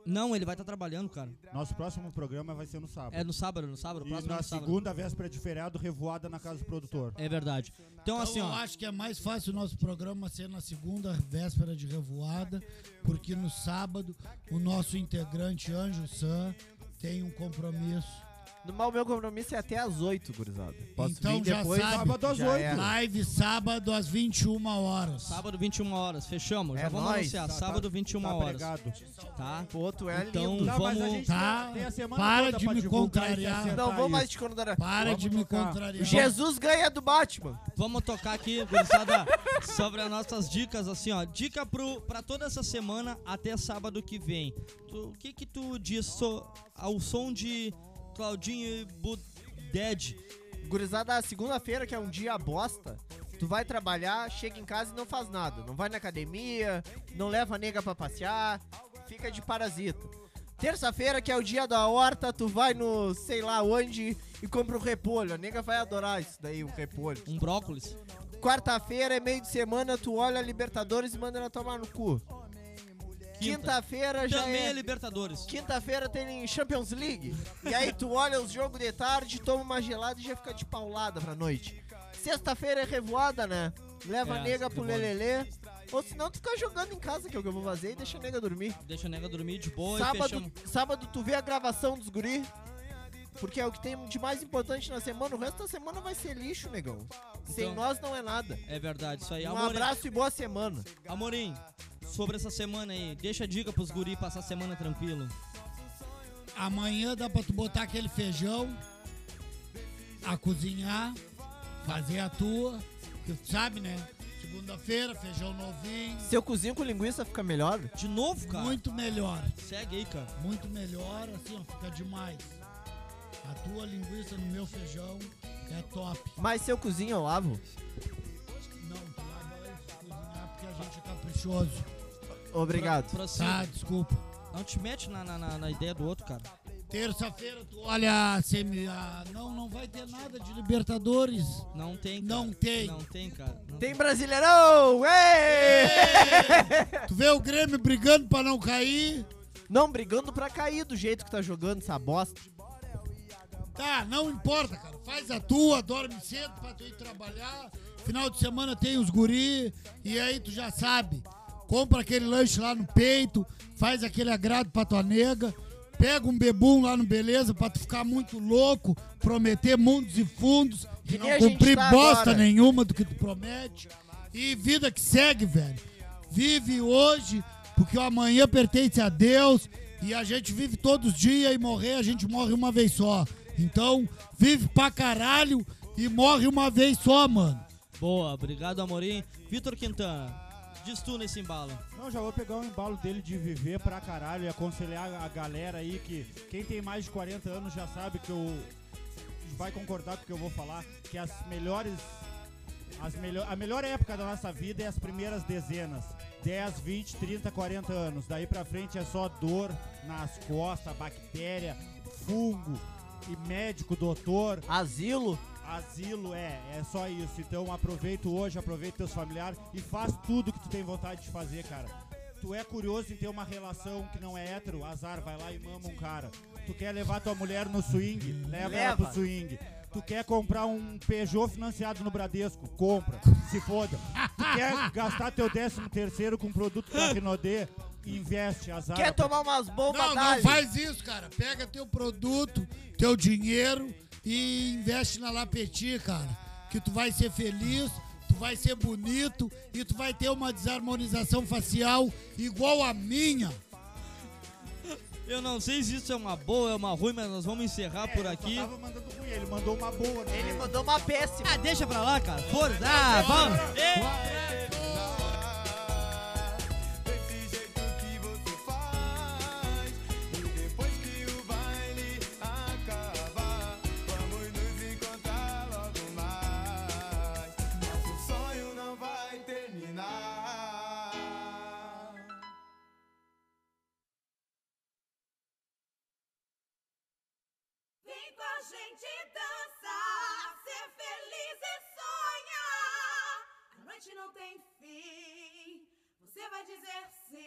Não, ele vai estar trabalhando, cara. Nosso próximo programa vai ser no sábado. É no sábado, no sábado, e próximo é na no sábado. segunda véspera de feriado, revoada na casa do produtor. É verdade. Então, assim, eu ó. acho que é mais fácil o nosso programa ser na segunda véspera de revoada, porque no sábado o nosso integrante Anjo Sam tem um compromisso. No mal, meu compromisso é até às oito, gurizada. Posso Então vir já depois? sabe. Sábado às Já é. oito. era. Live sábado às 21 horas. Sábado, 21 horas. Fechamos. É Já vamos nóis. anunciar. Tá- Sábado, 21 tá horas. pregado. Tá? Pô, tu é Então- lindo. Tá, mas a Vamos- gente Tá, tem a semana para toda de pra me divulgar e contrariar. acertar Não vou isso. mais te condenar. Tá Para Vamos de me tocar. contrariar. Jesus ganha do Batman. Vamos tocar aqui, gurizada, sobre as nossas dicas, assim, ó. Dica pro, pra toda essa semana até sábado que vem. Tu- o que que tu diz so- ao som de Claudinho e Buded? Gurizada, segunda-feira, que é um dia bosta, tu vai trabalhar, chega em casa e não faz nada. Não vai na academia, não leva a nega pra passear, fica de parasita. Terça-feira, que é o dia da horta, tu vai no sei lá onde e compra um repolho. A nega vai adorar isso daí, o repolho. Um brócolis? Quarta-feira é meio de semana, tu olha a Libertadores e manda ela tomar no cu. Quinta-feira já Também é é... Libertadores. Quinta-feira tem Champions League. E aí tu olha os jogos de tarde, toma uma gelada e já fica de paulada pra noite. Sexta-feira é revoada, né? Leva É, a nega pro revoada. Lelelê. Ou senão tu fica jogando em casa, que é o que eu vou fazer, e deixa a nega dormir. Deixa a nega dormir de boa e sábado, fechamos. sábado tu vê a gravação dos guri. Porque é o que tem de mais importante na semana. O resto da semana vai ser lixo, negão. Sem Então- nós não é nada. É verdade, isso aí. Um Amorim- abraço e boa semana. Amorim, sobre essa semana aí, deixa a dica pros guri passar a semana tranquilo. Amanhã dá pra tu botar aquele feijão a cozinhar, fazer a tua, que tu sabe, né? Segunda-feira, feijão novinho, Se eu cozinho com linguiça, fica melhor? De novo, cara? muito melhor, Segue aí, cara. muito melhor, assim, ó, fica demais. A tua linguiça no meu feijão é top. Mas se eu cozinho, eu lavo. Não, tu lava antes de cozinhar porque a gente é caprichoso. Obrigado. Pra, pra si- Tá, desculpa. Não te mete na, na- na- na ideia do outro, cara. Terça-feira tu olha a semi. a- Não, não vai ter nada de Libertadores. Não tem, cara. Não tem. Não tem, cara. Não Tem Brasileirão! Ei! Tu vê o Grêmio brigando pra não cair. Não, brigando pra cair do jeito que tá jogando essa bosta. Tá, não importa, cara. Faz a tua, dorme cedo pra tu ir trabalhar. Final de semana tem os guri. E aí tu já sabe. Compra aquele lanche lá no peito, faz aquele agrado pra tua nega. Pega um bebum lá no Beleza pra tu ficar muito louco, prometer mundos e fundos e Que nem não a gente cumprir tá bosta agora. nenhuma do que tu promete. E vida que segue, velho. Vive hoje, porque o amanhã pertence a Deus e a gente vive todos os dias e morrer a gente morre uma vez só. Então, vive pra caralho e morre uma vez só, mano. Boa, obrigado, Amorim. Vitor Quintana, diz tu nesse embalo. Não, já vou pegar o embalo dele de viver pra caralho e aconselhar a galera aí que quem tem mais de 40 anos já sabe que eu vai concordar com o que eu vou falar, que as melhores as melho, a melhor época da nossa vida é as primeiras dezenas. 10, 20, 30, 40 anos. Daí pra frente é só dor nas costas, bactéria, fungo e médico, doutor, Asilo? Asilo é, é só isso. Então aproveita o hoje, aproveita teus familiares e faz tudo que tu tem vontade de fazer, cara. Tu é curioso em ter uma relação que não é hétero, azar, vai lá e mama um cara. Tu quer levar tua mulher no swing, leva, ela Leva. pro swing. Tu quer comprar um Peugeot financiado no Bradesco, compra, se foda. Tu quer gastar teu décimo terceiro com um produto da Renaudet, investe, azar. Quer tomar umas bombas? Não, não dá-lhe. faz isso, cara. Pega teu produto, teu dinheiro e investe na Lapeti, cara. Que tu vai ser feliz, tu vai ser bonito e tu vai ter uma desarmonização facial igual a minha. Eu não sei se isso é uma boa, é uma ruim, mas nós vamos encerrar por É, Eu só aqui. tava mandando ruim, ele mandou uma boa. né? Ele mandou uma péssima. Ah, deixa pra lá, cara. Força, ah, vamos. Ei. Desse jeito que você faz E depois que o baile acabar Vamos nos encontrar logo mais Nosso sonho não vai terminar Vem com a gente dançar, ser feliz e sonhar. A noite não tem fim, você vai dizer sim.